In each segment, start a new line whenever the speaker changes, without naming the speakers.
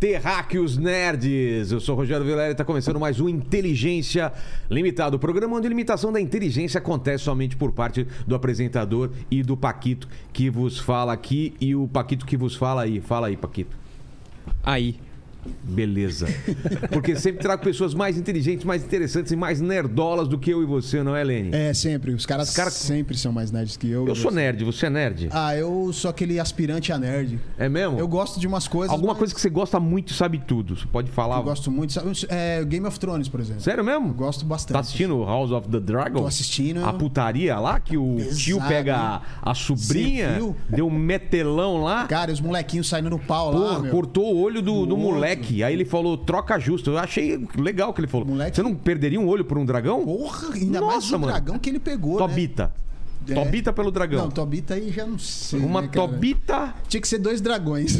Terráqueos Nerds. Eu sou o Rogério Vilela e está começando mais um Inteligência Limitada, o programa onde a limitação da inteligência acontece somente por parte do apresentador e do Paquito que vos fala aqui e o Paquito que vos fala aí. Fala aí, Paquito.
Aí.
Beleza. Porque sempre trago pessoas mais inteligentes, mais interessantes e mais nerdolas do que eu e você, não é, Lene?
É, sempre. Os caras
Os caras-
sempre são mais nerds que eu.
Eu sou nerd, você é nerd?
Ah, eu sou aquele aspirante a nerd.
É mesmo?
Eu gosto de umas coisas.
Alguma
mas
coisa que você gosta muito e sabe tudo. Você pode falar.
Eu gosto muito. Sabe, é, Game of Thrones, por exemplo.
Sério mesmo?
Eu gosto bastante.
Tá assistindo House of the Dragon?
Tô assistindo.
A putaria lá que o
Pesado,
tio pega a, a
Cê
sobrinha,
viu?
deu um metelão lá.
Cara, os molequinhos saindo no pau lá.
Porra,
Meu.
cortou o olho do, do
outro.
moleque. Aí ele falou, troca justo. Eu achei legal que ele falou.
Moleque.
Você não perderia um olho por um dragão?
Porra, ainda mais
Nossa,
o
mano.
dragão que ele pegou. Né?
Tobita.
É.
Tobita pelo dragão.
Não, Tobita aí já não sei.
Uma
né, cara?
Tobita.
Tinha que ser dois dragões.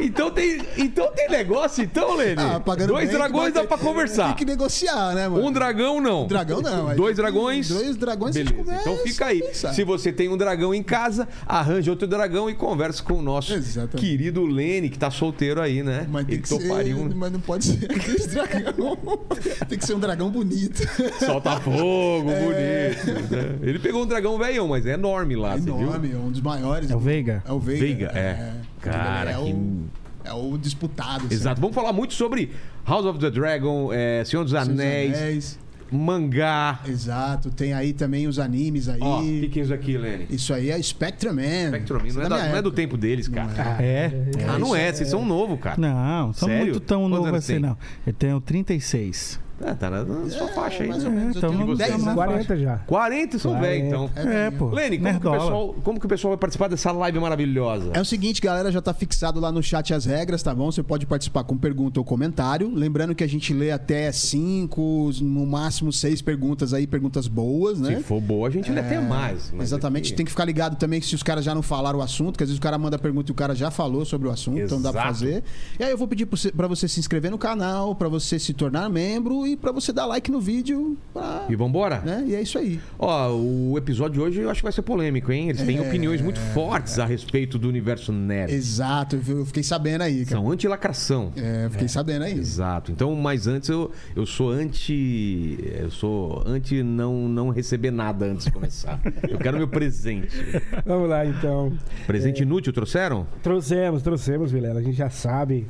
Então tem, então tem negócio, então, Lene?
Ah, pagando
Dois
bem,
dragões
mas
dá
tem-
pra conversar.
Tem que negociar, né, mano?
Um dragão não.
Dragão não, aí
Dois
tem que-
dragões.
dois dragões a gente
Beleza.
conversa,
Então fica aí.
pensa.
Se você tem um dragão em casa, arranja outro dragão e conversa com o nosso
Exatamente.
querido Lene, que tá solteiro aí, né?
Mas tem
Ele
que
toparia
ser.
um.
Mas não pode ser aquele dragão. tem que ser um dragão bonito.
Solta fogo,
É.
bonito. né? Ele pegou um dragão velhão, mas é enorme lá, você viu?
Enorme, é um dos maiores.
É o Veiga?
É o Veiga.
Veiga, é. Cara,
é
que-
o, é o disputado. assim.
Exato. Vamos falar muito sobre House of the Dragon, é, Senhor dos
Seus
Anéis,
assim. Anéis.
mangá.
Exato. Tem aí também os animes aí.
Ó, o que, que é isso aqui, Lene?
Isso aí é Spectrum Man.
Spectrum,
Isso
não é,
da
da-
minha
não é do
época.
tempo deles, cara.
É?
Ah, não é, vocês são novo, cara.
Não, são
Sério?
muito tão
Quantos
novo
anos
assim,
tem?
não. Eu tenho 36.
Ah, tá na, na sua faixa aí.
É, mais ou
né?
menos. eu
então
tenho
vamos
10
dar uma
anos.
40 já.
40 são velhos, então.
É, pô.
Lene, como que, o
Nerdola.
pessoal, como que o pessoal vai participar dessa live maravilhosa?
É o seguinte, galera, já tá fixado lá no chat as regras, tá bom? Você pode participar com pergunta ou comentário. Lembrando que a gente lê até cinco, no máximo seis perguntas aí, perguntas boas, né? É,
Se for boa, a gente ainda tem mais. mas é
Exatamente.
aqui-
Tem que ficar ligado também se os caras já não falaram o assunto, que às vezes o cara manda pergunta e o cara já falou sobre o assunto, então dá pra
Exato.
fazer. E aí eu vou pedir pro você- pra você se inscrever no canal, pra você se tornar membro e pra você dar like no vídeo. pra-
E vambora?
né? E é isso aí.
Ó, o episódio de hoje eu acho que vai ser polêmico, hein? Eles têm
É.
opiniões muito fortes a respeito do universo nerd.
Exato, eu eu fiquei sabendo aí, cara.
São anti-lacração.
É, eu fiquei sabendo aí.
Exato. Então, mas antes eu, eu sou anti. Eu sou anti não, não receber nada antes de começar. eu quero meu presente.
Vamos lá, então.
É.
Presente inútil, trouxeram?
Trouxemos, trouxemos, Vilela. A gente já sabe.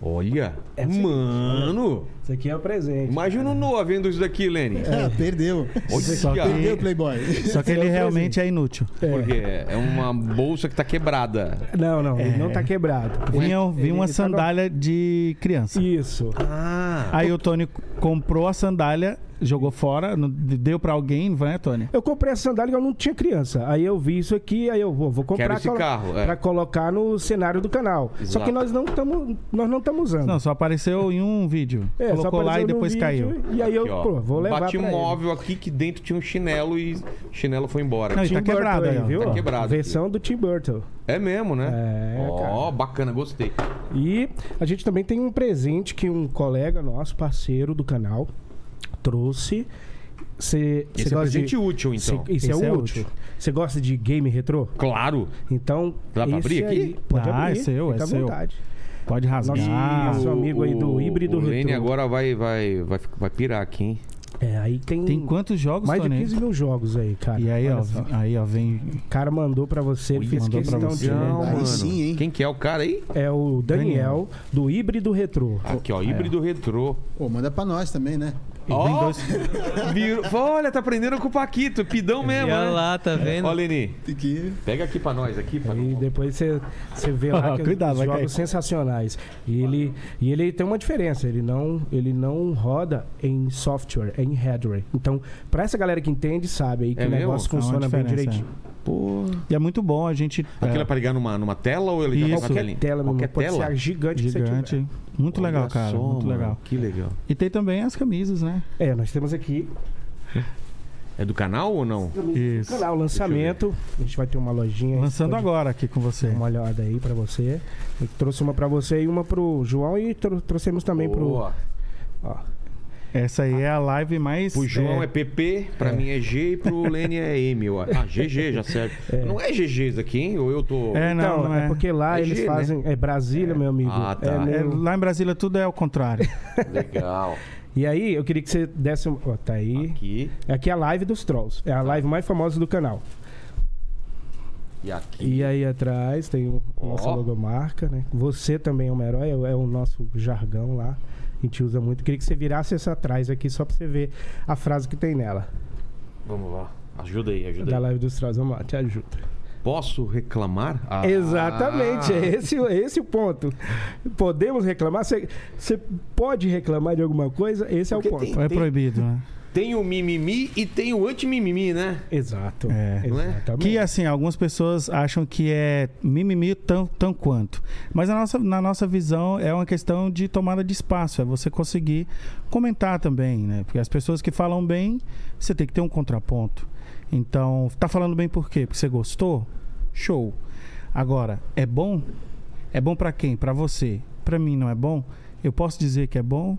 Olha!
É, sim.
mano!
Isso aqui é o presente.
Imagina o Noah vendo isso daqui, Lene.
É, perdeu.
Só
Olha!
que-
Perdeu, Playboy.
Só que
Esse é
ele
o
realmente é inútil.
Porque é uma bolsa que tá quebrada.
Não, não, ele
É.
não tá quebrado.
Vinha, vinha uma
ele tá no-
sandália de criança.
Isso.
Ah!
Aí o Tony comprou a sandália, jogou fora, não- deu pra alguém, não foi, né, Tony?
Eu comprei essa sandália que eu não tinha criança. Aí eu vi isso aqui, aí eu vou, vou comprar
Quero esse carro, é.
pra colocar no cenário do canal. Só
Exato.
que nós não estamos nós não estamos usando.
Não, só apareceu em um vídeo.
É, só
Colocou lá e
apareceu no
depois
vídeo,
caiu.
E aí eu,
Aqui, ó.
pô, vou levar
Bati
pra
um
ele.
móvel aqui que dentro tinha um chinelo e o chinelo foi embora.
Não, e
Tim
tá quebrado
Burton
aí, ó.
viu?
Tá quebrado
Versão do Tim Burton.
É mesmo, né?
É, cara.
Ó, bacana, gostei.
E a gente também tem um presente que um colega nosso, parceiro do canal, trouxe. Você
Esse é presente útil, então.
isso é,
Esse é
útil.
útil.
Você gosta de game retrô?
Claro!
Então,
Dá pra
esse
abrir aqui?
aí- Pode
Ah,
abrir.
é seu, é
fica à
seu.
vontade.
Pode rasgar.
Nossa. Ah, Seu amigo aí do híbrido
O Lene
retrô.
agora vai, vai, vai, fi- vai pirar aqui, hein?
É, aí tem,
Tem quantos jogos,
mais de
Tony?
15 mil jogos aí, cara.
E aí,
Olha
ó,
só.
aí, ó, vem.
O cara mandou pra você, ele
Ui,
fez
mandou pra
questão
você.
de
Não,
mandar.
Aí
mano.
sim, hein?
Quem que é o cara aí?
É o Daniel, do Híbrido Retrô.
Aqui, ó, híbrido retrô.
Pô, manda pra nós também, né?
Ó,
dois-
virou- Olha, tá aprendendo com o Paquito, pidão mesmo,
Olha
né?
lá, tá vendo?
Ó, Leni,
Tem que.
pega aqui pra nós, aqui, pra
E depois você, você vê lá que
Cuidado,
os
vai
jogos
cair.
sensacionais. E ele, e ele tem uma diferença, ele não, ele não roda em software, é em hardware. Então, pra essa galera que entende, sabe aí que
É
o negócio
mesmo? Há uma
funciona bem
diferença,
direitinho.
E é muito bom, a gente.
Aquilo é
é,
pra ligar numa, numa tela ou ele
Isso.
joga na
Qualquer
telinha?
tela, meu irmão,
Qualquer
pode ser
tela?
a gigante, que você né?
Gigante. Muito
Olha
legal, cara.
só,
muito
mano,
legal.
Que legal.
E tem também as camisas, né?
tiver. É, nós temos aqui
É do canal ou não?
o canal lançamento. A gente vai ter uma lojinha. aí,
Lançando
pode
agora aqui com você.
dar Uma olhada aí pra você. Eu trouxe uma pra você e uma pro João e tro- trouxemos também
Boa.
pro. Ó.
Essa aí é a live mais.
Pro João é,
é,
PP, pra mim é G e pro Lene é M. eu acho. Ah, GG já serve. Não é GG isso aqui, hein? Ou eu tô.
É, não,
Então,
não
é.
é.
porque lá
É
eles
G, né?
fazem. É Brasília, meu amigo.
Ah, tá.
É
é,
meio-
Lá em Brasília tudo é ao contrário.
Legal.
E aí, eu queria que você desse. um- Ó, tá aí.
Aqui Tá.
Aqui é a live dos Trolls. É a live mais famosa do canal.
e aqui.
E aí atrás tem o
Ó.
nossa logomarca, né? Você também é um herói, é o- é o nosso jargão lá. A gente usa muito. Queria que você virasse essa atrás aqui só pra você ver a frase que tem nela.
Vamos lá. Ajuda aí, ajuda
Da
aí.
live dos Trolls. Vamos lá, te ajuda.
Posso reclamar? Ah.
Exatamente, é esse, é esse o ponto. Podemos reclamar? Você você pode reclamar de alguma coisa? Esse é
Porque
o ponto.
é proibido, né?
Tem o mimimi e tem o anti-mimimi, né?
Exato.
É.
Não é?
Exatamente.
Que assim, algumas pessoas acham que é mimimi tão, tão quanto. Mas na nossa, na nossa visão é uma questão de tomada de espaço, é você conseguir comentar também, né? Porque as pessoas que falam bem, você tem que ter um contraponto. Então, tá falando bem por quê? Porque você gostou? Show. Agora, é bom? É bom pra quem? Pra você. Pra mim não é bom? Eu posso dizer que é bom?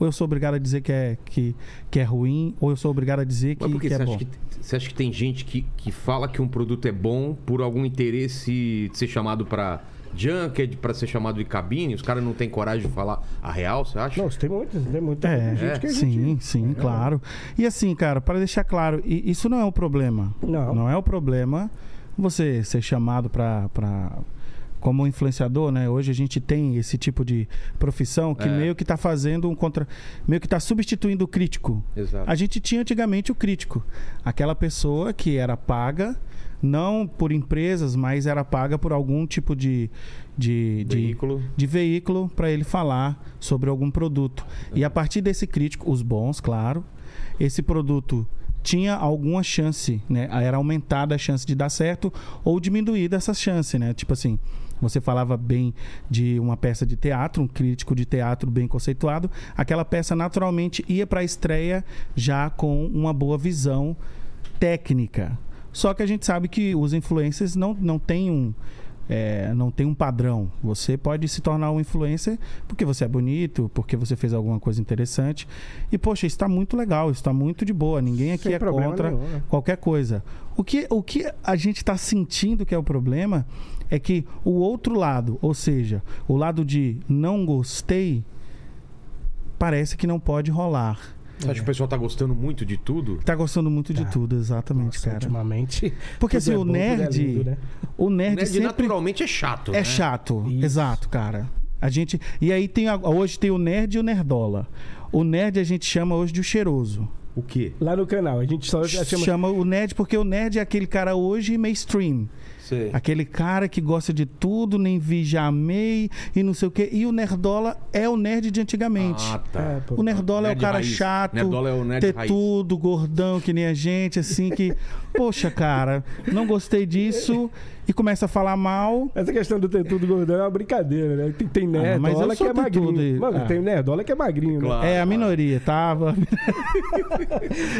Ou eu sou obrigado a dizer que é, que, que é ruim? Ou eu sou obrigado a dizer que,
Mas por que,
que é
você,
bom?
acha que você acha que tem gente que, que fala que um produto é bom por algum interesse de ser chamado pra junket, pra ser chamado de cabine? Os caras não têm coragem de falar a real, você acha?
Não, tem muitas, tem muita
É,
gente É. que a gente-
sim, sim, claro. E assim, cara, para deixar claro, i- isso não é um problema.
Não.
Não é o problema você ser chamado para como influenciador, né? Hoje a gente tem esse tipo de profissão
É.
que meio que tá fazendo um contra, meio que tá substituindo o crítico.
Exato.
A gente tinha antigamente o crítico, aquela pessoa que era paga não por empresas, mas era paga por algum tipo de, de, de
Veículo.
de veículo para ele falar sobre algum produto. E a partir desse crítico, os bons, claro, esse produto tinha alguma chance, né? Era aumentada a chance de dar certo ou diminuída essa chance, né? Tipo assim, você falava bem de uma peça de teatro, um crítico de teatro bem conceituado, aquela peça naturalmente ia para a estreia já com uma boa visão técnica. Só que a gente sabe que os influencers não, não têm um. é, não tem um padrão. Você pode se tornar um influencer porque você é bonito, porque você fez alguma coisa interessante. E, poxa, isso está muito legal, isso está muito de boa. Ninguém aqui
Sem
é
problema
contra
nenhum, né?
qualquer coisa. O que, o que a gente está sentindo que é o problema é que o outro lado, ou seja, o lado de não gostei, parece que não pode rolar.
Você acha que o pessoal tá gostando muito de tudo?
Tá gostando muito
Tá.
de tudo, exatamente,
Nossa,
cara.
ultimamente.
Porque
tudo
assim,
é
o
bom, tudo é
nerd.
lindo, né?
O
O
nerd,
nerd
sempre
naturalmente é chato, né?
é chato.
Isso.
Exato, cara. A gente. E aí tem. a- Hoje tem o nerd e o nerdola. O nerd a gente chama hoje de o cheiroso.
O quê?
Lá no canal, a gente só já é chama.
Chama o nerd porque o nerd é aquele cara hoje mainstream.
Você...
Aquele cara que gosta de tudo, nem vi, já amei e não sei o quê. E o nerdola é o nerd de antigamente.
Ah, tá.
É, pô.
O nerdola é o
Nerd
cara
raiz.
chato,
Nerdola é o nerd raiz.
tetudo, gordão, que nem a gente, assim, que... Poxa, cara, não gostei disso. E começa a falar mal.
Essa questão do tetudo gordão é uma brincadeira, né? Tem, tem
Ah, mas eu
nerdola que
sou
é magrinho.
tetudo e-
Mano,
Ah.
tem nerdola que é magrinho, né?
Claro.
é a minoria, tá?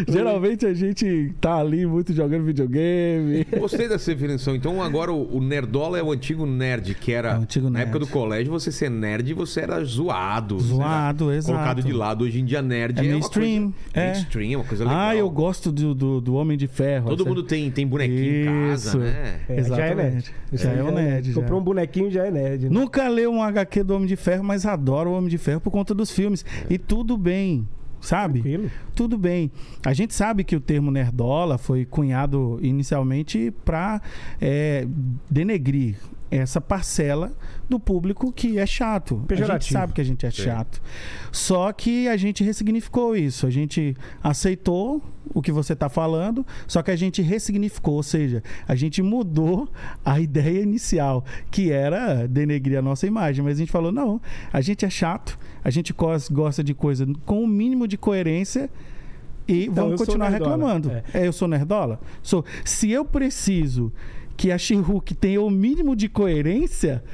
Geralmente a gente tá ali muito jogando videogame.
Gostei dessa definição. Então agora o, o nerdola é o antigo nerd, que era.
É o antigo
Na
nerd.
época do colégio, você ser nerd, você era zoado. você
Zoado,
era
exato.
Colocado de lado. Hoje em dia, nerd
É
é, Uma
mainstream,
coisa,
é.
Mainstream, é uma coisa legal.
Ah, eu gosto do, do, do Homem de Ferro.
Todo
Essa-
mundo tem, tem bonequinho em casa,
Isso.
né?
É, já é nerd.
Exatamente. Já
aí
é o nerd, já.
Comprou um bonequinho, já é nerd. Né?
Nunca leu um HQ do Homem de Ferro, mas adoro o Homem de Ferro por conta dos filmes.
É.
E tudo bem, sabe?
Tranquilo.
Tudo bem. A gente sabe que o termo nerdola foi cunhado inicialmente para denegrir essa parcela do público que é chato. A gente
Pejorativo.
sabe que a gente é
Sim.
chato. Só que a gente ressignificou isso. A gente aceitou o que você está falando, só que a gente ressignificou, ou seja, a gente mudou a ideia inicial, que era denegrir a nossa imagem. Mas a gente falou: não, a gente é chato, a gente gos- gosta de coisa com o mínimo de coerência. E
Então, eu
vamos
sou
continuar
nerdola.
reclamando.
É.
É, eu sou nerdola? Sou. Se eu preciso que a She-Hulk tenha o mínimo de coerência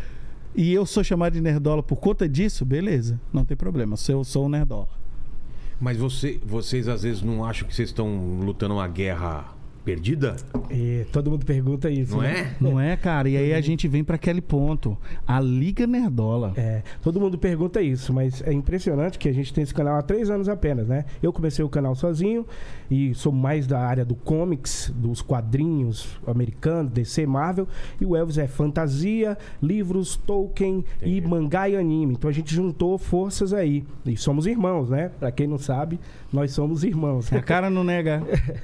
e eu sou chamado de nerdola por conta disso, beleza. Não tem problema. Se eu sou um nerdola.
Mas você, vocês às vezes não acham que vocês estão lutando uma guerra perdida?
E todo mundo pergunta isso.
Não
né?
é?
Não é, cara? E aí a gente vem pra aquele ponto. A Liga Nerdola.
É, todo mundo pergunta isso, mas é impressionante que a gente tem esse canal há três anos apenas, né? Eu comecei o canal sozinho e sou mais da área do comics, dos quadrinhos americanos, DC, Marvel, e o Elvis é fantasia, livros, Tolkien e mangá e anime. Então a gente juntou forças aí e somos irmãos, né? Pra quem não sabe, nós somos irmãos.
A cara não nega.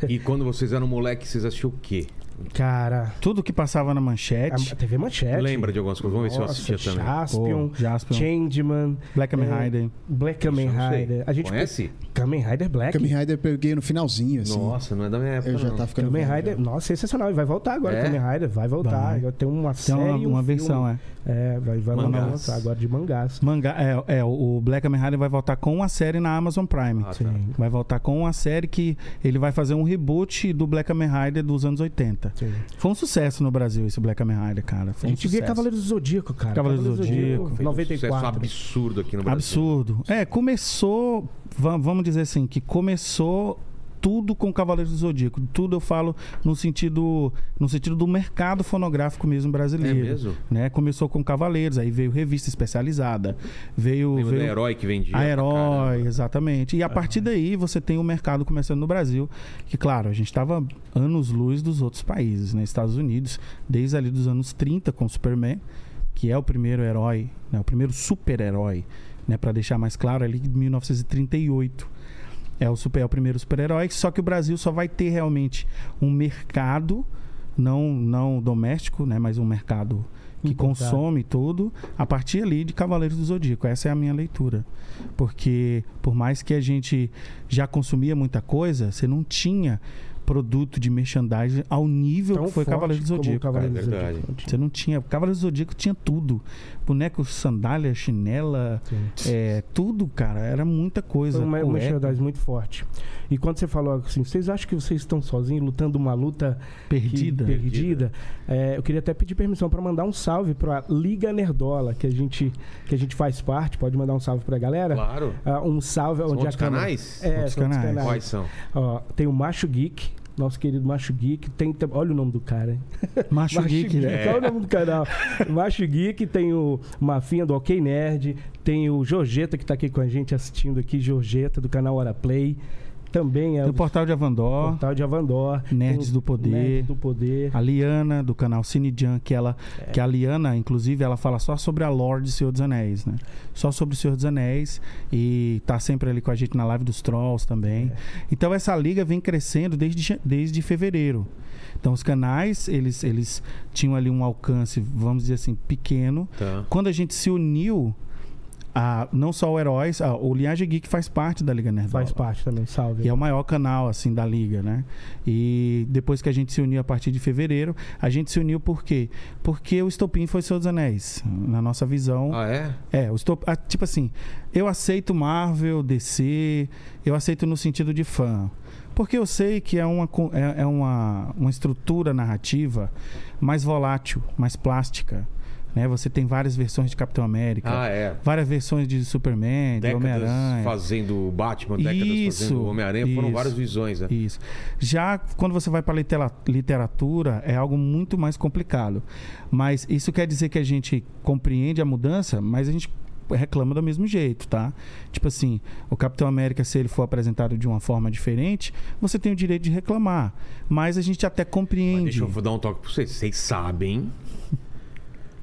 E quando vocês eram moleque, vocês assistiam o quê?
Cara,
Tudo que passava na
a
manchete.
a TV Manchete.
Lembra de algumas coisas? Vamos ver se eu assistia também.
Jaspion,
Pô, Jaspion.
Changeman,
Black Kamen
é,
Rider.
Black Kamen
Isso eu não sei.
Rider. A gente
Conhece?
Kamen Rider Black.
Kamen Rider eu peguei no finalzinho, assim.
É Nossa, não é da minha época.
eu já
não.
tá ficando.
Kamen
velho,
Rider,
já.
nossa, sensacional. E vai voltar agora,
É?
Kamen Rider, vai voltar.
Vai.
Eu tenho uma
Tem
série.
uma,
e um
uma
filme.
versão, é.
É, vai, vai
Mangás.
lançar agora de mangás.
Mangá, é, é, o Black Kamen Rider vai voltar com uma série na Amazon Prime.
Ah, tá.
Sim.
Vai voltar com uma série que ele vai fazer um reboot do Black Kamen Rider dos anos 80.
Sim.
Foi um sucesso no Brasil esse Black Kamen Rider, cara.
A
Foi um
gente via
sucesso.
Cavaleiros do Zodíaco, cara.
Cavaleiros do Zodíaco.
Fez um sucesso
94.
absurdo aqui no Brasil.
Absurdo. É, começou, va- vamos dizer assim, que começou tudo com Cavaleiros do Zodíaco. Tudo eu falo no sentido, no sentido do mercado fonográfico mesmo brasileiro.
É mesmo?
Né? Começou com Cavaleiros, aí veio revista especializada, veio,
Lembra da
veio
Herói que vendia.
a
pra
Herói,
caramba.
exatamente. E a partir daí você tem o mercado começando no Brasil, que claro, a gente estava anos-luz dos outros países, né? Estados Unidos, desde ali dos anos 30 com o Superman, que é o primeiro herói, né? o primeiro super-herói, né? Para deixar mais claro ali, de 1938. É o, super, é o primeiro super-herói, só que o Brasil só vai ter realmente um mercado, não, não doméstico, né? mas um mercado que
Importado.
consome tudo, a partir ali de Cavaleiros do Zodíaco. Essa é a minha leitura. Porque por mais que a gente já consumia muita coisa, você não tinha produto de merchandising ao nível
Tão
que foi
forte
Cavaleiros do
como
Zodíaco.
Cavaleiros
É
do
verdade.
Zodíaco.
Você não tinha. Cavaleiros do Zodíaco tinha tudo. Boneco, sandália, chinela, é, tudo, cara. Era muita coisa.
Foi uma uma
Cueca.
merchandise muito forte. E quando você falou assim, vocês acham que vocês estão sozinhos lutando uma luta que-
Perdida.
perdida? É, eu queria até pedir permissão para mandar um salve para Liga Nerdola, que a gente que a gente faz parte. Pode mandar um salve para a galera.
Claro.
Ah, um salve onde
outros
a câmera-
canais?
É,
Outros
são outros
canais.
canais.
Quais são?
Ó, tem o Macho Geek, nosso querido Macho Geek. Tem, tam- olha o nome do cara, hein?
Macho Geek, né?
Qual é o nome do canal? Macho Geek, tem o Mafinha do Ok Nerd, tem o Jorgeta que tá aqui com a gente assistindo aqui, Jorgeta do canal Hora Play. Também é
Tem o Portal de Avandó.
Portal de Avandor.
Nerds
tem o
do Poder. Ah,
Nerds do Poder.
A Liana, do canal Cine Jam, que ela.
É.
Que a Liana, inclusive, ela fala só sobre a Lorde e Senhor dos Anéis, né? Só sobre o Senhor dos Anéis. E tá sempre ali com a gente na live dos Trolls também.
É.
Então essa liga vem crescendo desde, ja- desde fevereiro. Então os canais, eles, eles tinham ali um alcance, vamos dizer assim, pequeno.
Tá.
Quando a gente se uniu. A, não só o Heróis, a, o Linhagem Geek faz parte da Liga Nerdola.
Faz parte também, salve.
E é o maior canal, assim, da liga, né? E depois que a gente se uniu a partir de fevereiro, a gente se uniu por quê? Porque o estopim foi Senhor dos Anéis. Na nossa visão,
Ah, é?
é, eu estou. ah, Tipo assim, eu aceito Marvel, DC, eu aceito no sentido de fã. Porque eu sei que é uma, co- é, é uma, uma estrutura narrativa mais volátil, mais plástica. Né? Você tem várias versões de Capitão América,
Ah, é.
várias versões de Superman, de
Décadas
Homem-Aranha.
fazendo Batman, décadas
Isso,
fazendo Homem-Aranha, foram
isso.
várias visões, né?
Isso. Já quando você vai para literatura, é algo muito mais complicado. Mas isso quer dizer que a gente compreende a mudança, mas a gente reclama do mesmo jeito, tá? Tipo assim, o Capitão América, se ele for apresentado de uma forma diferente, você tem o direito de reclamar. Mas a gente até
Mas
compreende.
deixa eu dar um toque pra vocês. Vocês sabem.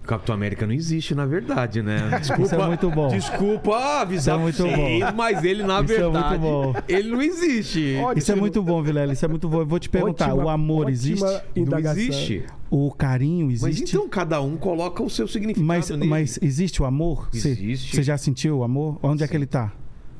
Capitão América não existe, na verdade, né? Desculpa,
Isso é muito bom.
Desculpa avisar
Isso é muito
vocês, mas ele, na
Isso é muito
verdade,
bom.
ele não existe.
Isso é muito bom, Vilela. Isso é muito bom. Eu vou te perguntar:
Ótima-
o amor
ótima
existe?
Não
indagação.
existe.
O carinho
Mas
existe?
então cada um coloca o seu significado
Mas,
nele.
mas existe o amor? Você-
Existe.
Você já sentiu o amor? Onde é que ele tá?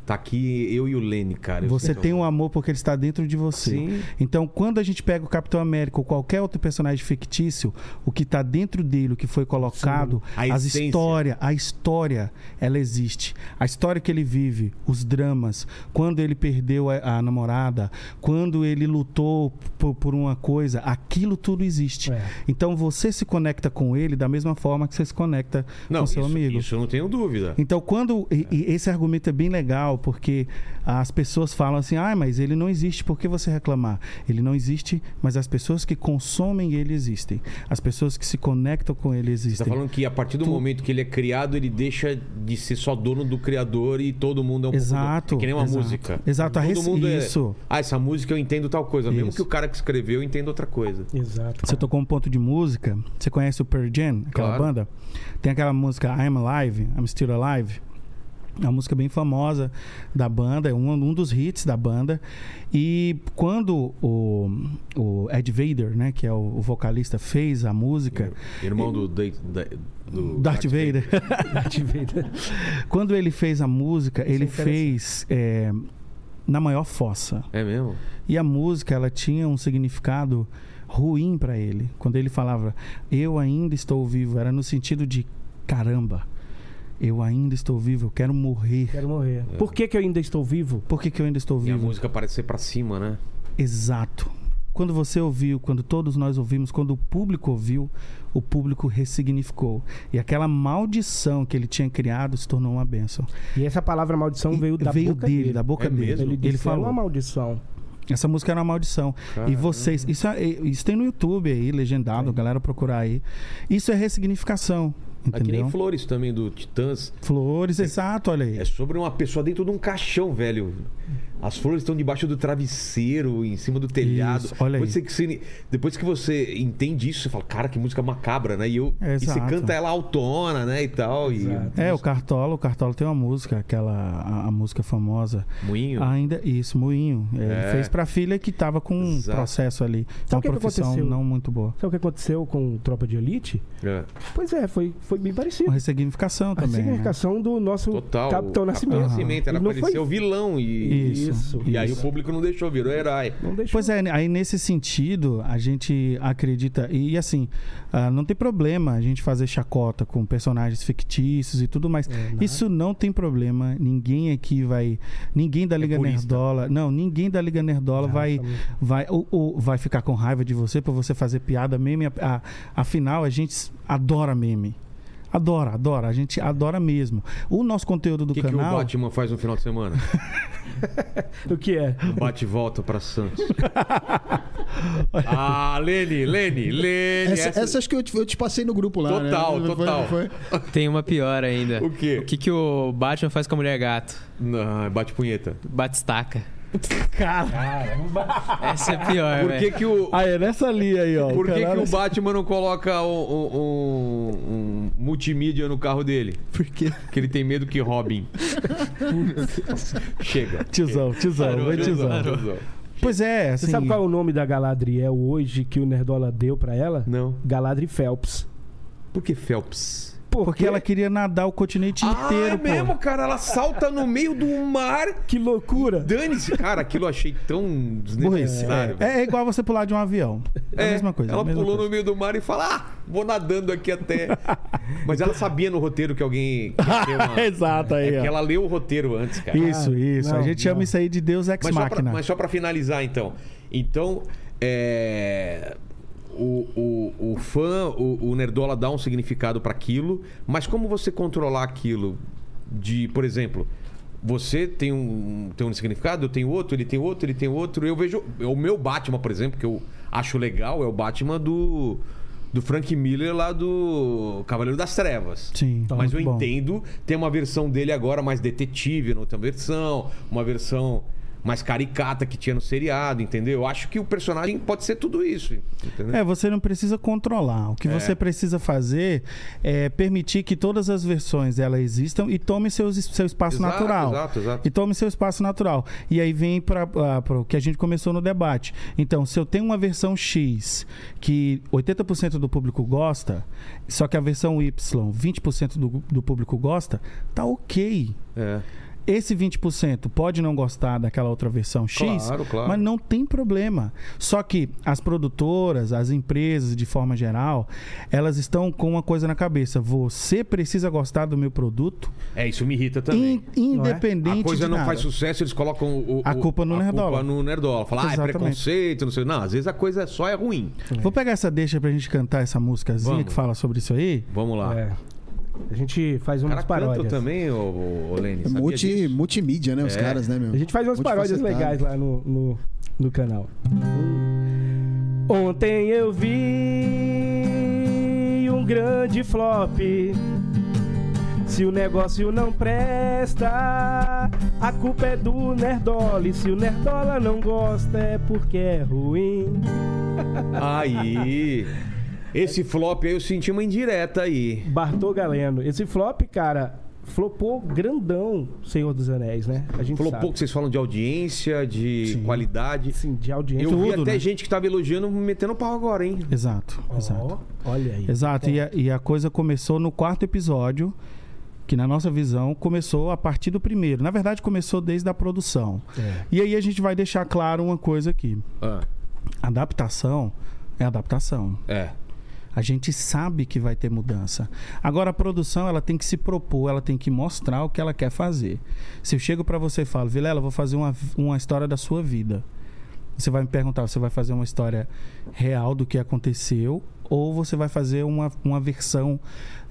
Tá aqui eu e o Lene, cara. Eu
Você
sei que
tem
eu-
um amor porque ele está dentro de você.
Sim.
Então, quando a gente pega o Capitão América ou qualquer outro personagem fictício, o que está dentro dele, o que foi colocado,
A
as
essência.
histórias, a história, ela existe. A história que ele vive, os dramas, quando ele perdeu a, a namorada, quando ele lutou por, por uma coisa, aquilo tudo existe.
É.
Então, você se conecta com ele da mesma forma que você se conecta
não,
com seu
isso,
amigo.
Isso eu não tenho dúvida.
Então, quando. e- e esse argumento é bem legal, porque as pessoas falam assim: ah, mas ele não existe, por que você reclamar? Ele não existe, mas as pessoas que consomem ele existem. As pessoas que se conectam com ele
Você
existem.
tá falando que a partir do momento que ele é criado, ele deixa de ser só dono do criador e todo mundo é um
Exato,
pouco. É que nem uma
exato.
música.
Exato, a
Todo
res-
mundo é.
isso.
Ah, essa música eu entendo tal coisa. Mesmo
Isso.
que o cara que escreveu entenda outra coisa.
Exato.
Você tocou um ponto de música. Você conhece o Pearl Jam, aquela
Claro.
banda? Tem aquela música I'm Alive, I'm Still Alive. É uma música bem famosa da banda, é um, um dos hits da banda. E quando o, o Ed Vader, né, que é o, o vocalista, fez a música,
Irmão do, Dei- da- do
Darth Vader,
Ativei-
quando ele fez a música, ele fez é, na maior fossa.
É mesmo?
E a música, ela tinha um significado ruim para ele. Quando ele falava, eu ainda estou vivo, era no sentido de caramba, eu ainda estou vivo, eu quero morrer.
Quero morrer.
É.
Por que, que eu ainda estou vivo?
Por que, que eu ainda estou
E a
vivo?
música parece ser pra cima, né?
Exato. Quando você ouviu, quando todos nós ouvimos, quando o público ouviu, o público ressignificou. E aquela maldição que ele tinha criado se tornou uma bênção.
E essa palavra maldição
E
Então veio da boca
dele,
dele.
da boca
É
dele.
mesmo?
Ele,
Ele,
disse,
falou.
"É uma maldição.
Essa música era uma maldição. E vocês. Isso, é- isso tem no YouTube aí, legendado, a galera procurar aí. Isso é ressignificação.
É que nem
Entendeu?
Flores também, do Titãs.
Flores, exato, olha aí.
É sobre uma pessoa dentro de um caixão, velho. As flores estão debaixo do travesseiro, em cima do telhado.
Isso, olha aí.
depois, que você, depois que você entende isso, você fala, cara, que música macabra, né? E, eu,
É,
e você
exato.
canta ela autona, né? E tal. E...
Exato.
É, o Cartola, o Cartola tem uma música, aquela a, a música famosa.
Moinho.
Ainda isso, moinho. É,
É.
Ele fez pra filha que tava com um
Exato.
processo ali. uma
o que é que
profissão
aconteceu?
não muito boa.
Sabe o que aconteceu com o Tropa de Elite?
É.
Pois é, foi, foi bem parecido.
Uma ressignificação
A
também. né?
significação do nosso
Total.
Capitão
O
Nascimento.
Capitão Nascimento, era
Ele não
parecer
foi-
o vilão. E,
Isso.
e aí o público não deixou, virou herói.
Não deixou.
Pois é, aí nesse sentido, a gente acredita. E assim, ah, não tem problema a gente fazer chacota com personagens fictícios e tudo mais.
É, né?
Isso não tem problema. Ninguém aqui vai. Ninguém da Liga
É purista. Ah, é
Nerdola. Não, ninguém da Liga Nerdola vai.
também.
Vai, ou, ou vai ficar com raiva de você por você fazer piada meme. A- a- afinal, a gente s- adora meme. Adora, adora. A gente adora mesmo. O nosso conteúdo do
O que, que o
canal.
Batman faz no final de semana?
O que é?
Bate e volta pra Santos. ah, Lene, Lene, Lene.
Essa, essa acho que eu te, eu te passei no grupo lá. né?
é Total,
Não foi-
total.
foi?
Tem uma pior ainda.
O quê?
O que, que o Batman faz com a mulher gato?
Não, bate punheta.
Bate estaca. Caramba! Essa é pior,
Por que,
velho.
que o.
Ah, é nessa ali aí, ó.
Por que, que
Caralho,
o é Batman não coloca um, um- um- um multimídia no carro dele?
Por quê?
Porque ele tem medo que Robin. Chega.
Tiozão, tiozão, vai tiozão. Pois é, assim.
Você sabe qual é o nome da Galadriel hoje que o Nerdola deu pra ela?
Não.
Galadri Phelps.
Por que Phelps?
Porque ela queria nadar o continente inteiro,
ah, é
pô.
mesmo, cara. Ela salta no meio do mar.
Que loucura!
Dane-se. Cara, aquilo eu achei tão
Burrice.
desnecessário. velho.
É, é igual você pular de um avião. É, a mesma coisa.
Ela
a mesma
pulou no
coisa.
meio do mar e fala: Ah, vou nadando aqui até. Mas ela sabia no roteiro que alguém. Que ia ter uma-
Exato aí,
É
ó.
que ela leu o roteiro antes, cara.
Isso, isso.
não,
a gente
não.
chama isso aí de Deus Ex
Mas só, pra,
Machina.
mas só pra finalizar, então. Então, é, O, o, o fã, o, o Nerdola dá um significado pra aquilo, mas como você controlar aquilo de, por exemplo, você tem um, tem um significado, eu tenho outro, ele tem outro, ele tem outro. Eu vejo. O meu Batman, por exemplo, que eu acho legal, é o Batman do. Do Frank Miller lá do Cavaleiro das Trevas.
Sim, tá
Mas eu
muito bom.
entendo entendo. Tem uma versão dele agora mais detetive, na outra versão, uma versão mais caricata que tinha no seriado, entendeu? Eu acho que o personagem pode ser tudo isso, entendeu?
É, você não precisa controlar. O
É.
que você precisa fazer é permitir que todas as versões elas existam e tome seus, seu espaço
Exato,
natural.
exato, exato.
E tome seu espaço natural. E aí vem para o que a gente começou no debate. Então, se eu tenho uma versão X que 80% do público gosta, só que a versão Y, 20% do, do público gosta, tá ok.
É.
Esse 20% pode não gostar daquela outra versão X,
Claro, claro.
mas não tem problema. Só que as produtoras, as empresas, de forma geral, elas estão com uma coisa na cabeça. Você precisa gostar do meu produto,
É, isso me irrita
in-
também.
independente
A coisa
de
não
nada.
faz sucesso, eles colocam o, o-
A culpa no
a
Nerdola.
culpa no Nerdola. Fala, ah, é
Exatamente.
preconceito, não sei. Não, às vezes a coisa só é ruim.
Vou pegar essa deixa pra gente cantar essa músicazinha
Vamos.
que fala sobre isso aí.
Vamos lá.
É. A gente faz
Ah. O
umas
cara
paródias.
canta também, ô, ô Lene.
É
sabia
multi,
disso?
multimídia, né? Os
É.
caras, né, meu?
A gente faz umas paródias
Multifacetado.
legais lá no, no, no canal. Ontem eu vi um grande flop. Se o negócio não presta, a culpa é do Nerdola. E se o Nerdola não gosta, é porque é ruim.
Aí. Esse flop aí eu senti uma indireta aí.
Bartô Galeno. Esse flop, cara, flopou grandão, Senhor dos Anéis, né? A gente
Falou
sabe.
pouco, vocês falam de audiência, de qualidade.
Assim, de audiência.
Eu vi
Tudo,
até
né?
gente que tava elogiando metendo pau agora, hein?
Exato, exato.
Ó, olha aí.
Exato, e a, e a coisa começou no quarto episódio, que na nossa visão começou a partir do primeiro. Na verdade, começou desde a produção.
É.
E aí a gente vai deixar claro uma coisa aqui:
Ah,
adaptação é adaptação.
é.
A gente sabe que vai ter mudança. Agora a produção ela tem que se propor, ela tem que mostrar o que ela quer fazer. Se eu chego para você e falo, Vilela, eu vou fazer uma, uma história da sua vida. Você vai me perguntar, você vai fazer uma história real do que aconteceu ou você vai fazer uma, uma versão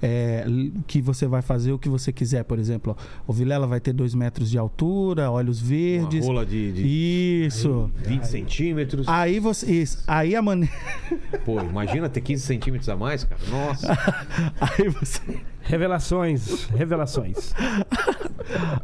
é, l- que você vai fazer o que você quiser, por exemplo. ó, O Vilela vai ter dois metros de altura, olhos
Uma
verdes.
rola de, de
Isso.
20 centímetros.
Aí você. Isso. Aí a maneira.
Pô, imagina ter 15 centímetros a mais, cara. Nossa.
Aí você.
Revelações, revelações.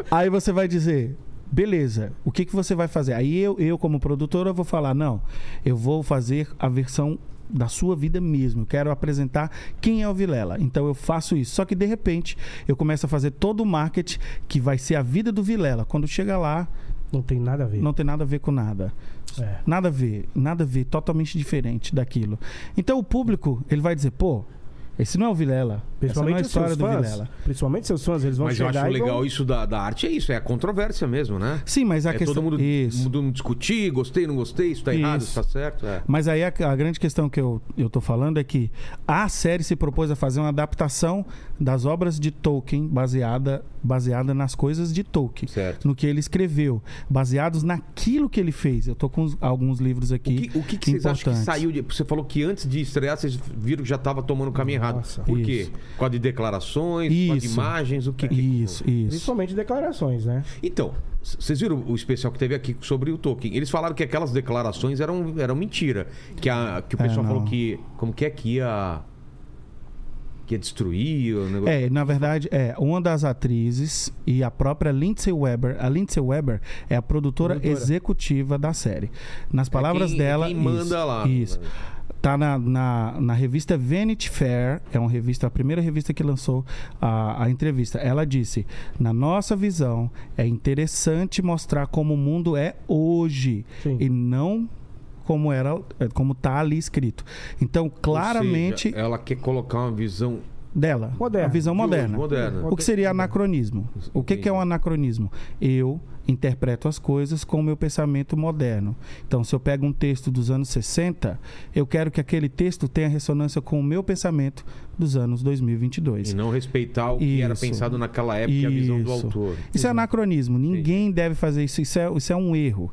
Aí você vai dizer, beleza, o que, que você vai fazer? Aí eu, eu, como produtora, vou falar, não, eu vou fazer a versão da sua vida mesmo. Eu quero apresentar quem é o Vilela. Então eu faço isso. Só que de repente eu começo a fazer todo o marketing que vai ser a vida do Vilela. Quando chega lá,
Não tem nada a ver.
não tem nada a ver com nada.
É.
Nada a ver, nada a ver, totalmente diferente daquilo. Então o público, ele vai dizer, pô, esse não é o Vilela. Essa não é a
Principalmente os
história
seus
do
fãs.
Vilela.
Principalmente seus fãs, eles vão
Mas eu
chegar
acho
e vão-
legal isso da, da arte, é isso, é a controvérsia mesmo, né?
Sim, mas a
é
questão
todo mundo,
isso.
todo mundo discutir, gostei, não gostei, isso tá errado,
Isso.
isso tá certo. É.
Mas aí a, a grande questão que eu, eu tô falando é que a série se propôs a fazer uma adaptação das obras de Tolkien baseada, baseada nas coisas de Tolkien.
Certo.
No que ele escreveu, baseados naquilo que ele fez. Eu tô com uns- alguns livros
O
aqui.
que, o que, que vocês acham que
importantes.
saiu de. Você falou que antes de estrear, vocês viram que já tava tomando o caminho
Nossa.
errado. Por quê?
Isso.
Por causa de declarações, por causa de
Isso.
imagens, o que que-
Isso, isso.
Principalmente declarações, né?
Então, c- vocês viram o especial que teve aqui sobre o Tolkien? Eles falaram que aquelas declarações eram, eram mentira. Que, a, que o
É,
pessoal
não.
falou que. Como que é que ia. Que ia destruir o negócio.
É, na verdade, é uma das atrizes e a própria Lindsay Weber. A Lindsay Weber é a produtora, executiva da série. Nas palavras
É quem-
dela.
quem manda
isso,
lá.
Isso. Tá na, na, na revista Vanity Fair, é uma revista, a primeira revista que lançou a, a entrevista. Ela disse: na nossa visão, é interessante mostrar como o mundo é hoje
Sim.
e não como era, como tá ali escrito. Então, claramente
Ou seja, ela quer colocar uma visão
dela,
Moderna.
a visão
é de hoje,
moderna.
moderna.
O que seria anacronismo? O que, que é um anacronismo? Eu interpreto as coisas com o meu pensamento moderno. Então, se eu pego um texto dos anos 60, eu quero que aquele texto tenha ressonância com o meu pensamento dos anos 2022.
E não respeitar o que era
Isso.
pensado naquela época e a visão do
Isso.
autor.
Isso é anacronismo. Ninguém deve fazer isso. Isso é, isso é um erro.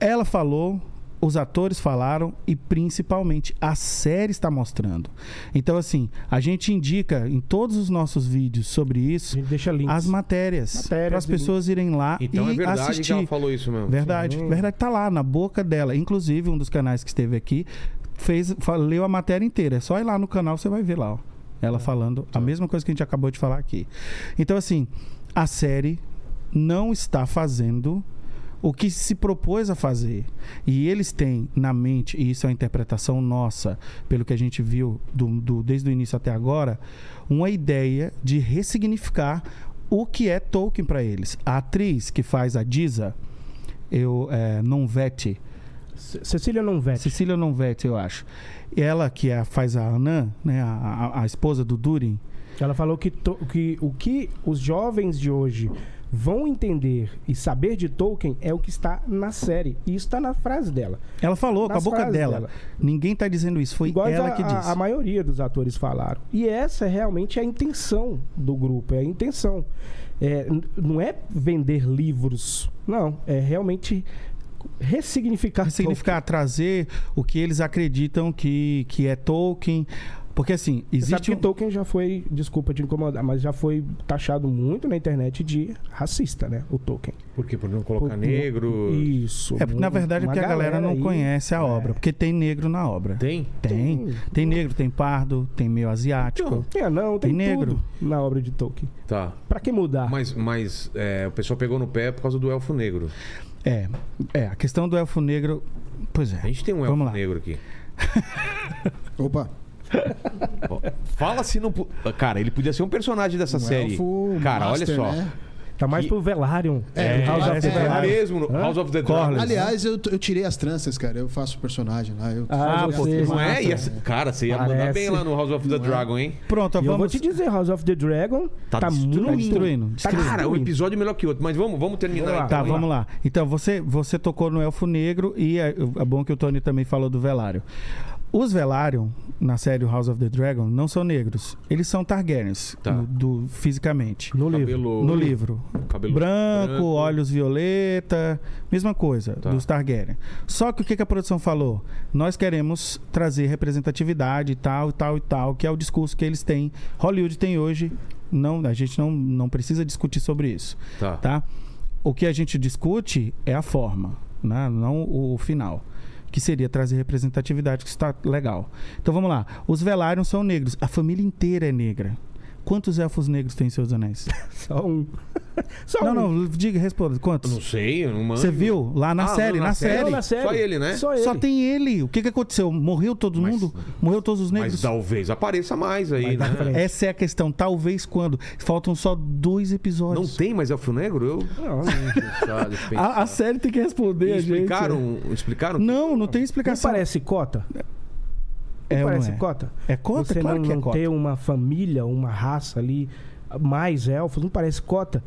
Ela falou, os atores falaram e principalmente a série está mostrando. Então, assim, a gente indica em todos os nossos vídeos sobre
A
isso
gente deixa links.
as matérias
Matérias
para as
e
pessoas irem lá
Então
e
é verdade
assistir.
que ela falou isso mesmo.
Verdade, verdade tá lá na boca dela. Inclusive um dos canais que esteve aqui fez fa- leu a matéria inteira. É só ir lá no canal você vai ver lá, ó, ela falando a mesma coisa que a gente acabou de falar aqui. Então assim, a série não está fazendo o que se propôs a fazer. E eles têm na mente, e isso é uma interpretação nossa, pelo que a gente viu do- do- desde o início até agora, uma ideia de ressignificar o que é Tolkien para eles. A atriz que faz a Diza, eu, é, Nonvete,
C- Cecília Nonvetti.
Cecília Nonvete, eu acho. Ela que é- faz a Anã, né, a, a- a esposa do Durin,
Ela falou que, to- que o que os jovens de hoje vão entender e saber de Tolkien é o que está na série. E isso está na frase dela.
ela falou
Nas
com a boca
frases
dela.
dela.
Ninguém tá dizendo isso, foi
Igual
ela
a,
que
a-
disse.
a maioria dos atores falaram. E essa é realmente a intenção do grupo, é a intenção. É, n- não é vender livros, não. É realmente ressignificar.
significar trazer o que eles acreditam que, que é Tolkien Porque assim,
Você sabe
existe.
que
um-
Tolkien já foi, desculpa te incomodar, mas já foi taxado muito na internet de racista, né? O Tolkien.
Por quê? Por não colocar
Por-
negro.
Isso.
É, porque, na verdade, é
uma
porque a galera não
aí-
conhece a
é.
obra. Porque tem negro na obra.
Tem?
Tem. Tem negro, tem pardo, tem meio asiático.
É, não, tem,
Tem negro.
negro na obra de Tolkien.
Tá.
Pra que mudar?
Mas, mas é, o pessoal pegou no pé por causa do elfo negro.
É. É, a questão do elfo negro. Pois é.
A gente tem um
Vamos
elfo
lá.
negro aqui.
Opa.
Ó, Fala se não. pu- Cara, ele podia ser um personagem dessa
um
série.
elfo
Cara,
master,
olha só.
né?
Tá mais
que-
pro Velarium.
É,
House of
é,
the
é,
É
Velarium.
mesmo, no House of the Dragon.
Corlys.
Aliás, eu, eu tirei as tranças, cara. Eu faço personagem lá. Eu
Ah,
faço
pô, que
Não é?
Massa,
Ia ser- Cara, você ia mandar
Parece.
bem lá no House of
é?
the Dragon, hein?
Pronto, ó,
E eu vou
vamos.
te dizer, House of the Dragon
Tá
tá,
destruindo.
muito...
Tá destruindo. destruindo.
Cara, o episódio é melhor que o outro, mas vamos, vamos terminar
Vamos lá.
Tá,
então.
vamos lá. Então, você, você tocou no Elfo Negro e é, é bom que o Tony também falou do Velário. Os Velário, na série House of the Dragon, não são negros. Eles são Targaryens,
Tá.
no- do, fisicamente.
No livro.
Cabelo...
No livro.
Cabelo
branco,
branco.
olhos violeta, mesma coisa
Tá.
dos Targaryen. Só que o que que a produção falou? Nós queremos trazer representatividade e tal, e tal, e tal, que é o discurso que eles têm. Hollywood tem hoje. Não, a gente não, não precisa discutir sobre isso
Tá.
tá? O que a gente discute é a forma, né? não o, o final. Que seria trazer representatividade, que está legal. Então vamos lá. Os Velaryon são negros. A família inteira é negra. Quantos elfos negros tem em seus anéis?
Só um. Só
não,
um.
não, diga, responda.
Não
Quantos?
sei, eu não mando.
Você viu? Lá na
Ah,
série,
não,
na, série.
Não, na série.
Só ele, né?
Só ele.
Só tem ele. O que, que aconteceu? Morreu todo
Mas-
mundo? Morreu todos os negros?
Mas talvez apareça mais aí,
Mas dá pra
né?
ele.
Essa é a questão. Talvez quando? Faltam só dois
Não
episódios.
tem mais elfo negro? Eu.
Não,
Deixa- deixa eu pensar.
A, a série tem que
E
responder a gente. é.
explicaram, um explicaram?
Não, não tem
não
explicação.
parece cota?
É, não
parece
é.
cota?
É cota?
Você
claro
não,
que é
não
cota.
ter uma família, uma raça ali, mais elfos, não parece cota?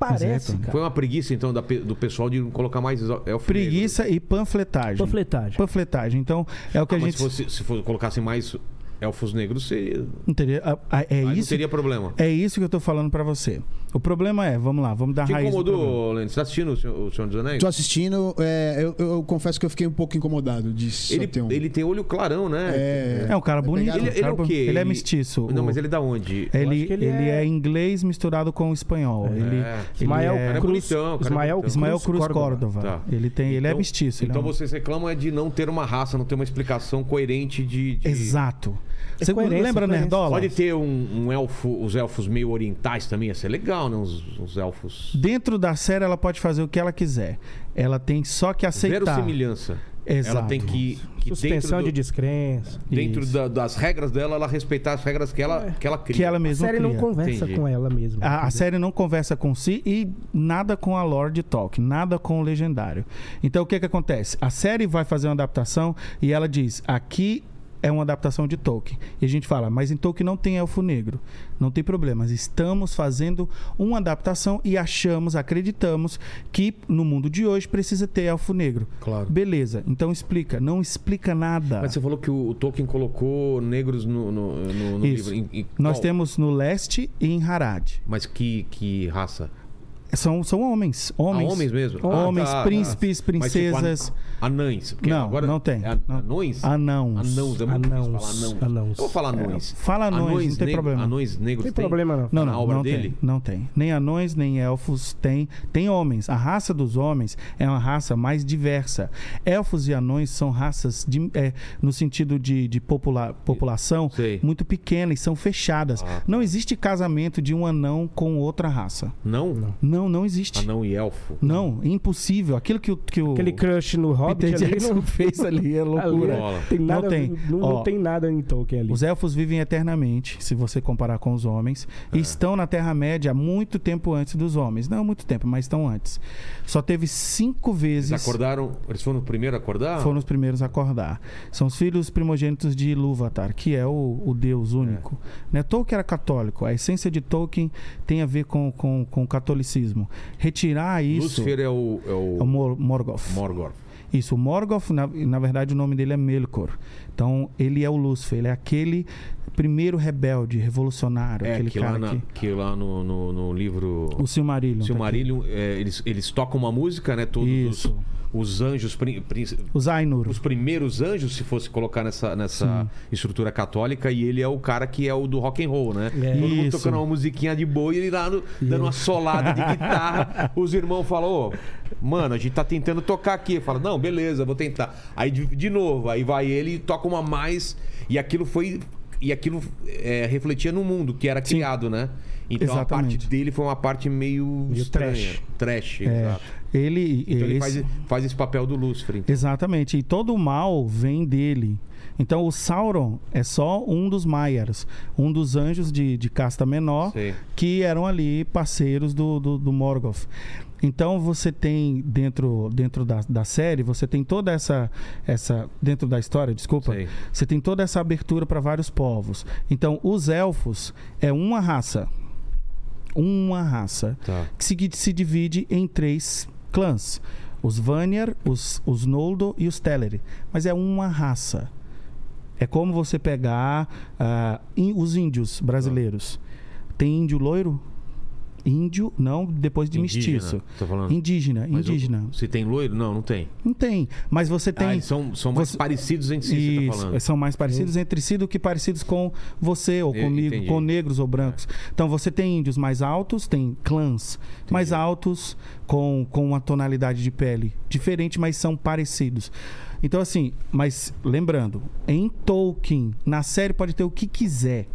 Mas é,
Parece,
Tony.
cara.
Foi uma preguiça, então, da pe- do pessoal de não colocar mais elfo negro.
Preguiça e panfletagem.
Panfletagem.
Panfletagem. Então, é o que
Ah,
a
mas
gente.
se, fosse, se fosse- colocassem mais elfos negros, seria,
Não teria- ah, ah, é,
aí não
isso,
teria problema.
é isso que eu tô falando pra você. O problema é, vamos lá, vamos dar
Te
raiz. do problema.
incomodou, Lênin? Você tá assistindo o Senhor, o Senhor dos Anéis?
Tô assistindo, é, eu, eu confesso que eu fiquei um pouco incomodado de só
Ele,
ter um.
ele tem olho clarão, né?
É,
É um cara bonito.
pegado-
Ele,
um
ele é
cara
o
bon-
quê?
Ele é mestiço.
Não,
O-
mas ele é da onde?
ele,
acho que ele
ele é...
é
inglês misturado com espanhol. Ele, ele
Ismael
é...
Cara é
Cruz,
bonitão, cara é
Ismael,
bonitão.
Ismael Cruz
Córdova.
Córdova.
Tá.
Ele, tem, ele é
Então-
mestiço. ele é
Então
um-
vocês reclamam é de não ter uma raça, não ter uma explicação coerente de. de-
Exato.
É
Você
coerência,
lembra
coerência.
Nerdola?
Pode ter um, um elfo, os elfos meio orientais também, ia ser legal, né? Uns, uns elfos.
Dentro da série, ela pode fazer o que ela quiser. Ela tem só que
Zero
aceitar.
semelhança.
Exato.
Ela tem que. que
Suspensão
dentro do-
de descrença.
dentro
Isso.
da- das regras dela, ela respeitar as regras que ela, que ela cria.
É. Que é. Ah, ela
A
mesma
série não
cria.
conversa
Entendi.
com ela mesma.
A, a
entendeu?
série não conversa com si e nada com a lore de Tolkien, nada com o legendário. Então o que que acontece? A série vai fazer uma adaptação e ela diz: aqui é uma adaptação de Tolkien. E a gente fala, mas em Tolkien não tem elfo negro. Não tem problema. Estamos fazendo uma adaptação e achamos, acreditamos que no mundo de hoje precisa ter elfo negro.
Claro.
Beleza. Então explica. Não explica nada.
Mas você falou que o, o Tolkien colocou negros no, no, no- no
Isso.
livro. Em- em
Nós
qual?
temos no leste e em Harad.
Mas que, que raça?
São, são homens. Homens.
Ah, homens mesmo?
Homens,
Ah, tá, tá.
príncipes,
Mas, tipo, an-
princesas.
anães. porque
Não,
agora
não tem.
é an-
Não.
Anões?
Anãos.
Anãos, é muito difícil falar
Anãos,
anãos.
anãos.
Eu vou falar anões.
É. Fala anões, não tem
neg-
problema.
Anões negros
Não tem problema não.
Não,
na
não,
obra
não
dele?
tem, não tem. Nem anões, nem elfos tem. Tem homens. A raça dos homens é uma raça mais diversa. Elfos e anões são raças de, é, no sentido de, de popula- população
Sei.
muito pequena e são fechadas.
Ah, tá.
Não existe casamento de um anão com outra raça.
Não?
Não, não existe.
Anão e elfo.
Não, é impossível. Aquilo que o, que o
Aquele crush no Hobbit
Peter
ali
Jackson
não
fez ali
Tá
é loucura.
Ali, Bola.
Tem
Não
nada, não
tem.
tem. Não,
Ó,
tem nada em Tolkien ali.
Os elfos vivem eternamente, se você comparar com os homens, e
É.
estão na Terra-média há muito tempo antes dos homens. Não muito tempo, mas estão antes. Só teve cinco vezes.
Eles acordaram... Eles foram o primeiro a acordar?
Foram os primeiros a acordar. São os filhos primogênitos de Ilúvatar, que é o, o deus único. Né? Tolkien era católico. A essência de Tolkien tem a ver com, com, com o catolicismo. Retirar isso.
Lúcifer é o... É o...
É o Mor- Morgoth.
Morgoth.
Isso, o Morgoth, na, na verdade, o nome dele é Melkor. Então, ele é o Lúcifer, ele é aquele primeiro rebelde, revolucionário,
É,
aquele
que
cara
lá, na-
que...
que lá no, no, no livro...
O Silmarillion. tá aqui.
Silmarillion, é, eles, eles tocam uma música, né? Todos
Isso.
os, os anjos, prin- prin-
Os Ainur.
os primeiros anjos, se fosse colocar nessa, nessa estrutura católica, e ele é o cara que é o do rock and roll, né?
É.
Todo mundo
Isso.
tocando uma musiquinha de boa e ele lá no- dando uma solada de guitarra. os irmãos falam, ô, mano, a gente tá tentando tocar aqui. Fala, não, beleza, vou tentar. Aí de, de novo, aí vai ele e toca uma mais. E aquilo foi. E aquilo é, refletia no mundo que era criado, né? Então a parte
Exatamente.
dele foi uma parte meio.
Meio
estranha.
trash.
Trash,
É,
exato.
ele,
Então ele
esse-
faz, faz esse papel do Lúcifer. então.
Exatamente. E todo o mal vem dele. Então o Sauron é só um dos Maiars, um dos anjos de, de casta menor
Sei.
que eram ali parceiros do, do, do Morgoth. Então você tem dentro, dentro da, da série, você tem toda essa, essa. Dentro da história, desculpa.
Sei.
Você tem toda essa abertura para vários povos. Então, os elfos é uma raça. Uma raça
Tá.
que se, que se divide em três clãs: os Vanir, os, os Noldo e os Teleri. Mas é uma raça. É como você pegar ah, in- os índios brasileiros. Tem índio loiro? Índio, não depois de
Indígena,
mestiço.
Tô falando.
Indígena,
Mas o-
indígena.
se tem loiro? Não, não tem.
Não tem. Mas você tem.
Ah, eles são, são mais
Você-
parecidos entre si, você tá
Isso, é
falando.
são mais parecidos entre si do que parecidos com você ou
Eu
comigo,
entendi. É.
com negros ou brancos. Então você tem índios mais altos, tem clãs mais altos, com, com uma tonalidade de pele diferente, mas são parecidos. Então, assim, mas lembrando, em Tolkien, na série pode ter o que quiser.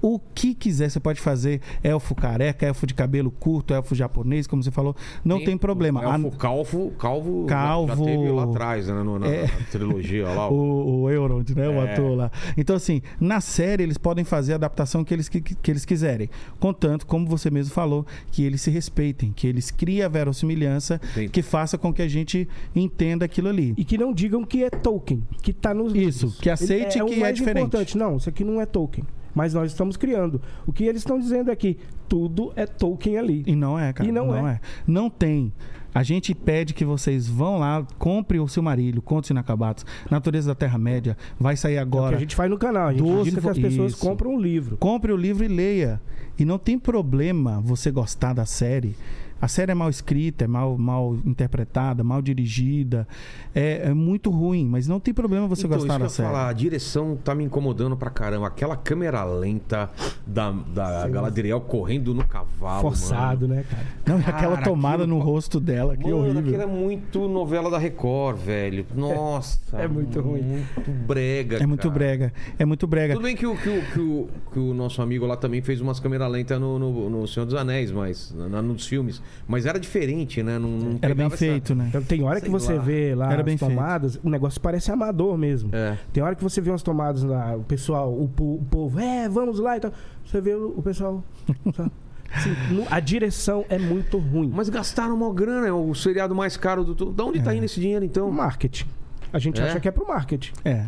O que quiser você pode fazer. Elfo careca, elfo de cabelo curto, elfo japonês, como você falou. Não tem, problema.
O
A-
um elfo calvo, calvo,
Calvo.
Já teve lá atrás, né? no- na,
É.
na trilogia lá. O...
O, o Elrond, né? O
É.
ator lá. Então, assim, na série eles podem fazer a adaptação que eles, que, que eles quiserem. Contanto, como você mesmo falou, que eles se respeitem, que eles criem a verossimilhança
Entendi.
que faça com que a gente entenda aquilo ali.
E que não digam que é Tolkien, que tá nos
Isso,
livros.
que aceite
Ele-
que
o
é
mais
diferente.
importante. Não, isso aqui não é Tolkien. Mas nós estamos criando. O que eles estão dizendo é que tudo é Tolkien ali.
E não é, cara.
E não é.
Não tem. A gente pede que vocês vão lá, comprem o Silmarillion, Contos Inacabados, Natureza da Terra-média, vai sair
É o que
agora.
a gente faz no canal. A gente
Doze
indica que as
vo-
pessoas
isso.
compram um livro.
Compre o livro e leia. E não tem problema você gostar da série. A série é mal escrita, é mal, mal interpretada, mal dirigida. É, é muito ruim, mas não tem problema você
então,
gostar
isso que
da
eu
série.
ia falar, a direção tá me incomodando pra caramba. Aquela câmera lenta da, da Galadriel correndo no cavalo.
Forçado,
Ah, mano.
né, cara?
Não, e
Cara,
aquela tomada
aquilo-
no rosto dela, que
Mano, aquilo
horrível.
é muito novela da Record, velho. Nossa.
é muito ruim.
Muito brega.
É muito
cara.
brega. É muito brega.
Tudo bem que o, que, o, que, o, que o nosso amigo lá também fez umas câmeras lentas no, no, no Senhor dos Anéis, mas na- nos filmes. Mas era diferente, né? Não, não pegava
Era bem
essa-
feito, né?
Então, tem hora
Sei
que você
lá.
vê lá
Era
as
bem feito.
tomadas, o negócio parece amador mesmo.
É.
Tem hora que você vê umas tomadas lá, o pessoal, o, po- o povo, é, vamos lá e tal. Você vê o, o pessoal. sabe? Assim, no- a direção é muito ruim.
Mas gastaram uma grana, é o seriado mais caro do todo. Da onde
É.
tá indo esse dinheiro, então?
é O marketing. A gente
É?
acha que é pro marketing.
É.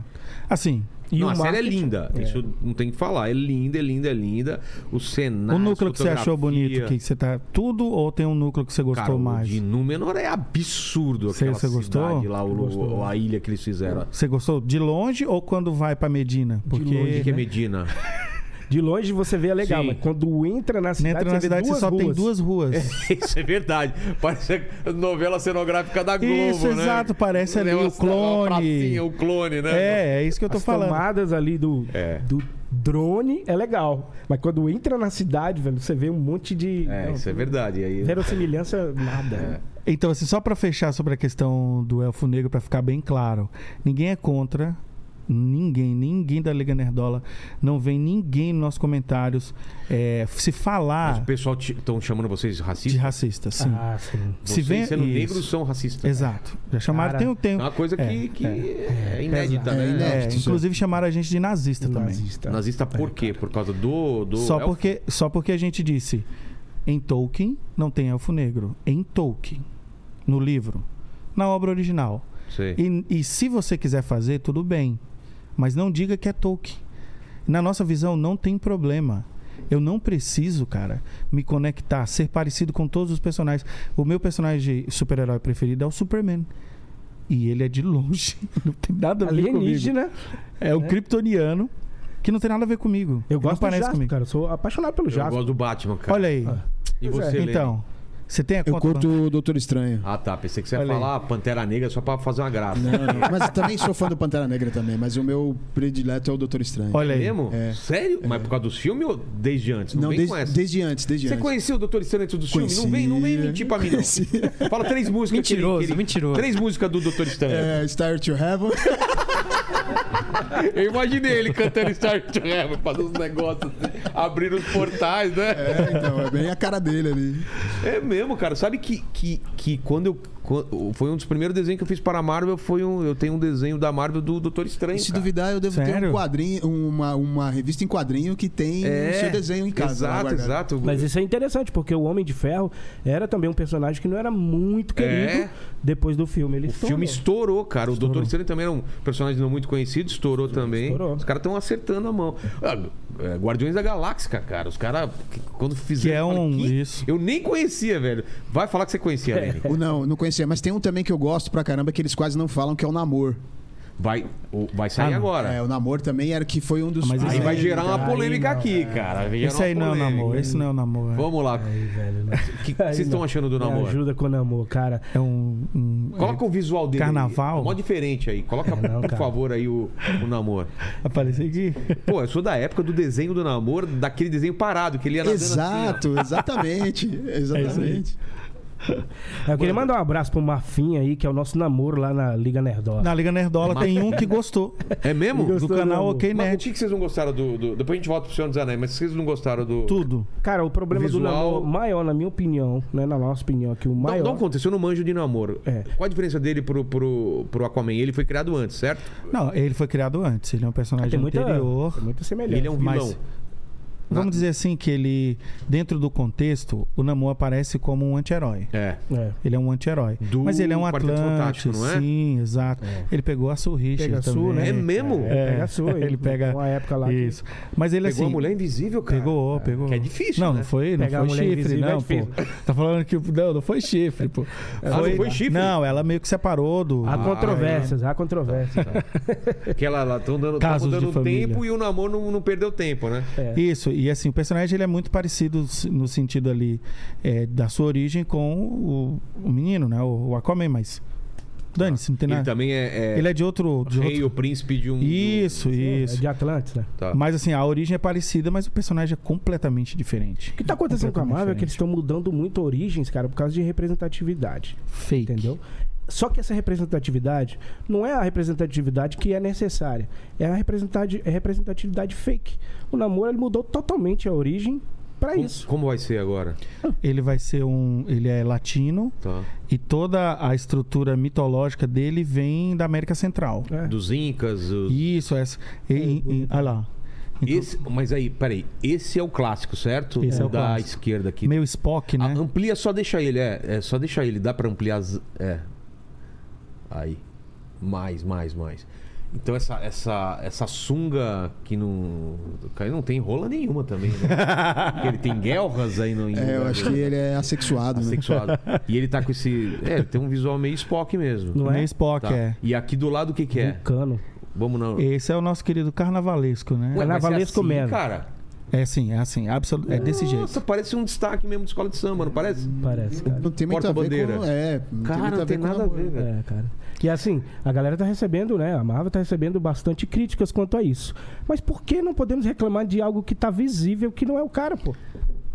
Assim,
não,
o
a série é
marketing-
linda.
É.
Isso não tem o que falar. É linda, é linda, é linda. O cenário.
o núcleo que você achou
fotografia.
bonito, que você tá. Tudo ou tem um núcleo que você gostou
Cara,
mais?
O de Númenor é absurdo
Sei,
aquela
você gostou?
cidade lá, o-
Gostou.
o- a ilha que eles fizeram.
Você gostou de longe ou quando vai pra Medina? Porque
Onde que é Medina?
De longe você vê é legal,
Sim.
mas quando entra
é
na cidade,
Entra na
você,
cidade,
vê
você
duas
só tem
ruas.
duas ruas.
Isso é verdade. Parece a novela cenográfica da Globo,
Isso,
né?
exato, parece ali
Leva
o
uma cidade, uma
clone.
pracinha, o clone, né?
É, é isso que eu tô
As
falando.
tomadas ali do,
É.
do drone é legal. Mas quando entra na cidade, velho, você vê um monte de.
É,
não,
isso é verdade. E Aí...
Verossimilhança, nada.
Então, assim, só pra fechar sobre a questão do elfo negro, pra ficar bem claro, ninguém é contra, ninguém, ninguém da Liga Nerdola, não vem ninguém nos nossos comentários é, se
Mas
falar
o pessoal estão chamando vocês de
de
racistas?
racista, sim.
Ah, sim.
Vocês
se vem
sendo
isso.
negros né? são racistas.
Exato. Já chamaram,
Cara,
tem, um tem,
É uma coisa que é,
É,
que é, inédita,
É,
né?
inédita.
é, inclusive chamaram a gente de nazista também.
Nazista.
Nazista É por quê? Por causa do... do
É, Só
elfo?
porque, só porque a gente disse em Tolkien não tem elfo negro. Em Tolkien, no livro, na obra original.
Sei.
E, e se você quiser fazer, tudo bem. Mas não diga que é Tolkien. Na nossa visão, não tem problema. Eu não preciso, cara, me conectar, ser parecido com todos os personagens. O meu personagem super-herói preferido é o Superman. E ele é de longe. Não tem nada a ver comigo.
Alienígena.
É o
né?
kryptoniano que não tem nada a ver comigo.
Eu
Não
gosto do
parece
Jasper,
comigo.
cara. Eu sou apaixonado pelo
Eu
Jasper.
gosto do Batman, cara.
Olha aí.
Ah.
E
Pois é.
você, Lene?
Então, Você tem a
Eu
conta
curto o Doutor Estranho.
Ah, tá. Pensei que você ia
Olha aí.
falar Pantera Negra só pra fazer uma graça.
Não, não. Mas eu também sou fã do Pantera Negra também, mas o meu predileto é o Doutor Estranho.
Olha
É
aí.
mesmo?
É.
Sério? Mas por causa dos filmes ou desde antes? Não,
não,
vem com
desde,
essa.
desde antes, desde
Você
antes.
conhecia o Doutor Estranho antes dos filmes? Não vem, não vem
Conhecia.
mentir pra mim, não. Fala três músicas.
Mentiroso,
que ele- que ele-
mentiroso.
Três músicas do Doutor Estranho.
É, Star to Heaven.
Eu imaginei ele cantando Star Trek, é, fazendo uns negócios, assim, abrir os portais, né?
É, então, é bem a cara dele ali.
É, mesmo, cara. Sabe que, que, que quando eu. quando- Foi um dos primeiros desenhos que eu fiz para a Marvel. Foi um, eu tenho um desenho da Marvel do Doutor Estranho.
Se
cara.
duvidar, eu devo ter
Sério?
um quadrinho, uma, uma revista em quadrinho que tem o seu é desenho em casa. lá
É, Exato,
guardado.
exato.
Mas isso é interessante, porque o Homem de Ferro era também um personagem que não era muito querido
É.
depois do filme. Ele
O filme estourou, cara. O Doutor Estranho também era um personagem não muito conhecido, estourou também.
Estourou.
Os caras estão acertando a mão. Ah, é, Guardiões da Galáxia, cara. Os caras, que- quando fizeram.
Que é
eu falei,
um-
"Que?"
isso. É.
Eu nem conhecia, velho. Vai falar que você conhecia, Lene.
O- Não, não conhecia. Mas tem um também que eu gosto pra caramba que eles quase não falam, que é o Namor.
Vai, o- vai sair
Ah,
agora.
É, o Namor também era que foi um dos...
Ah, mas
Aí
Isso
vai
aí,
gerar uma
cara,
polêmica
aí não,
aqui, cara. Vai gerar
Esse aí
uma
não é o
polêmica.
namoro. Esse não é o namoro. é.
Vamos lá. O que que vocês estão achando do namoro?
ajuda com o namoro, cara.
É um. um-
Coloca o visual dele.
Carnaval?
Aí. É Mó diferente aí. Coloca,
É, não,
por
cara.
favor, aí o, o namoro.
é- Apareceu aqui.
Pô, eu sou da época do desenho do namoro, daquele desenho parado, que ele ia nadando assim, É
Exato, exatamente. Exatamente.
Eu queria mandar um abraço pro Mafinha aí, que é o nosso namoro lá na Liga Nerdola.
Na Liga Nerdola
Mas-
tem um que gostou.
ó. É mesmo?
Do
Gostou,
canal
meu
Ok
Mas o
Nerd.
que que vocês não gostaram do, do- Depois a gente volta pro Senhor dos Anéis, mas vocês não gostaram do...
Tudo.
Cara, o problema
Visual-
do namoro maior, na minha opinião, né? Na nossa opinião aqui, o
Não,
maior...
não conta, isso um eu não manjo de namoro.
É.
Qual a diferença dele pro, pro, pro Aquaman? Ele foi criado antes, certo?
Não, ele foi criado antes. Ele é um personagem
tem muita,
anterior.
tem muita semelhança.
Ele é um vilão.
Mas- Vamos dizer assim que ele, dentro do contexto, o Namor aparece como um anti-herói.
É.
É.
Ele é um anti-herói.
Do
Mas ele é um
Quarteto
Atlante,
Fantástico, não é?
Sim, exato. Ele pegou a Surricha
Pega a Sue,
também.
né?
É mesmo? Tá
É, pega a sua.
Ele pega-
Uma época lá que-
Isso. Mas ele
Pegou
assim,
a mulher invisível, cara.
Pegou, pegou.
Que é difícil,
Não,
né?
não foi, não
Pegar a
foi
mulher
chifre,
invisível é
não, pô.
difícil.
Tá falando que não, não foi chifre, pô.
Ah, não foi chifre?
Não, ela meio que separou do
Há controvérsias, há controvérsias.
Que ela, ela tão dando, tão
Casos de
mudando o
família.
tempo e o namoro não, não perdeu tempo, né?
É.
Isso, e assim, o personagem ele é muito parecido s- no sentido ali é, da sua origem com o, o menino, né? O, o Aquaman, mas. Dane-se, não tem
Ele
Então,
nada.
também é, é,
Ele é de outro. De
rei,
outro...
o príncipe de um... de um-
Isso,
É
isso.
de Atlantis, né?
Tá.
Mas assim, a origem é parecida, mas o personagem é completamente diferente.
O que tá acontecendo com a Marvel é que
Completamente
eles estão mudando muito origens, cara, por causa de representatividade.
Fake.
Entendeu? Só que essa representatividade não é a representatividade que é necessária. É a representati- é representatividade fake. O namoro ele mudou totalmente a origem pra
Como-
isso.
Como vai ser agora?
Ele vai ser um. Ele é latino
Tá.
e toda a estrutura mitológica dele vem da América Central.
É.
Dos incas, os...
Isso, essa. E, e- e- olha lá. Então,
Esse, mas aí, peraí, esse é o clássico, certo?
Esse é o
da
clássico.
esquerda aqui.
Meio Spock,
A-
né?
Ah,
amplia, só deixa ele, é, é, só deixa ele, dá pra ampliar as- é. Aí. Mais, mais, mais. Então essa essa essa sunga que não cara, não tem rola nenhuma também, né? Porque ele tem guelras aí no em
É, eu
lugar
acho que
dele.
ele é assexuado, né?
Assexuado. E ele tá com esse. É, ele tem um visual meio Spock mesmo.
Não
Meio
é?
Spock,
Tá.
é.
E aqui do lado o que, que é?
Vulcano.
Vamos na.
Esse é o nosso querido carnavalesco, né?
Ué, mas é
carnavalesco
assim,
mesmo.
Cara.
É assim, é assim, absolu- é desse jeito. Hum,
Nossa, parece um destaque mesmo de escola de samba, não parece?
Parece, cara.
Não tem muito a ver
Porta-bandeira.
com... É, não
Cara,
tem muito
não
a ver
tem
com
nada a
namoro.
ver, velho.
É, cara. E assim, a galera tá recebendo, né? A Marvel tá recebendo bastante críticas quanto a isso. Mas por que não podemos reclamar de algo que tá visível que não é o cara, pô?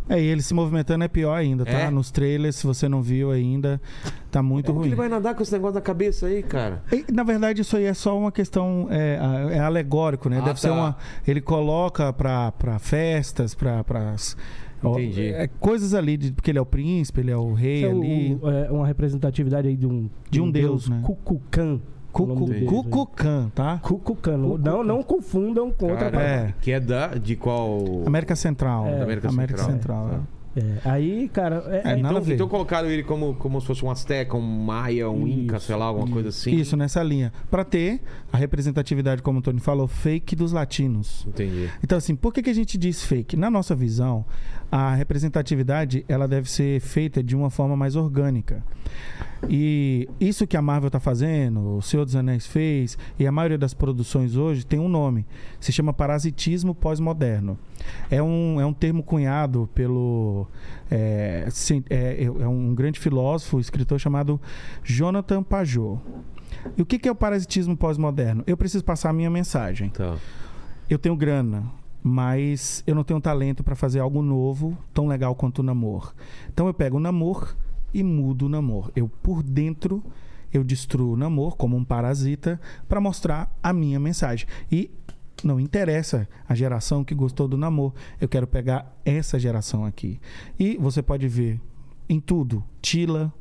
É, e ele se movimentando é pior ainda, tá?
É?
Nos trailers, se você não viu ainda, tá muito
Como que
ruim.
ele vai nadar com esse negócio na cabeça aí, cara?
E, Na verdade, isso aí é só uma questão é, a- é alegórico, né?
Ah,
Deve ser
tá.
uma. Ele coloca pra, pra festas, pra. Pras, ó,
Entendi.
é, coisas ali, de- porque ele é o príncipe, ele é o rei
Isso é
ali.
um- é uma representatividade aí de um,
De um deus, né?
Cucucan. o nome
Cucu-
dele, né?
Cucucan, tá?
aí. Cucucan. Não- Não, não confundam com outra
Cara,
É.
Que é da. De qual.
América Central.
É,
América Central,
Central,
tá.
é.
É, aí, cara, é,
É,
é-
nada a
Então,
ver.
então colocaram ele como, como se fosse um Azteca, um Maia, um Inca, sei lá, alguma coisa assim.
Isso, nessa linha. Pra ter a representatividade, como o Tony falou, fake dos latinos.
Entendi.
Então, assim, por que, que a gente diz fake? Na nossa visão, a representatividade ela deve ser feita de uma forma mais orgânica. E isso que a Marvel tá fazendo, o Senhor dos Anéis fez, e a maioria das produções hoje tem um nome. Se chama parasitismo pós-moderno. É um, é um termo cunhado pelo. É, sim- é, é um grande filósofo, escritor chamado Jonathan Pajot. E o que, que é o parasitismo pós-moderno? Eu preciso passar a minha mensagem
Tá.
eu tenho grana, mas eu não tenho talento para fazer algo novo, tão legal quanto o namor. Então eu pego o namor e mudo o namor. Eu por dentro eu destruo o namor como um parasita para mostrar a minha mensagem. E não interessa a geração que gostou do namor. Eu quero pegar essa geração aqui. E você pode ver em tudo, Tila,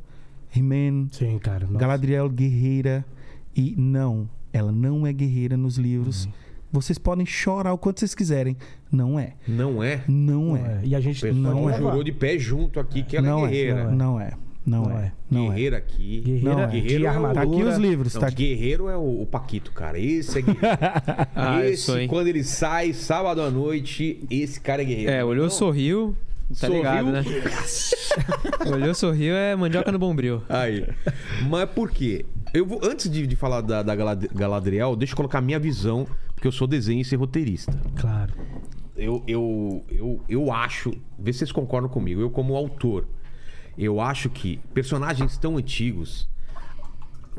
He-Man,
Sim, cara. nossa.
Galadriel guerreira e não, ela não é guerreira nos livros.
Uhum.
Vocês podem chorar o quanto vocês quiserem, não é.
Não é?
Não,
Não
é.
é. E a gente
O pessoal
Não é.
jurou de pé junto aqui que ela
não
é guerreira.
é. Não é. Não,
Não
é.
é.
Não é.
guerreira aqui.
Guerreira,
Não é.
de
Guerreiro é o-
armadura.
Tá aqui os livros,
Não,
tá aqui.
Guerreiro é o, o Paquito, cara. Esse é guerreiro.
Ah, eu
esse,
sou, hein?
quando ele sai, sábado à noite, esse cara é guerreiro.
É, olhou, sorriu. Tá
Sorriu?
ligado, né? olhou, sorriu é mandioca no bombril.
Aí. Mas por quê? Eu vou, antes de, de falar da, da Galad- Galadriel, deixa eu colocar a minha visão, porque eu sou desenhista e roteirista.
é.
Claro.
eu, eu, eu, eu acho. Vê se vocês concordam comigo. Eu, como autor, eu acho que personagens tão antigos.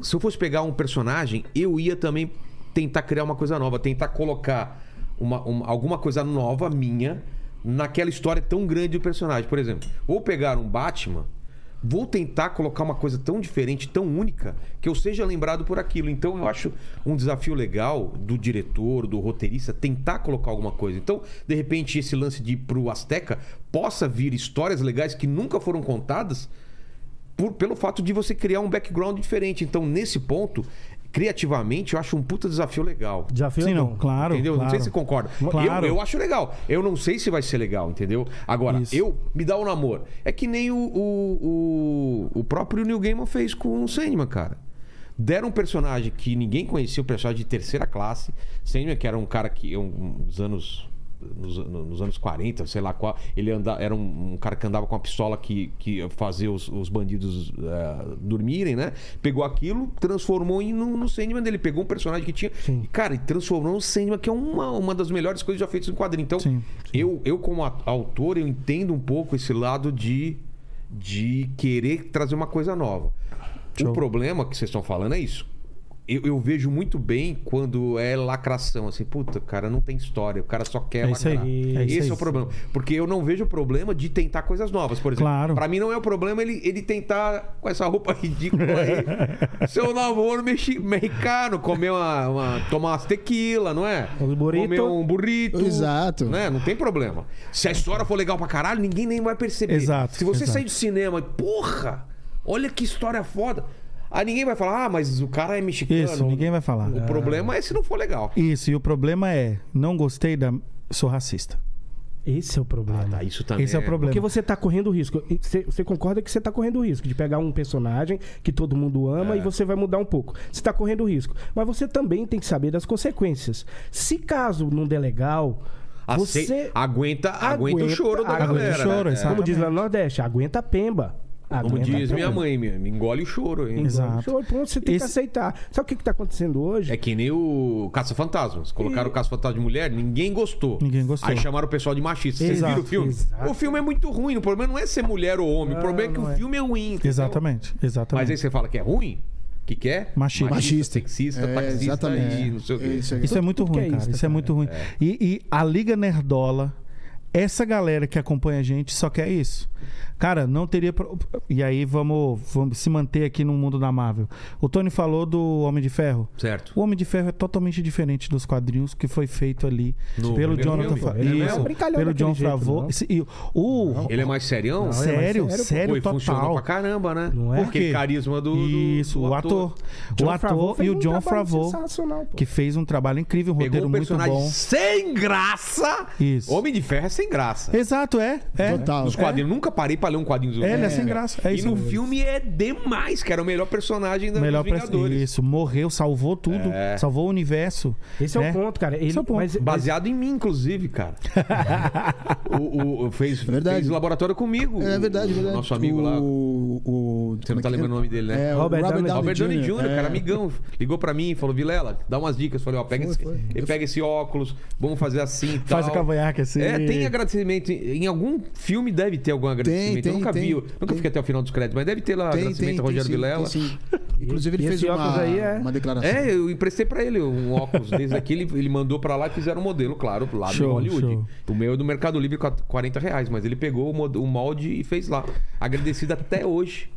Se eu fosse pegar um personagem, eu ia também tentar criar uma coisa nova, tentar colocar uma, uma- alguma coisa nova minha naquela história tão grande do personagem. Por exemplo, vou pegar um Batman, vou tentar colocar uma coisa tão diferente, tão única, que eu seja lembrado por aquilo. Então eu acho um desafio legal do diretor, do roteirista, tentar colocar alguma coisa. Então, de repente, esse lance de ir pro Azteca possa vir histórias legais que nunca foram contadas por- pelo fato de você criar um background diferente. Então, nesse ponto, criativamente, eu acho um puta desafio legal.
Desafio
Sim,
é
não,
bom.
claro.
Entendeu? Não sei
claro.
se concorda.
Claro.
Eu, eu acho legal. Eu não sei se vai ser legal, entendeu? Agora,
Isso.
eu me dá o namoro. É que nem o, o, o, o próprio Neil Gaiman fez com o Sandman, cara. Deram um personagem que ninguém conhecia, um personagem de terceira classe. Sandman, que era um cara que. Um, uns anos. Nos, nos anos 40, sei lá qual. Ele anda, era um, um cara que andava com uma pistola que, que fazia os, os bandidos eh, dormirem, né? Pegou aquilo, transformou em, no, no Sandman dele. Pegou um personagem que tinha. E, cara, e transformou no Sandman, que é uma, uma das melhores coisas já feitas no quadrinho. Então,
Sim.
eu, eu como a- autor, eu entendo um pouco esse lado de, de querer trazer uma coisa nova. O problema que vocês estão falando é isso. Eu, eu vejo muito bem quando é lacração, assim, puta, cara, não tem história, o cara só quer
É isso aí,
lacrar.
é isso
Esse é
aí.
o problema. Porque eu não vejo problema de tentar coisas novas, por exemplo.
Claro.
Pra mim não é o problema ele, ele tentar com essa roupa ridícula aí, seu namoro mexi- mexicano, comer uma, uma- tomar umas tequila, não é?
Um burrito.
Comer um burrito.
Exato.
Né? Não tem problema. Se a história for legal pra caralho, ninguém nem vai perceber.
Exato,
Se você
exato.
sair do cinema e, porra, olha que história foda. Aí ninguém vai falar, ah, mas o cara é mexicano.
Isso, ninguém vai falar.
O problema é se não for legal.
Isso, e o problema é, não gostei da sou racista.
Esse é o problema.
Ah, tá, isso também.
Esse é o problema.
Porque você tá correndo o risco. E Você, você concorda que você tá correndo o risco de pegar um personagem que todo mundo ama
É.
e você vai mudar um pouco. Você tá correndo o risco. Mas você também tem que saber das consequências. Se caso não der legal,
Acei-
você.
Aguenta, aguenta, o
Aguenta-
choro da
aguenta o
galera.
choro,
né?
exato.
Como diz lá no Nordeste, aguenta a pemba.
Como
Aguenta a
diz minha
pemba.
mãe, me me engole o choro, hein?
Exato.
Então, pronto, você tem
Esse-
que aceitar. Sabe o que, que tá acontecendo hoje?
É que nem o Caça-Fantasmas. Colocaram o Caça-Fantasma de mulher, ninguém gostou.
Ninguém gostou.
Aí chamaram o pessoal de machista. Vocês
Exato,
viram o filme?
exato.
O filme é muito ruim. O problema não é ser mulher ou homem. o problema é que o filme é ruim. entendeu?
Exatamente, exatamente.
Mas aí você fala que é ruim? Que que é?
Machista.
Machista.
Sexista,
É,
taxista
exatamente.
e não sei o quê.
Isso aí.
Isso é muito
tudo que
ruim,
é
cara.
isso,
Isso é
cara.
muito ruim. E, e a Liga Nerdola, essa galera que acompanha a gente só quer isso. Cara, não teria. pro- E aí vamos, vamos se manter aqui no mundo da Marvel. O Tony falou do Homem de Ferro.
Certo.
O Homem de Ferro é totalmente diferente dos quadrinhos que foi feito ali
No
pelo
primeiro
Jonathan
filme?
Favreau.
Ele não é
Isso,
um
brincalhão
Pelo
daquele
John
jeito,
Favreau.
não.
Esse- e o- o-
Ele é mais serião?
Não, ele é mais
sério,
sério, pô.
sério
Pô, e funcionou
total.
pra caramba, né?
Não é?
Por quê? Aquele carisma do, do-
Isso,
do
o ator.
John
O ator
Favreau fez
e o
um
John
trabalho
Favreau,
sensacional, pô.
que fez um trabalho incrível, um
Pegou
roteiro
um
muito
personagem
bom.
sem graça.
Isso.
Homem de Ferro é sem sem graça.
Exato, é. é.
Total.
Nos quadrinhos. Nunca parei pra ler um quadrinho dos
É, ele é
Vingadores.
sem graça. É
e
isso.
no filme é demais, que era o melhor personagem da,
Melhor
dos
pra...
Vingadores.
Isso, morreu, salvou tudo,
É.
salvou o universo.
Esse é,
né?
o ponto, cara. Ele,
Esse é o ponto.
Mas,
Baseado em mim, inclusive, cara. o, o- fez,
Verdade.
fez laboratório comigo.
É verdade,
o-
verdade.
Nosso amigo
o,
lá.
O,
Você não
como é
tá
que
lembrando o nome dele, né?
É, o Robert,
Robert Downey
Downey,
Robert Downey Jr.,
é.
cara, amigão, ligou pra mim e falou: Vilela, dá umas dicas. Falei: Ó, pega,
Foi,
esse,
foi.
ele pega esse óculos, vamos fazer assim e tal.
Faz a cavanhaque assim.
É, tem agradecimento. Em em algum filme deve ter algum agradecimento.
tem,
eu nunca
tem,
vi, eu nunca
tem.
fiquei até o final dos créditos, mas deve ter lá
Tem,
agradecimento a
tem, tem,
Rogério
sim,
Vilela.
tem sim. Inclusive, ele
E
fez
esse óculos
uma,
aí é-
uma declaração.
É, eu emprestei pra ele um óculos desde aqui. Ele, ele mandou pra lá e fizeram um modelo, claro, lá de
Show,
Hollywood.
show.
O meu é do Mercado Livre, 40 reais. Mas ele pegou o mod- o molde e fez lá. Agradecido até hoje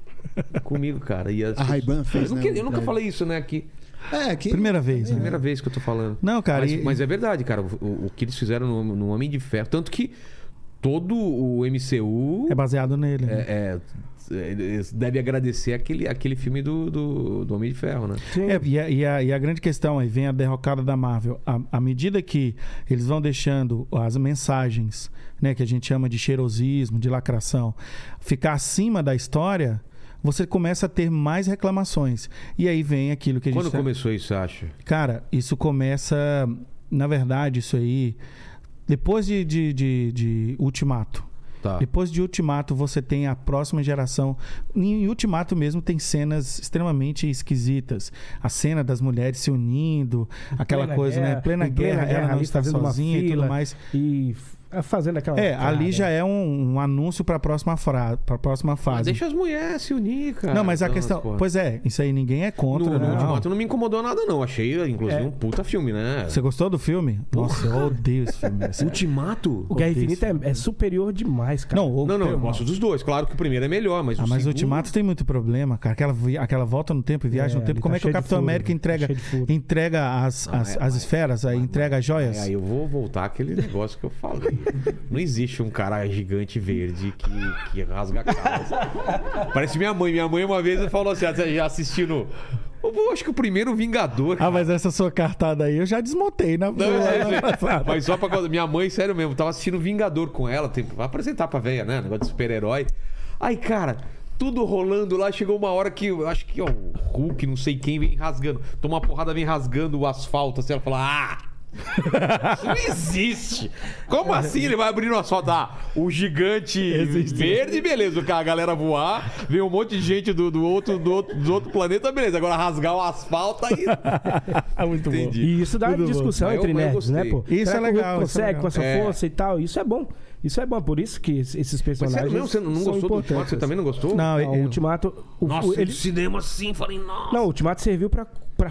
comigo, cara. E as-
A Ray-Ban fez,
Eu,
né?
nunca- eu nunca
É.
falei isso, né, aqui.
É, que...
Primeira vez. Né?
Primeira vez que eu tô falando.
Não, cara,
Mas,
e-
mas é verdade, cara. O, o que eles fizeram no, no Homem de Ferro. Tanto que todo o MCU
É baseado nele. né?
é, é, eles devem agradecer aquele, aquele filme do, do, do Homem de Ferro, né?
Sim.
É, e, a, e a- e a grande questão aí vem a derrocada da Marvel. À à medida que eles vão deixando as mensagens, né, que a gente chama de cheirosismo, de lacração, ficar acima da história, você começa a ter mais reclamações. E aí vem aquilo que a gente.
Quando
tá-
começou isso, acha?
Cara, isso começa. Na verdade, isso aí. Depois de, de, de- de Ultimato.
Tá.
Depois de Ultimato, você tem a próxima geração. Em Ultimato mesmo tem cenas extremamente esquisitas. A cena das mulheres se unindo, aquela
plena
coisa, né?
guerra,
Plena
em
guerra, ela não
ali
está
fazendo uma
sozinha e tudo
fila
mais.
E f- fazendo aquela.
É, ali
cara,
já é um, um anúncio para a próxima, fra... pra próxima fase.
Mas deixa as mulheres se unir, cara.
Não, mas a
Então,
questão.
porra.
Pois é, isso aí ninguém é
No,
contra.
no
não.
Ultimato não me incomodou nada, não. Achei, inclusive,
É.
um puta filme, né?
Você gostou do filme? Nossa, eu odeio esse filme. é sério.
Ultimato?
O Guerra
Odeio
Infinita
esse
é, é superior demais, cara.
Não, o-
Não, não, eu gosto dos dois. Claro que o primeiro é melhor, mas
Ah,
o
mas o
segundo...
Ultimato tem muito problema, cara. Aquela, vi- aquela volta no tempo e viagem
É,
no tempo.
ele
Como
tá
é que o
cheio de
Capitão
furo,
América
tá
entrega,
cheio de furo.
entrega as, as,
é,
as
mas-
esferas, aí entrega as joias?
É, aí eu vou voltar àquele negócio que eu falei. Não existe um cara gigante verde que, que rasga a casa. Parece minha mãe. Minha mãe uma vez falou assim, "Você já assistindo... Eu vou- acho que o primeiro Vingador...
Ah, mas essa sua cartada aí eu já desmontei na,
Não,
na-
é,
na
é.
passada.
Mas só pra. conta- Minha mãe, sério mesmo, tava assistindo Vingador com ela, tem, vai apresentar pra velha, né? Negócio de super-herói. Aí, cara, tudo rolando lá, chegou uma hora que eu acho que ó, o Hulk, não sei quem, vem rasgando. Toma uma porrada, vem rasgando o asfalto, assim, ela fala, ah! Isso não existe! Como assim ele vai abrir o asfalto? Ah, o gigante verde, beleza, a galera voar, vem um monte de gente do, do outro, do outro, do outro planeta, beleza. Agora rasgar o asfalto aí.
Ah, muito bom.
Entendi.
E isso dá
Tudo bom.
discussão
Eu-
entre
eu
nerds,
gostei.
né, pô?
Isso é
Será que o Hulk
legal, isso é
consegue
legal.
com essa
É.
força e tal. Isso é bom. Isso é bom. Por isso que es- esses
Mas
personagens.
sério mesmo, você não não
são
gostou do Ultimato? Você
importantes.
também não gostou?
Não,
Não,
eu-
o Ultimato. O,
Nossa,
o-
ele...
ele,
no cinema assim, falei, nossa.
não, o Ultimato serviu pra, pra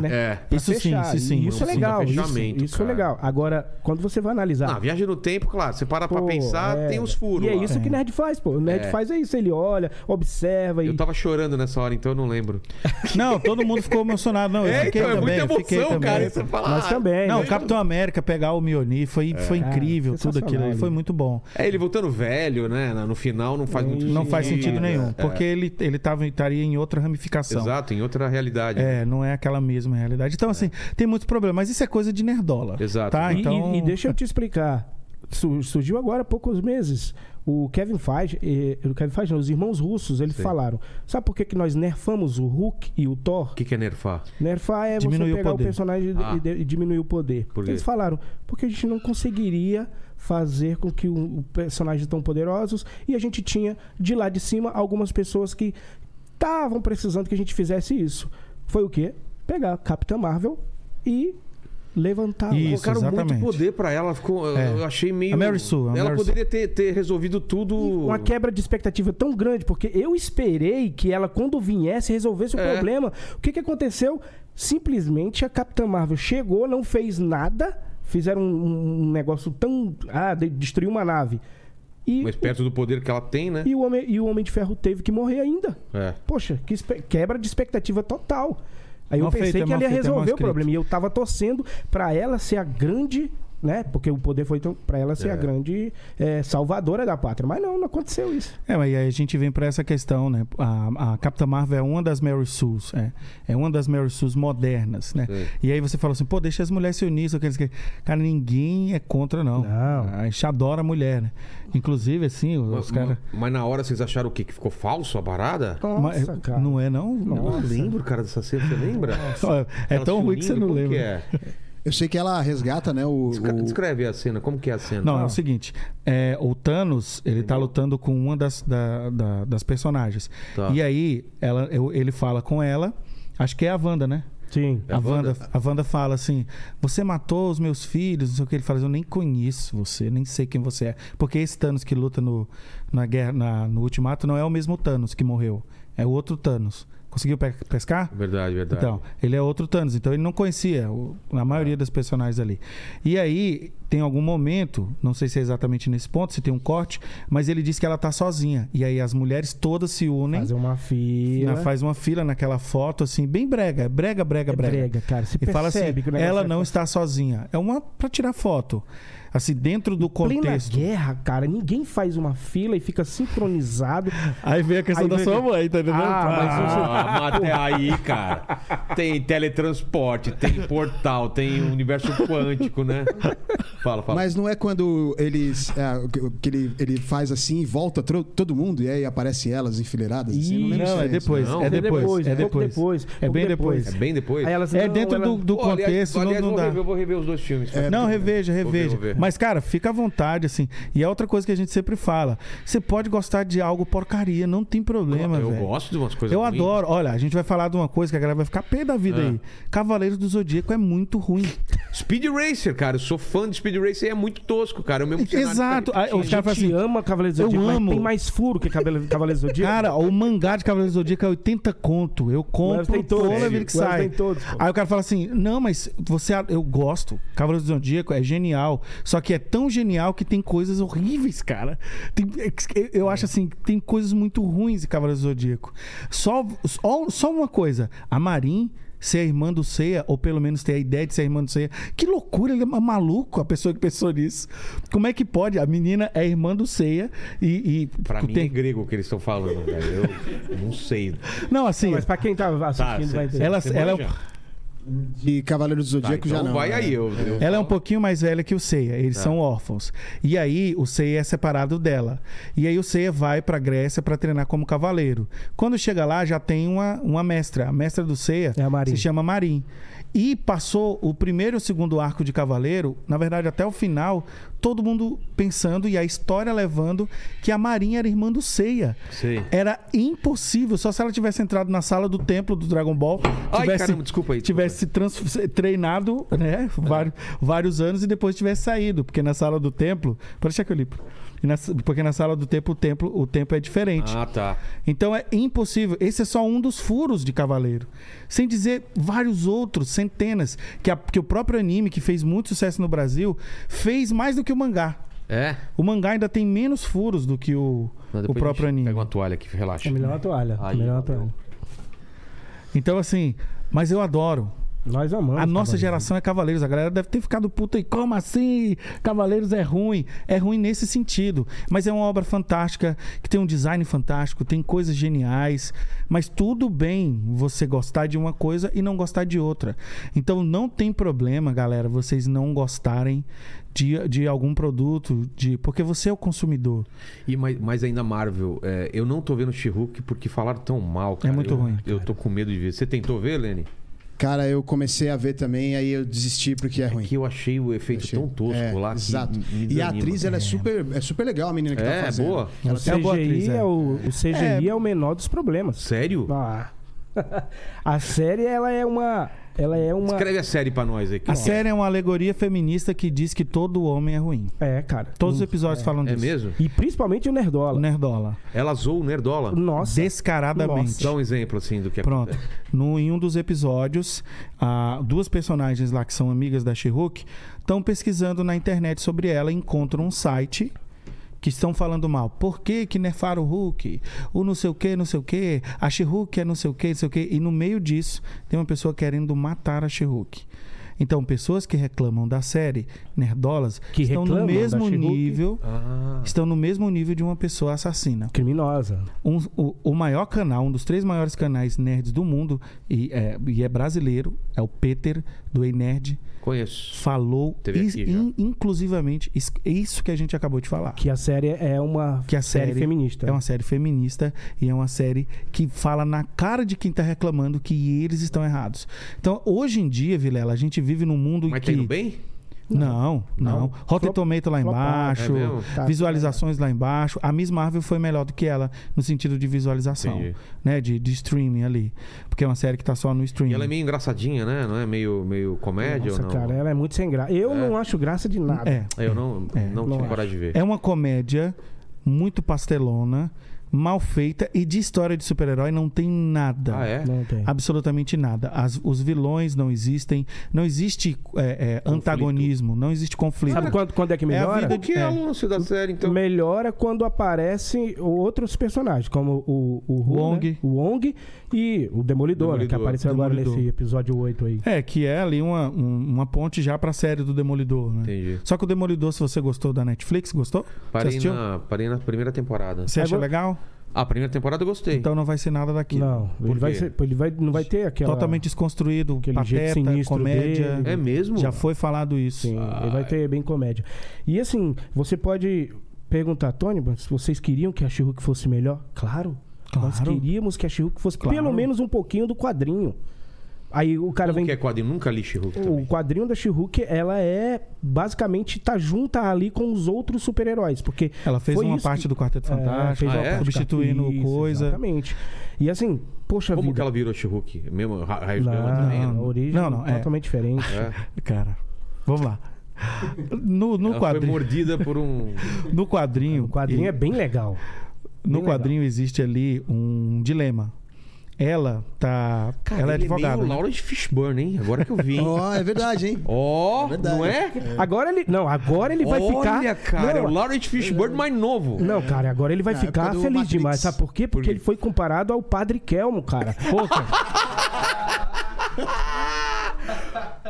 Fechar.
né?
É.
Pra
Isso sim,
fechar.
isso sim.
E Isso é
Sim,
legal. Isso,
fechamento,
isso é
cara.
legal. Agora, quando você vai analisar.
Ah, viagem no tempo, claro. Você para pra
Pô,
pensar,
é.
tem uns furos.
E é
lá.
isso que nerd faz, pô. O nerd
É.
faz é isso, ele olha, observa e.
Eu tava chorando nessa hora, então eu não lembro.
Não, todo mundo ficou emocionado. Não, eu
é
fiquei também. eu fiquei também.
Você fala,
Mas
ah,
também.
Não,
né?
o Capitão América pegar o Mjolnir foi, foi incrível, tudo aquilo ali.
É, sensacional.
Foi muito bom.
É, ele voltando velho, né? No final não faz muito
Não
sentido.
faz sentido nenhum,
É,
porque ele, ele tava, estaria em outra ramificação.
Exato, em outra realidade.
É, não é aquela mesma realidade. Então, assim, tem muito problema. Mas isso é coisa de nerdola.
Exato.
Tá?
Ah, E- e-
Então...
e, deixa eu te explicar. Su- Surgiu agora há poucos meses. O Kevin Feige, eh, o Kevin Feige, não, os irmãos russos, eles falaram. Sabe por que, que nós nerfamos o Hulk e o Thor?
O que, que é nerfar?
Nerfar é
Diminuir o
você pegar o,
poder.
personagem e de-
Ah.
e, de- e diminuir o poder.
Por quê?
Eles falaram, porque a gente não conseguiria fazer com que o, o personagem tão poderosos e a gente tinha de lá de cima algumas pessoas que estavam precisando que a gente fizesse isso. Foi o quê? Pegar a Capitã Marvel e levantar
Isso,
Colocaram
exatamente.
muito poder pra ela, ficou, eu-
É.
eu achei meio...
A Mary Sue, a
ela
Mary
poderia ter, ter resolvido tudo...
uma quebra de expectativa tão grande, porque eu esperei que ela, quando viesse, resolvesse o
É.
problema. O que, que aconteceu? Simplesmente a Capitã Marvel chegou, não fez nada, fizeram um, um negócio tão. Ah, de- destruiu uma nave. E,
Mas perto do poder que ela tem, né?
e o, homem, e o Homem de Ferro teve que morrer ainda.
É.
Poxa, que espe- quebra de expectativa total. Aí
Mal
eu pensei
feito, é
que
mal
ela ia
feito, é mal
resolver o
escrito.
problema. E eu tava torcendo pra ela ser a grande né? Porque o poder foi então, para ela
É.
ser a grande eh, salvadora da pátria. Mas não, não aconteceu isso.
É, mas aí a gente vem para essa questão, né? A, a Capitã Marvel é uma das Mary Sues, é, é uma das Mary Sues modernas, né?
Sei.
E aí você fala assim, pô, deixa as mulheres se unirem, só que eles que cara, ninguém é contra não.
Não.
A gente adora a mulher, né? Inclusive assim,
Ma-
os
ma-
caras
Mas na hora vocês acharam o quê? Que ficou falso a parada?
Mas-
Nossa, cara.
Não é não?
Eu não lembro, cara, dessa cena. Você lembra?
Olha, É
Ela
tão
se
ruim que você
unindo,
não
como
lembra.
que é?
Eu sei que ela resgata, né? O,
Descre-
o-
Descreve a cena. Como que é a cena?
Não, é o seguinte: é, o Thanos, ele tá lutando com uma das, da- da- das personagens.
Tá.
E aí, ela, eu- ele fala com ela, acho que é a Wanda, né?
Sim.
É
a,
a
Wanda,
Wanda.
a Wanda fala assim: Você matou os meus filhos, não sei o que. Ele fala: Eu nem conheço você, nem sei quem você é. Porque esse Thanos que luta no, na guerra, na- no Ultimato não é o mesmo Thanos que morreu, é o outro Thanos. Conseguiu pe- pescar?
Verdade, verdade.
Então, ele é outro Thanos, então ele não conhecia o- a maioria das personagens ali. E aí, tem algum momento, não sei se é exatamente nesse ponto, se tem um corte, mas ele diz que ela tá sozinha. E aí as mulheres todas se unem,
Fazer uma
né,
fila.
faz uma fila naquela foto, assim, bem brega, é brega, brega,
É
brega.
brega, cara. Você
E fala assim,
percebe que o negócio
ela
é
não está sozinha. É uma pra tirar foto. Assim, dentro do contexto.
Plena guerra, cara. Ninguém faz uma fila e fica sincronizado.
Aí vem a questão
Aí
da
vem
sua
que-
mãe, tá entendendo?
Ah, mas
Ah, mas até aí, cara. Tem teletransporte, tem portal, tem universo quântico, né? Fala, fala.
Mas não é quando eles. é, que- que ele, ele faz assim e volta tro- todo mundo e aí aparece elas enfileiradas. Assim, não lembro
Não,
se
é
isso.
depois,
Não,
é
é
depois, é
um pouco
depois.
depois,
É
um
bem
pouco
depois.
É bem depois?
Aí elas,
É
não,
dentro
ela-
do, do
Pô, aliás-
contexto,
aliás,
não, não
vou
dá.
Rever, eu vou rever os dois filmes.
Não, reveja,
Vou ver,
reveja.
vou ver.
Mas, cara, fica à vontade, assim. E é outra coisa que a gente sempre fala. Você pode gostar de algo porcaria, não tem problema,
é. Eu
velho.
gosto de umas coisas
Eu
ruins.
adoro. Olha, a gente vai falar de uma coisa que a galera vai ficar pé da vida
Ah.
aí. Cavaleiros do Zodíaco é muito ruim.
Speed Racer, cara. Eu sou fã de Speed Racer e é muito tosco, cara. É o mesmo cenário
Exato.
que tá
Aí, os caras
A
falam
gente
assim,
ama Cavaleiro do
eu
Zodíaco, mas
amo.
tem mais furo que Cabelo- Cavaleiro do Zodíaco.
Cara, o mangá de Cavaleiros do Zodíaco é 80 conto. Eu
O Elvis
compro
tem todos.
toda vez que
O Elvis
sai.
tem todos, pô.
Aí o cara fala assim: Não, mas você, eu gosto. Cavaleiros do Zodíaco é genial. Só que é tão genial que tem coisas horríveis, cara. Tem- eu acho assim: tem coisas muito ruins em Cavaleiros do Zodíaco. Só, só, só uma coisa: a Marin. Ser a irmã do Ceia, ou pelo menos ter a ideia de ser a irmã do Ceia. Que loucura, ele é ma- maluco a pessoa que pensou nisso. Como é que pode? A menina é irmã do Ceia e. e
Pra mim é
tem-
grego o que eles estão falando, velho. Eu não sei.
Não, assim.
Mas pra quem tá
Tá,
assistindo
cê-
vai entender.
Ela-
cê
ela é-
manja?
né? De Cavaleiro do
Tá,
Zodíaco
então
já não.
vai
né?
aí. Eu, eu
Ela é um
falo.
pouquinho mais velha que o Seiya, eles são órfãos. E aí o Seiya é separado dela. E aí o Seiya vai pra Grécia pra treinar como cavaleiro. Quando chega lá já tem uma, uma mestra, a mestra do Seiya
É a Marin.
se chama Marin. E passou o primeiro e o segundo arco de cavaleiro, na verdade até o final, todo mundo pensando e a história levando que a Marin era irmã do Seiya.
Sei.
Era impossível, só se ela tivesse entrado na sala do templo do Dragon Ball,
Ai,
tivesse,
caramba, desculpa aí, desculpa.
tivesse se trans- se treinado, né? Vários, vários anos e depois tivesse saído. Porque na sala do templo. Pode deixar que eu li. E na- porque na sala do templo, o templo, o tempo é diferente.
Ah, tá.
Então é impossível. Esse é só um dos furos de Cavaleiro. Sem dizer vários outros, centenas, que, a- que o próprio anime, que fez muito sucesso no Brasil, fez mais do que o mangá.
É?
O mangá ainda tem menos furos do que o,
Não,
o
depois a gente
próprio anime.
Pega uma toalha aqui, relaxa.
É melhor uma toalha.
Aí,
melhor uma
valeu.
toalha.
Então, assim, mas eu adoro.
Nós amamos.
A nossa
Cavaleiro.
geração é Cavaleiros. A galera deve ter ficado puta aí. Como assim? Cavaleiros é ruim. É ruim nesse sentido. Mas é uma obra fantástica, que tem um design fantástico, tem coisas geniais. Mas tudo bem você gostar de uma coisa e não gostar de outra. Então não tem problema, galera, vocês não gostarem de, de algum produto. de Porque você é o consumidor.
E mais, mais ainda, Marvel, é, eu não tô vendo She-Hulk porque falaram tão mal, cara.
muito
eu,
ruim.
Eu tô com medo de ver. Você tentou ver, Lene?
Cara, eu comecei a ver também, aí eu desisti porque é ruim.
Que eu achei o efeito
Achei-
tão tosco
é,
lá. que
Exato.
me- me
e a
desanima.
atriz, ela é super, é super legal, a menina que
É,
tá fazendo.
boa.
Ela
É
tem-
uma boa
CGI
atriz, é.
é o, o CGI é. o menor dos problemas.
Sério?
Ah. a série, ela é uma. Ela é uma.
Escreve a série pra nós aqui.
A série é uma alegoria feminista que diz que todo homem é ruim.
É, cara.
Todos os episódios falam
É
disso.
mesmo?
E principalmente o
Né?
Nerdola.
Nerdola.
Ela zoou o Nerdola.
Nossa.
Descaradamente.
Dá um exemplo, assim, do que
Pronto.
acontece.
No, em um dos episódios, ah, duas personagens lá que são amigas da She-Hulk estão pesquisando na internet sobre ela e encontram um site que estão falando mal. Por que que nerfaram o Hulk? O não sei o que, não sei o que. A She-Hulk é não sei o que, não sei o que. E no meio disso, tem uma pessoa querendo matar a She-Hulk. Então, pessoas que reclamam da série Nerdolas
Que
estão
reclamam
no
da
mesmo
She-Hulk?
nível,
Ah,
estão no mesmo nível de uma pessoa assassina.
Criminosa.
Um- o, o maior canal, um dos três maiores canais nerds do mundo, e é, e é brasileiro, é o Peter do Ei Nerd,
conheço.
falou
Teve
is-
aqui já.
in- inclusivamente is- é isso que a gente acabou de falar.
Que a série é uma
Que a
série,
série
feminista.
É uma série feminista e é uma série que fala na cara de quem tá reclamando que eles estão errados. Então, hoje em dia, Vilela, a gente vive num mundo
Mas
que...
tá indo bem?
Não, não.
Não.
Rotten
Flop-
Tomato lá
flopado.
embaixo,
É mesmo?
Tá.
visualizações lá embaixo. A Miss Marvel foi melhor do que ela no sentido de visualização,
Entendi.
né? De, de streaming ali. Porque é uma série que tá só no streaming.
E ela é meio engraçadinha, né? Não é meio, meio comédia
Nossa,
ou não?
cara, ela é muito sem graça. Eu não acho graça de nada.
É.
Eu não, não
não
tive
acho.
coragem de ver.
É uma comédia muito pastelona, mal feita e de história de super-herói não tem nada.
Ah, é?
Não tem.
Absolutamente nada. As- os vilões não existem, não existe é, é, antagonismo, não existe conflito.
Sabe quando, quando é que
É a
melhora?
vida
O que é,
É.
o lance da série, então?
Melhora quando aparecem outros personagens, como o, o, Ru,
Wong.
né? o Wong e o Demolidor, né, que
Demolidor.
apareceu agora
Demolidor.
nesse episódio 8 aí.
É, que é ali uma, um- uma ponte já pra série do Demolidor, né?
Entendi.
Só que o Demolidor, se você gostou da Netflix, gostou? Você
Parei
assistiu?
na, É, parei na primeira temporada.
Você achou
Agora-
legal?
A primeira temporada eu gostei.
Então não vai ser nada daquilo.
Não,
Por
ele vai,
quê?
ser- ele vai- não vai ter aquela.
Totalmente desconstruído,
Aquele jeito
pateta,
sinistro
comédia.
dele.
é mesmo?
Já foi falado isso.
Sim, ele vai ter bem comédia. E assim, você pode perguntar, Tony, mas vocês queriam que a she fosse melhor? Claro. Nós
Claro.
queríamos que a she fosse
Claro.
pelo menos um pouquinho do quadrinho. Aí o cara
Como
vem
que é quadrinho? Nunca li She-Hulk
O
também.
quadrinho da She-Hulk, ela é basicamente tá junta ali com os outros super-heróis, porque
Ela fez
foi
uma
isso
parte
que-
do Quarteto
É,
Fantástico,
fez uma
Ah, é?
parte do
substituindo
Isso,
coisa.
Exatamente. E assim, poxa
Como que
vida.
ela virou She-Hulk? Mesmo ra- raios
Não,
dela também?
a
né?
origem
Não, não, é.
totalmente diferente.
É.
Cara, vamos lá. No, no
Ela foi
quadrinho,
mordida por um...
no quadrinho,
O quadrinho é bem legal.
no
bem
quadrinho existe ali um dilema. Ela tá, ela é
Ele
advogada.
meio Laura de Fishburne, hein? Agora que eu vi. hein?
Ó, é verdade, hein?
Ó,
verdade.
não é?
Agora ele. Não, agora ele vai
Olha,
ficar.
cara, é o
não,
Laurent Fishburne mais novo.
não, cara, agora ele vai
Na
é
ficar
época do
feliz
Matrix.
demais. Sabe por quê? Porque
quê?
ele foi comparado ao Padre Kelmo, cara. Pô, cara.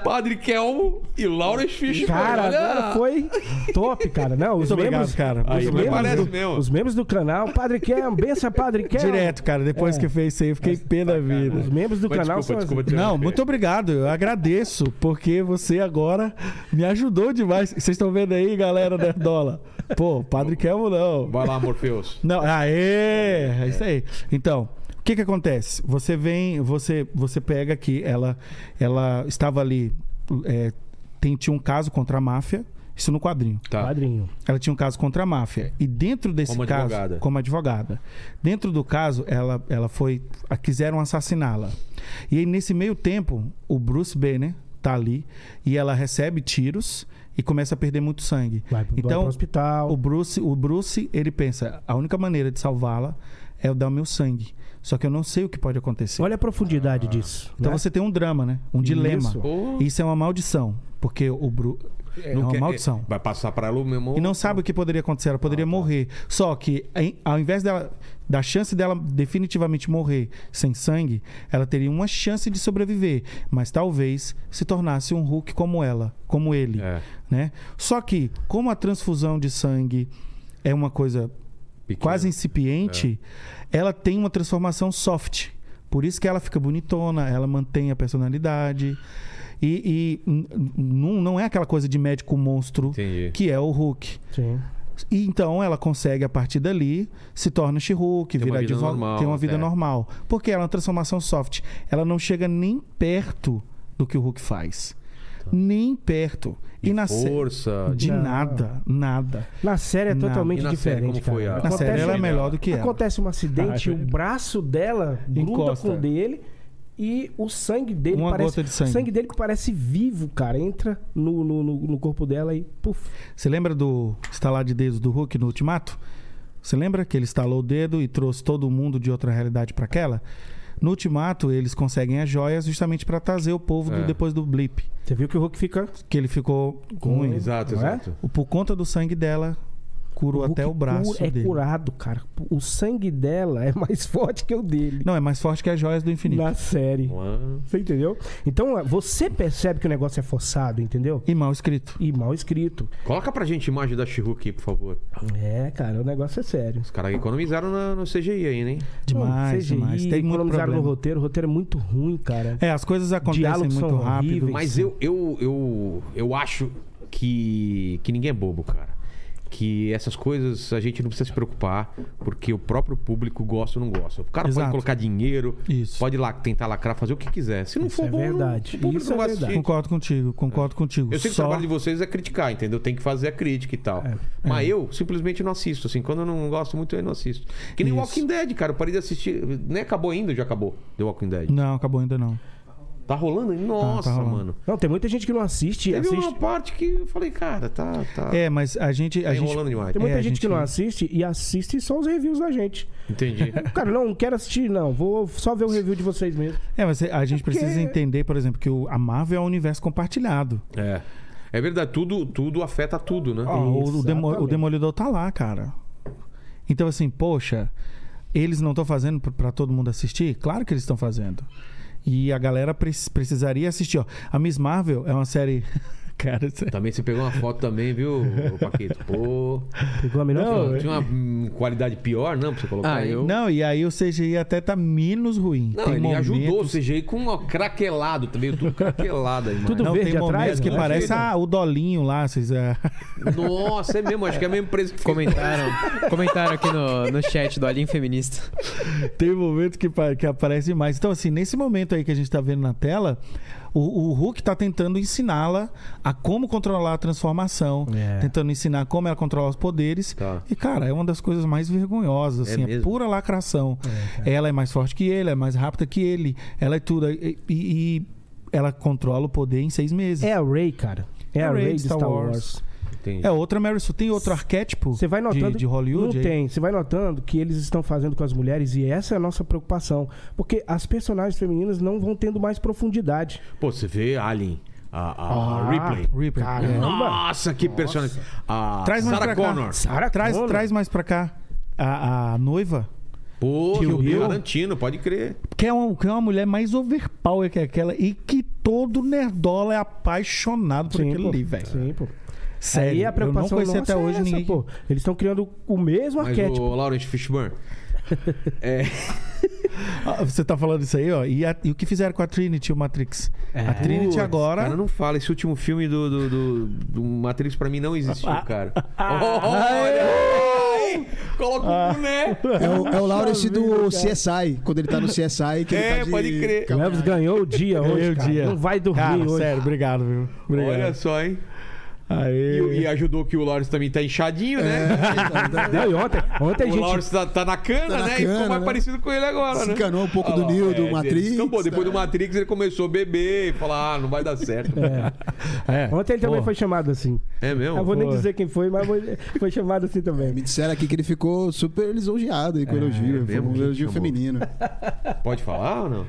Padre Kelmo e Laurent Fishburne.
Cara,
olha.
agora foi top, cara. Não, os
Muito obrigado,
membros,
cara.
Os,
Aí, mas
membros
parece
do,
mesmo.
os membros do canal, Padre Kelmo, benção, Padre Kelmo.
Direto, cara, depois
É.
que fez isso aí, eu fiquei pé da vida.
Os membros do
Mas
canal são. assim.
desculpa, desculpa.
as-
te
Não,
interromper.
muito obrigado. Eu agradeço, porque você agora me ajudou demais. Vocês estão vendo aí, galera da Dola? Pô, Padre Kelmo não.
Vai lá, Morpheus.
Não, aê! É isso aí. Então, o que que acontece? Você vem, você você pega que ela ela estava ali, é, tem, tinha um caso contra a máfia, isso no quadrinho.
Tá.
Padrinho.
Ela tinha um caso contra a máfia. E dentro desse
É. Como
caso,
advogada.
como advogada, dentro do caso, ela, ela foi. a- Quiseram assassiná-la. E aí, nesse meio tempo, o Bruce Banner tá ali e ela recebe tiros e começa a perder muito sangue.
Vai, pro- vai
então,
pro hospital.
o Bruce, o Bruce, ele pensa: a única maneira de salvá-la é eu dar o meu sangue. Só que eu não sei o que pode acontecer.
Olha a profundidade disso.
então
né?
você tem um drama, né? Um dilema.
Isso.
Pô.
Isso é uma maldição. Porque o Bruce. É
Não
uma
quer-
maldição.
Vai passar pra ela o mesmo.
E não sabe o que poderia acontecer. Ela poderia morrer. Só que, em- ao invés dela, da chance dela definitivamente morrer sem sangue, ela teria uma chance de sobreviver. Mas talvez se tornasse um Hulk como ela, como ele.
É.
Né? Só que, como a transfusão de sangue é uma coisa
Pequeno.
quase incipiente, ela tem uma transformação soft. Por isso que ela fica bonitona, ela mantém a personalidade. E, e n- n- não, não é aquela coisa de médico monstro
Entendi.
que é o Hulk.
Sim.
E então ela consegue, a partir dali, se torna She-Hulk,
Tem uma
vira
vida
advogada,
normal,
tem uma vida
é.
normal. Porque ela é uma transformação soft. Ela não chega nem perto do que o Hulk faz.
Então.
Nem perto. E, na sé-
Força.
De
Não.
nada, nada.
Na série é
Não.
totalmente
E na série,
diferente,
como foi
cara.
a-
Na série ela é melhor do que ela.
Acontece um acidente,
Ah,
o
é.
braço dela gruda
Encosta.
com o dele e o sangue dele
Uma
parece.
gota de sangue.
O sangue dele que parece vivo, cara. Entra no, no, no- no corpo dela e puf.
Você lembra do estalar de dedos do Hulk no Ultimato? Você lembra que ele estalou o dedo e trouxe todo mundo de outra realidade para aquela? No Ultimato, eles conseguem as joias justamente para trazer o povo do-
É.
depois do blip.
Você viu que o Hulk fica.
Que ele ficou ruim.
Exato,
Não é?
exato.
Por conta do sangue dela curou
Hulk
até o
cu-
braço
é
dele.
curado, cara. O sangue dela é mais forte que o dele.
Não, é mais forte que as joias do infinito.
Na série.
Uau.
Você entendeu? Então, você percebe que o negócio é forçado, entendeu?
E mal escrito.
E mal escrito.
Coloca pra gente imagem da she aqui, por favor.
É, cara, o negócio é sério.
Os caras economizaram na- no CGI ainda, hein?
Demais,
CGI,
demais. Tem muito
economizaram
problema.
no roteiro, o roteiro é muito ruim, cara.
É, as coisas acontecem
Diálogos
muito
são
rápido.
horríveis.
Mas eu, eu, eu, eu acho que, que ninguém é bobo, cara. Que essas coisas a gente não precisa se preocupar, porque o próprio público gosta ou não gosta. O cara pode
Exato.
colocar dinheiro,
Isso.
pode lá tentar lacrar, fazer o que quiser. Se não
Isso
for
é
bom, não-
verdade.
o público
Isso
não
é
vai assistir.
verdade.
Concordo contigo,
É.
concordo contigo.
Eu sei que o
Só
trabalho de vocês é criticar, entendeu? Tem que fazer a crítica e tal. Mas eu simplesmente não assisto, assim. Quando eu não gosto muito, eu não assisto. Que nem
Isso.
Walking Dead, cara. Eu parei de assistir. Nem acabou ainda, já acabou. The Walking Dead.
Não, acabou ainda não.
Tá rolando? ainda? Nossa,
rolando.
mano.
Não, tem muita gente que não assiste,
Teve
assiste.
uma parte que eu falei, cara, tá. tá...
É, mas a gente. A
Tá
gente
enrolando demais.
Tem muita
É, a
gente, que
gente-
não assiste e assiste só os reviews da gente.
Entendi.
Cara, não, não quero assistir, não. Vou só ver o review de vocês mesmo.
É, mas a gente
porque-
precisa entender, por exemplo, que o, a Marvel é um universo compartilhado.
é. É verdade, tudo, tudo afeta tudo, né?
Ó, Ah, o, o Demo-
Exatamente.
o Demolidor tá lá, cara. Então, assim, poxa, eles não estão fazendo pra- pra todo mundo assistir? Claro que eles estão fazendo. E a galera pre- precisaria assistir, ó. A Miss Marvel é uma série. cara, isso é-
Também você pegou uma foto também, viu, Paquito? Pô.
Pegou a melhor
Não,
forma.
tinha uma hum, qualidade pior, não, pra você colocar
Ah,
aí.
eu-
Não, e aí o CGI até tá menos ruim.
Não,
Tem
ele
momentos-
ajudou o CGI com ó, craquelado, também tudo craquelado aí, mano.
Tudo
Não, tem
verde
momentos
atrás,
que
né?
parece
Ajuda.
ah, o Dolinho lá, vocês. é.
Nossa, é mesmo, acho que é a mesma empresa que fez.
Comentaram, comentaram aqui no, no chat do Alien Feminista.
Tem momentos que, pa- que aparece mais. Então, assim, nesse momento aí que a gente tá vendo na tela, o, o Hulk tá tentando ensiná-la a como controlar a transformação.
É.
Tentando ensinar como ela controla os poderes.
Tá.
E, cara, é uma das coisas mais vergonhosas,
É
assim, é,
mesmo?
pura lacração. ela é mais forte que ele, é mais rápida que ele, ela é tudo. E, e- e ela controla o poder em seis meses.
É a Ray, cara. É a Ray de Star Wars.
Entendi.
É outra Mary Sue. Tem outro arquétipo
Você vai
de,
notando.
de Hollywood?
Não
aí?
tem. Você vai notando que eles estão fazendo com as mulheres e essa é a nossa preocupação. Porque as personagens femininas não vão tendo mais profundidade.
Pô, você vê Alien, a, a- a Ripley.
Ah, Ripley.
Caramba.
Nossa, que personagem. A
Traz mais
Ah, Sarah
pra cá.
Connor.
Sarah
Traz,
Connor.
traz mais pra cá a, a noiva.
Pô,
Kill
do
Bill.
Tarantino, pode crer.
Que é, uma, que é uma mulher mais overpower que aquela e que todo nerdola é apaixonado por aquele
pô.
ali, velho.
Sim, pô.
Sério,
Aí a preocupação
eu não conheci até
nossa é
hoje
essa,
ninguém.
Pô. Eles estão criando o mesmo
Mas
arquétipo.
o Lawrence Fishburne. é,
Ah, Você tá falando isso aí, ó. E, a- e o que fizeram com a Trinity, o Matrix? a
É.
Trinity
É. Putz,
agora.
Cara, não fala. Esse último filme do, do, do, do Matrix pra mim não existiu,
Ah.
cara. Olha! aí! Coloca o boné.
É o, é o Lawrence do CSI, quando ele tá no CSI. Que ele
Tá É,
tá de
pode crer.
O Elvis ganhou o dia hoje.
Ganhei o
cara.
dia.
Não vai dormir
Cara,
hoje.
sério, obrigado, viu?
Olha
é.
Obrigado.
só, hein? E,
Aí.
e ajudou que o Lawrence também tá inchadinho, né?
Não, e ontem, ontem a
O
gente.
Lawrence tá, tá na cana,
É. Tá na
né? e ficou
cana,
mais
né?
parecido com ele agora,
Se
né?
enganou um pouco
Olha
do
lá,
Neil, do
ele
Matrix,
descambou. Depois
né?
do Matrix ele começou a beber e falar, ah, não vai dar certo.
É.
Ontem ele também
Pô,
foi chamado assim.
É, mesmo?
Eu vou nem
foi.
dizer quem foi, mas vou- foi chamado assim também.
Me disseram aqui que ele ficou super lisonjeado aí com o elogio. Foi
É, mesmo?
um
Quem
elogio
chamou?
feminino.
Pode falar ou não?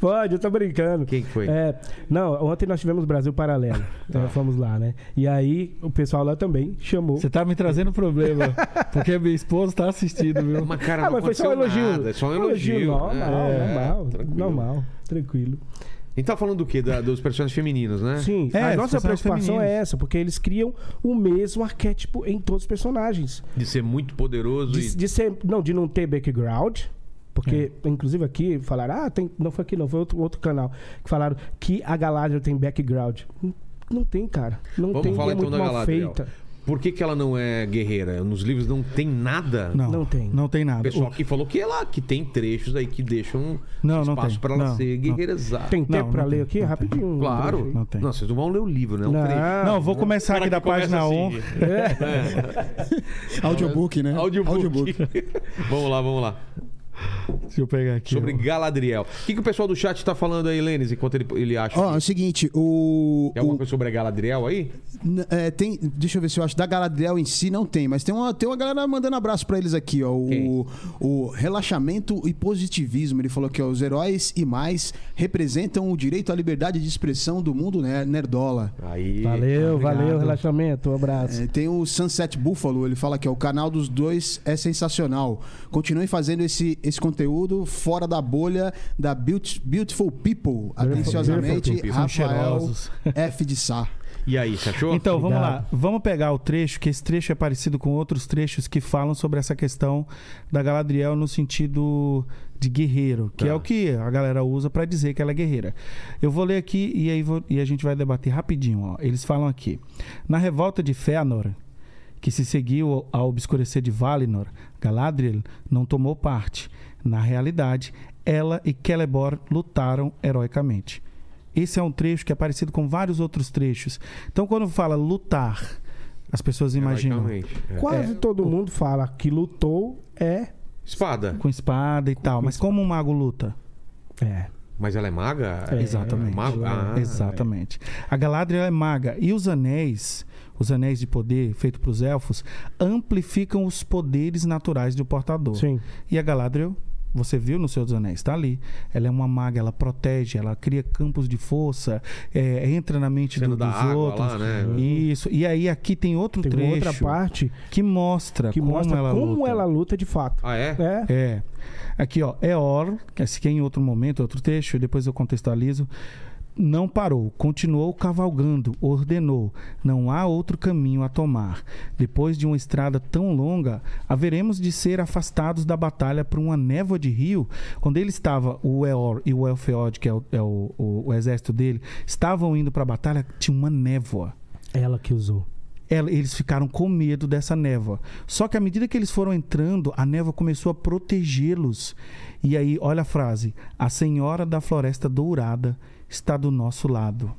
Pode, eu tô brincando.
Quem que foi? Tá.
É, não, ontem nós tivemos Brasil Paralelo. Então nós fomos lá, né? E aí o pessoal lá também chamou.
Você tá me trazendo problema. porque minha esposa tá assistindo, viu?
Mas, É cara,
ah, mas foi só um
tá aconteceu
elogio.
nada, É só um elogio. né?
normal,
É,
normal,
tranquilo.
normal, tranquilo.
A gente tá falando do quê? Da- dos personagens femininos, né?
Sim,
É,
a
os
nossa
personagens
preocupação é
femininos.
essa, porque eles criam o mesmo arquétipo em todos os personagens.
De ser muito poderoso
De,
e.
de ser, não, de não ter background. Porque, inclusive, aqui falaram, ah, tem, não foi aqui, não, foi outro, outro canal. Que falaram que a Galadriel tem background. Não, não tem, cara. Não
Vamos
tem,
falar
é
então
muito
da
mal
Galadriel.
feita.
Por que, que ela não é guerreira? Nos livros não tem nada.
Não,
Não tem.
Não tem
O
nada.
pessoal que falou que ela que tem trechos aí que deixam
Não, não
espaço
tem.
pra ela
Não,
ser
não.
guerreirazada.
Ah, Tem um tempo
não
pra ler
tem,
aqui?
não
Rapidinho. um
Claro.
trecho.
Não tem.
Não, vocês não vão ler o livro, né? É Um
Não.
trecho.
Não, vou começar
Cara
aqui da
que começa
página
assim,
1.
Audiobook, né?
Audiobook. Vamos lá, vamos lá.
Deixa eu pegar aqui.
Sobre Galadriel. O que, que o pessoal do chat tá falando aí, Lênis, enquanto ele, ele acha?
Ó, é o seguinte, o.
Tem alguma
o-
coisa sobre a Galadriel aí?
N- é, tem, deixa eu ver se eu acho. Da Galadriel em si não tem, mas tem uma, tem uma galera mandando abraço pra eles aqui, ó. O,
Quem?
o relaxamento e positivismo. Ele falou que ó, os heróis e mais representam o direito à liberdade de expressão do mundo ner- nerdola.
Aí.
Valeu,
Obrigado.
valeu, relaxamento, um abraço.
É, tem o Sunset Buffalo, ele fala que ó, o canal dos dois é sensacional. Continuem fazendo esse, esse conteúdo fora da bolha da Beaut- Beautiful People. Atenciosamente,
Beautiful People.
São
Rafael
cheirosos.
F. de Sá.
E aí, você achou?
Então, vamos
Cuidado.
lá. Vamos pegar o trecho, que esse trecho é parecido com outros trechos que falam sobre essa questão da Galadriel no sentido de guerreiro, que
Tá.
é o que a galera usa pra dizer que ela é guerreira. Eu vou ler aqui e aí vou- e a gente vai debater rapidinho. ó. Eles falam aqui. Na revolta de Fëanor, que se seguiu ao obscurecer de Valinor, Galadriel não tomou parte. Na realidade, ela e Celeborn lutaram heroicamente. Esse é um trecho que é parecido com vários outros trechos. Então, quando fala lutar, as pessoas imaginam
Logicamente, é.
Quase todo mundo fala que lutou é.
Espada.
com espada e tal, mas como um mago luta?
É.
Mas ela é maga?
É,
Exatamente.
Mago? Ah,
Exatamente. A Galadriel é maga e os anéis, os anéis de poder feitos para os elfos, amplificam os poderes naturais do portador.
Sim.
E a Galadriel, você viu no Senhor dos Anéis, está ali. Ela é uma maga, ela protege, ela cria campos de força, é, entra na mente
Cena
do-
da
dos
água
outros.
lá, né?
Isso. E aí aqui tem outro
Tem uma
Um trecho
outra parte
que mostra
que
como
mostra
ela
como
luta.
ela luta de fato.
Ah, é?
É.
É. Aqui, ó, Eor, que esse aqui é em outro momento, outro trecho, depois eu contextualizo. Não parou, continuou cavalgando, ordenou: não há outro caminho a tomar. Depois de uma estrada tão longa, haveremos de ser afastados da batalha por uma névoa de rio. Quando ele estava, o Eor e o Elfeod, que é o, é o- o- o exército dele, estavam indo para a batalha, tinha uma névoa
Ela que usou.
ela- eles ficaram com medo dessa névoa. Só que à medida que eles foram entrando, a névoa começou a protegê-los. E aí, olha a frase: A Senhora da Floresta Dourada está do nosso lado.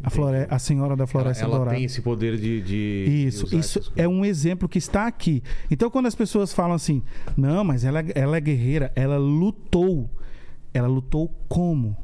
A, flore- a Senhora da
Ela,
Floresta
ela
Dourada.
tem esse poder de. de- de
Isso,
usar essas
isso
coisas.
é um exemplo que está aqui. Então, quando as pessoas falam assim, não, mas ela, ela é guerreira, ela lutou. Ela lutou como?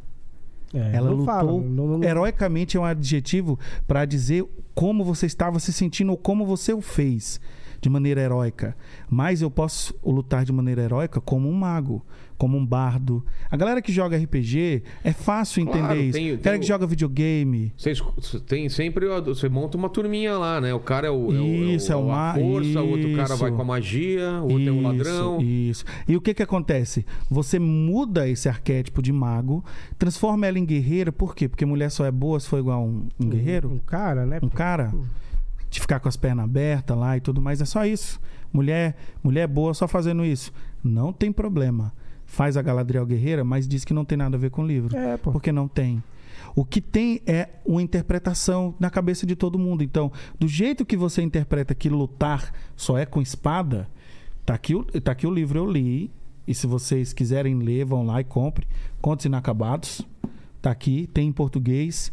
É,
Ela
não
lutou.
fala, não- não-
Heroicamente é um adjetivo para dizer como você estava se sentindo ou como você o fez de maneira heróica. Mas eu posso lutar de maneira heróica como um mago, como um bardo. A galera que joga RPG é fácil entender
Claro,
isso.
tem-
a
tem
galera que
o-
joga videogame.
Você escu- tem sempre. a- Você monta uma turminha lá, né? O cara é o.
Isso, é o
a
ma-
força, o outro cara vai
isso.
com a magia, o outro é o ladrão.
Isso. E o que que acontece? Você muda esse arquétipo de mago, transforma ela em guerreira, por quê? Porque mulher só é boa se for igual um, um guerreiro?
Um cara, né?
um cara de ficar com as pernas abertas lá e tudo mais, é só isso. Mulher, mulher boa só fazendo isso. Não tem problema. Faz a Galadriel Guerreira, mas diz que não tem nada a ver com o livro.
É, pô.
Porque não tem. O que tem é uma interpretação na cabeça de todo mundo. Então, do jeito que você interpreta que lutar só é com espada, tá aqui o, tá aqui o livro, eu li. E se vocês quiserem ler, vão lá e compre. Contos Inacabados. Tá aqui, tem em português.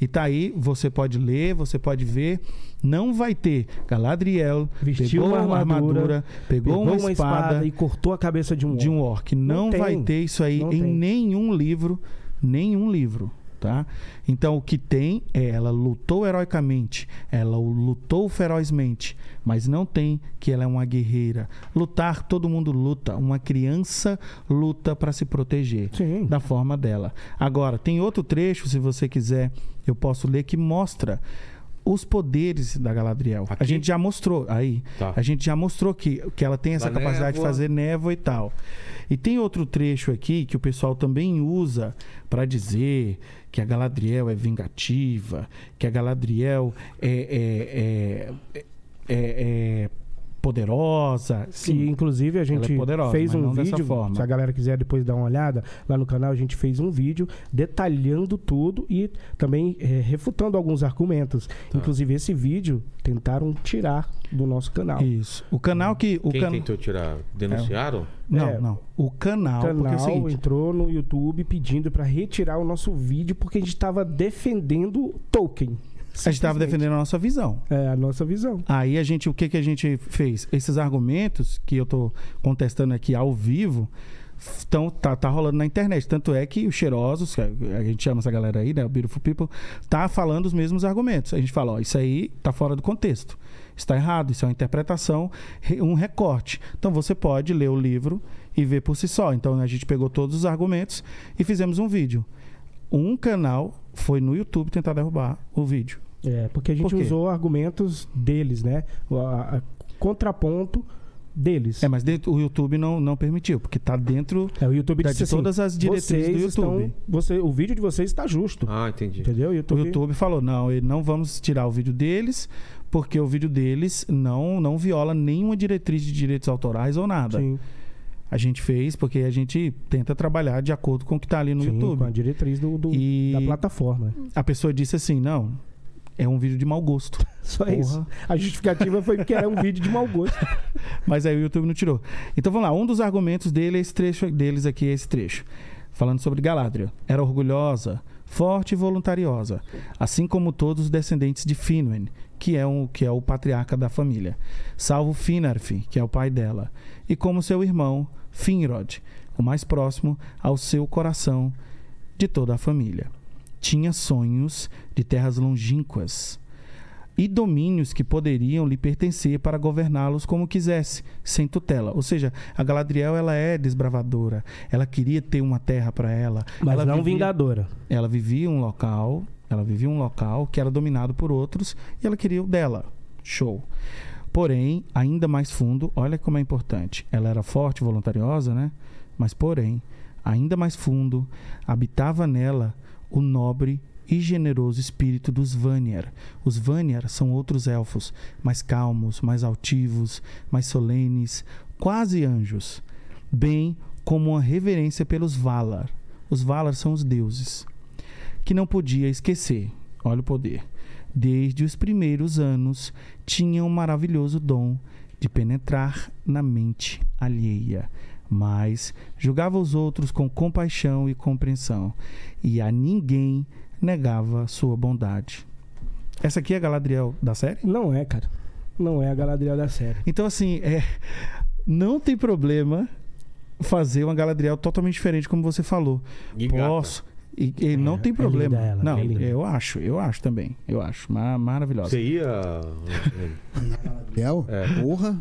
E tá aí, você pode ler, você pode ver. Não vai ter. Galadriel
Vestiu
pegou
uma armadura,
pegou, uma, espada
e cortou a cabeça de um
de
orc.
um orc. Não,
tem.
vai ter isso aí
Não
em
tem.
nenhum livro, nenhum livro, tá? Então o que tem é ela lutou heroicamente, ela o lutou ferozmente, mas não tem que ela é uma guerreira. Lutar todo mundo luta, uma criança luta para se proteger
Sim.
da forma dela. Agora, tem outro trecho, se você quiser, eu posso ler, que mostra os poderes da Galadriel.
Aqui?
A gente já mostrou, aí,
Tá.
a gente já mostrou que, que ela tem essa
Da
capacidade de
névoa.
fazer névoa e tal. E tem outro trecho aqui que o pessoal também usa para dizer que a Galadriel é vingativa, que a Galadriel é- é- é- é- é poderosa.
E,
Sim,
inclusive, a gente
Ela é poderosa,
fez
mas
um
não dessa
vídeo.
forma.
Se a galera quiser depois dar uma olhada, lá no canal a gente fez um vídeo detalhando tudo e também eh, refutando alguns argumentos.
Tá.
Inclusive, esse vídeo tentaram tirar do nosso canal.
isso. O canal que. O
Quem
can-
tentou tirar? Denunciaram?
Não,
É.
não. O canal,
O
porque é
canal
o seguinte.
entrou no YouTube pedindo para retirar o nosso vídeo porque a gente estava defendendo Tolkien.
A gente estava defendendo a nossa visão.
É a nossa visão.
Aí a gente, o que, que a gente fez? Esses argumentos que eu tô contestando aqui ao vivo estão tá, tá rolando na internet. Tanto é que os cheirosos, que a a gente chama essa galera aí, né, o Beautiful People, tá falando os mesmos argumentos. A gente fala, ó, isso aí tá fora do contexto. Está errado, isso é uma interpretação, re- um recorte. Então você pode ler o livro e ver por si só. Então a gente pegou todos os argumentos e fizemos um vídeo. Um canal foi no YouTube tentar derrubar o vídeo.
É, porque a gente
Por quê?
usou argumentos deles, né? O a- a- contraponto deles.
É, mas dentro, o YouTube não, não permitiu, porque tá dentro
É, o YouTube
da-
disse
de
assim,
todas as diretrizes do
vocês
YouTube.
estão- você, o vídeo de vocês está justo.
Ah, entendi.
Entendeu? O YouTube,
O YouTube falou: não, e não vamos tirar o vídeo deles, porque o vídeo deles não, não viola nenhuma diretriz de direitos autorais ou nada.
Sim,
A gente fez porque a gente tenta trabalhar de acordo com o que está ali no
sim, com a
YouTube.
diretriz do, do-
E
da plataforma.
a pessoa disse assim: não, é um vídeo de mau gosto.
Só
Porra.
É isso. A justificativa foi porque era um vídeo de mau gosto.
Mas aí o YouTube não tirou. Então vamos lá, um dos argumentos dele é esse trecho deles aqui, é esse trecho. Falando sobre Galadriel. Era orgulhosa, forte e voluntariosa, assim como todos os descendentes de Finwë, que é, um, que é o patriarca da família, salvo Finarf, que é o pai dela, e como seu irmão, Finrod, o mais próximo ao seu coração de toda a família. Tinha sonhos de terras longínquas e domínios que poderiam lhe pertencer para governá-los como quisesse, sem tutela. Ou seja, a Galadriel ela é desbravadora. Ela queria ter uma terra para ela.
Mas
ela
não
vivia,
vingadora.
Ela vivia um local, ela vivia um local que era dominado por outros e ela queria o dela. Show. Porém, ainda mais fundo, olha como é importante. Ela era forte, e voluntariosa, né? Mas porém, ainda mais fundo, habitava nela o nobre e generoso espírito dos Vanir. Os Vanir são outros elfos, mais calmos, mais altivos, mais solenes, quase anjos, bem como uma reverência pelos Valar. Os Valar são os deuses, que não podia esquecer. Olha o poder. Desde os primeiros anos, tinha um maravilhoso dom de penetrar na mente alheia, mas julgava os outros com compaixão e compreensão, e a ninguém negava sua bondade. Essa aqui é a Galadriel da série?
Não é, cara. Não é a Galadriel da série.
Então, assim, é, não tem problema fazer uma Galadriel totalmente diferente, como você falou.
E gata.
Posso. E, e não tem
é
problema.
linda ela,
não,
é linda.
eu acho, eu acho também. Eu acho. ma- maravilhosa.
Você ia. é,
Gabriel? Porra.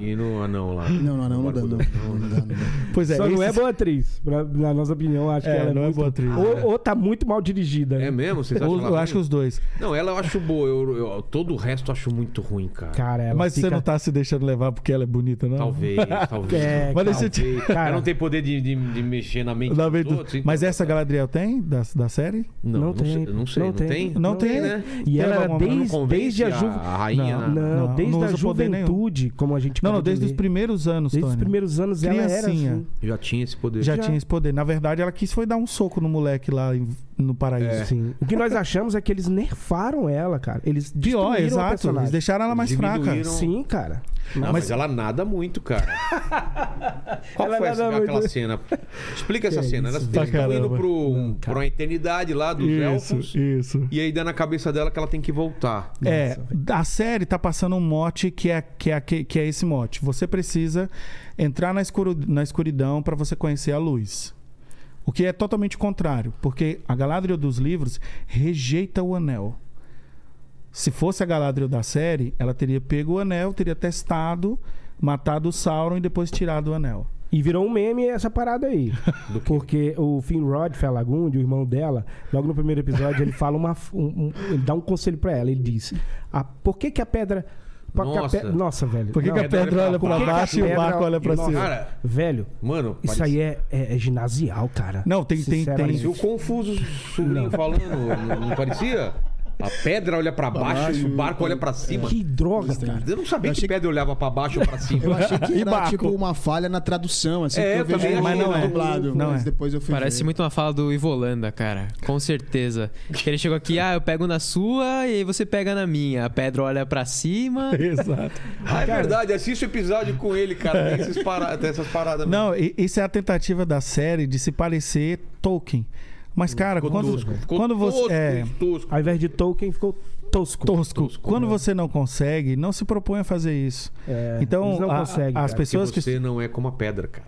e no anão lá.
Não, não, não, não dá, não. Não dá, não dá.
Pois é,
Só não é
esses-
boa atriz. pra- na nossa opinião, acho
É,
que ela é
não é
muito...
boa atriz.
Ou, ou tá muito mal dirigida.
É mesmo? Vocês acham
eu,
ela
eu
ruim?
acho que os dois.
Não, ela eu acho boa. Eu, eu- todo o resto eu acho muito ruim, cara.
Cara, ela
Mas
fica...
você não tá se deixando levar porque ela é bonita, não?
Talvez, talvez.
É,
Mas
Mas deixa eu te-
talvez.
cara.
Ela não tem poder de, de, de mexer na mente
Na
dos
vez do-
outros, então-
Mas essa Galadriel tem da, da série?
Não,
Não
não
tem.
sei. Não, sei,
Não
não
tem.
tem?
Não, tem,
né?
E ela
Ela
era
não
Não
desde,
convence
desde a
a,
juventude.
a rainha. né?
Não,
na-
Não,
não
desde a
usa poder nenhum.
juventude, como a gente
Não, não,
acabou de
desde os
ler.
primeiros anos,
Desde os
Tony.
primeiros anos ela era
Criancinha.
assim.
Já tinha esse poder.
Já,
Já.
tinha esse poder. Na verdade, ela quis foi dar um soco no moleque lá em- no paraíso. assim.
Sim. O que nós achamos é que eles nerfaram ela, cara. Eles destruíram
Pior,
a
exato. Eles
personagem.
deixaram ela mais
Diminuíram.
fraca.
Sim, cara.
Não, mas...
mas-
ela nada muito, cara. Qual
Ela
foi essa,
nada muito.
aquela cena? Explica essa cena. Elas
Pra
eles estão indo
caramba.
pro, um, pra uma eternidade lá dos elfos.
Isso, isso.
E aí dá na cabeça dela que ela tem que voltar.
É, a série tá passando um mote que é, que é, que é esse mote. Você precisa entrar na, escuru, na escuridão para você conhecer a luz. O que é totalmente contrário, porque a Galadriel dos livros rejeita o anel. Se fosse a Galadriel da série, ela teria pego o anel, teria testado, matado o Sauron e depois tirado o anel.
E virou um meme essa parada aí. Porque o Finrod Felagund, o irmão dela, logo no primeiro episódio, ele fala uma. um- um- ele dá um conselho pra ela. Ele diz: "Ah, Por que, que a pedra. pra que a
Nossa.
pe- Nossa, velho.
Por que, que
Não, é
a pedra olha
por
para
que que a
baixo e o
pedra-
barco olha para
Nossa,
cima?
Cara,
Velho,
mano,
isso aí é, é, é ginasial, cara.
Não, tem- tem- tem-
Sinceramente.
Parecia o confuso sobrinho falando, não, não parecia? A pedra olha pra baixo e o barco
é.
olha pra cima.
Que droga, cara.
Eu não sabia
Eu
que
achei que-
pedra olhava pra baixo ou pra cima.
Eu achei que
E
era
barco?
tipo uma falha na tradução, assim,
É,
porque
eu também
vejo
achei,
muito
mas não é.
dublado,
Não
mas
é.
depois eu fui
Parece
ver.
muito uma fala do Ivolanda, cara. Com certeza. Que ele chegou aqui, ah, eu pego na sua e aí você pega na minha. A pedra olha pra cima.
Exato.
Ah, é verdade, assiste o episódio com ele, cara. Tem, esses para- tem essas paradas. mesmo.
Não, e- isso é a tentativa da série de se parecer Tolkien. Mas, cara,
Hum, Ficou
quando,
tosco. Ficou
quando
tosco,
você. É,
tosco.
Ao invés de Tolkien, ficou tosco.
tosco. Quando
né?
você não consegue, não se propõe a fazer isso.
É,
então,
eles não
a-
conseguem,
as
cara.
Porque
pessoas que.
você não é como a pedra, cara.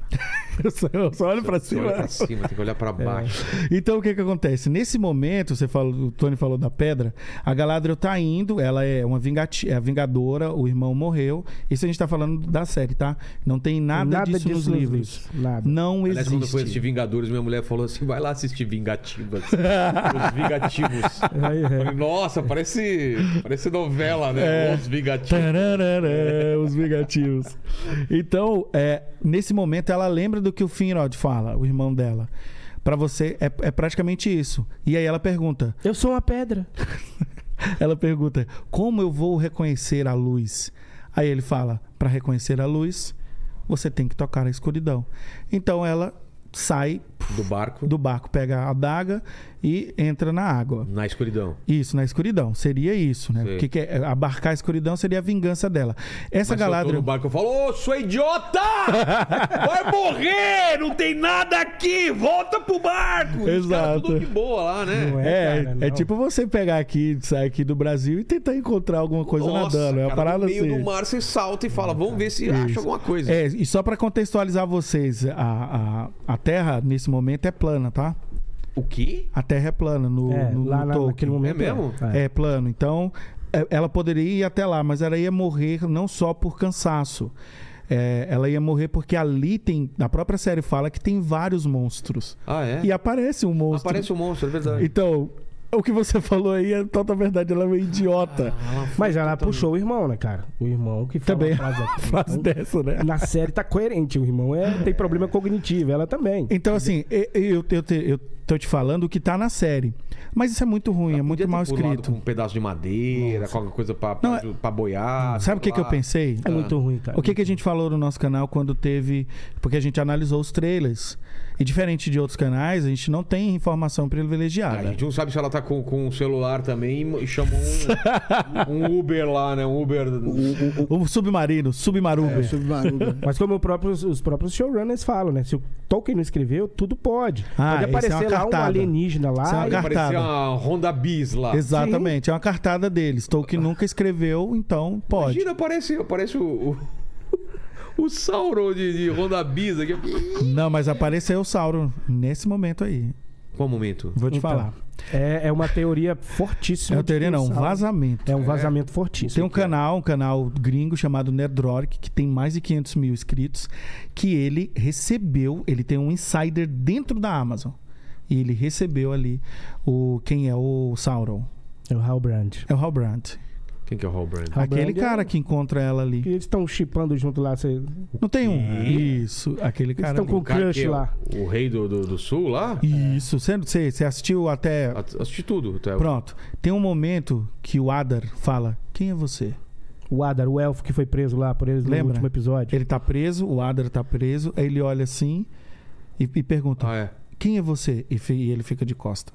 Eu só, eu só olho pra
Você olha pra
cima.
cima, tem que olhar
É.
pra baixo.
Então o que que acontece? Nesse momento, você fala, o Tony falou da pedra, a Galadriel tá indo, ela é uma vingati- é a vingadora, o irmão morreu. Isso a gente tá falando da série, tá? Não tem nada, disso, nos livros.
Nada.
Não
Aliás,
existe.
quando foi assistir Vingadores, minha mulher falou assim: vai lá assistir Vingativas. Os Vingativos.
Aí, é.
Falei, Nossa, parece, parece novela,
É.
né? Os Vingativos.
Tararara, os vingativos. Então, é, nesse momento, ela lembra do que o Finrod fala, o irmão dela. Pra você, é, é praticamente isso. E aí ela pergunta:
Eu sou uma pedra.
Ela pergunta: Como eu vou reconhecer a luz? Aí ele fala: Para reconhecer a luz, você tem que tocar a escuridão. Então ela sai
Do barco
do barco, pega a adaga e entra na água.
na escuridão.
Isso, na escuridão. Seria isso, né?
Sei.
O que que é? Abarcar a escuridão seria a vingança dela. Essa
Mas se eu tô
Galadriel.
no barco, eu falo, ô, sua idiota! Vai morrer! Não tem nada aqui! Volta pro barco! E os caras Tudo
Exato.
de boa lá, né?
Não
É,
cara,
é
não.
tipo você pegar aqui, sair aqui do Brasil e tentar encontrar alguma coisa nadando. É uma
cara,
parada
no meio
assim.
do mar você salta e fala, vamos ver se acha alguma coisa.
É, e só pra contextualizar vocês, a, a, a Terra, nesse momento, é plana, tá?
O quê?
A Terra é plana no,
É,
no,
lá
no
na-
Tolkien.
naquele momento.
É mesmo?
É plano. Então, é, ela poderia ir até lá, mas ela ia morrer não só por cansaço. É, ela ia morrer porque ali tem. Na própria série fala que tem vários monstros.
Ah, é?
E aparece um monstro.
Aparece um monstro, é verdade.
Então, o que você falou aí é total verdade. Ela é uma idiota.
Mas ela puxou o irmão, né, cara? O irmão que fala
Também.
a frase aqui.
Frase
Então,
dessa, né?
Na série tá coerente. O irmão é, tem problema cognitivo, ela também.
Então, assim, e- eu, eu, te- eu tô te falando o que tá na série. Mas isso é muito ruim, é muito
Podia ter
mal
pulado
escrito.
Com um pedaço de madeira, qualquer coisa pra, pra,
Não, é-
ju- pra boiar.
Sabe o que,
sei
que eu
lá.
pensei?
É muito ruim, cara.
Ah. O que, que a gente falou no nosso canal quando teve. Porque a gente analisou os trailers. E diferente de outros canais, a gente não tem informação
A
privilegiada.
gente não sabe se ela tá com, com um celular também e chamou um, um Uber lá, né? Um Uber.
O submarino, submaruber.
Submarino.
Mas como o próprio- os próprios showrunners falam, né? Se o Tolkien não escreveu, tudo pode.
Ah, isso
pode
é uma
aparecer lá um
cartada.
alienígena
Isso é uma
lá. e-
cartada.
Parecia uma Honda Bis lá.
Exatamente, é uma cartada deles.
Ah.
Tolkien nunca escreveu, então pode.
Imagina, aparece, aparece o. O, o Sauron de, de Honda Bis aqui.
Não, mas apareceu o Sauron nesse momento aí.
Qual momento?
Vou te
Então,
falar.
É, é uma teoria
É
fortíssima.
uma teoria,
de
não, um
pensar.
vazamento.
É um vazamento fortíssimo.
Tem um canal, um canal gringo chamado Nerdroric, que tem mais de 500 mil inscritos, que ele recebeu, ele tem um insider dentro da Amazon. E ele recebeu ali o quem é o Sauron.
É o Halbrand.
É o Halbrand.
Quem que é o Hallbrand?
Aquele
Halbrand é-
cara que encontra ela
Que
ali.
é? eles estão chipando junto lá. Cê...
Não tem um? Isso, aquele cara.
estão
ali.
com
O cara
crush
que é o-
lá.
O rei do, do, do sul lá?
Isso, você- você você assistiu até
Assisti tudo. Até
Pronto. Tem um momento que o Adar fala: "Quem é você?"
O Adar, o elfo que foi preso lá por eles
Lembra?
no último episódio.
Ele tá preso, o Adar tá preso, aí ele olha assim e, e pergunta:
Ah, é.
quem é você? E, fi- e ele fica de costa.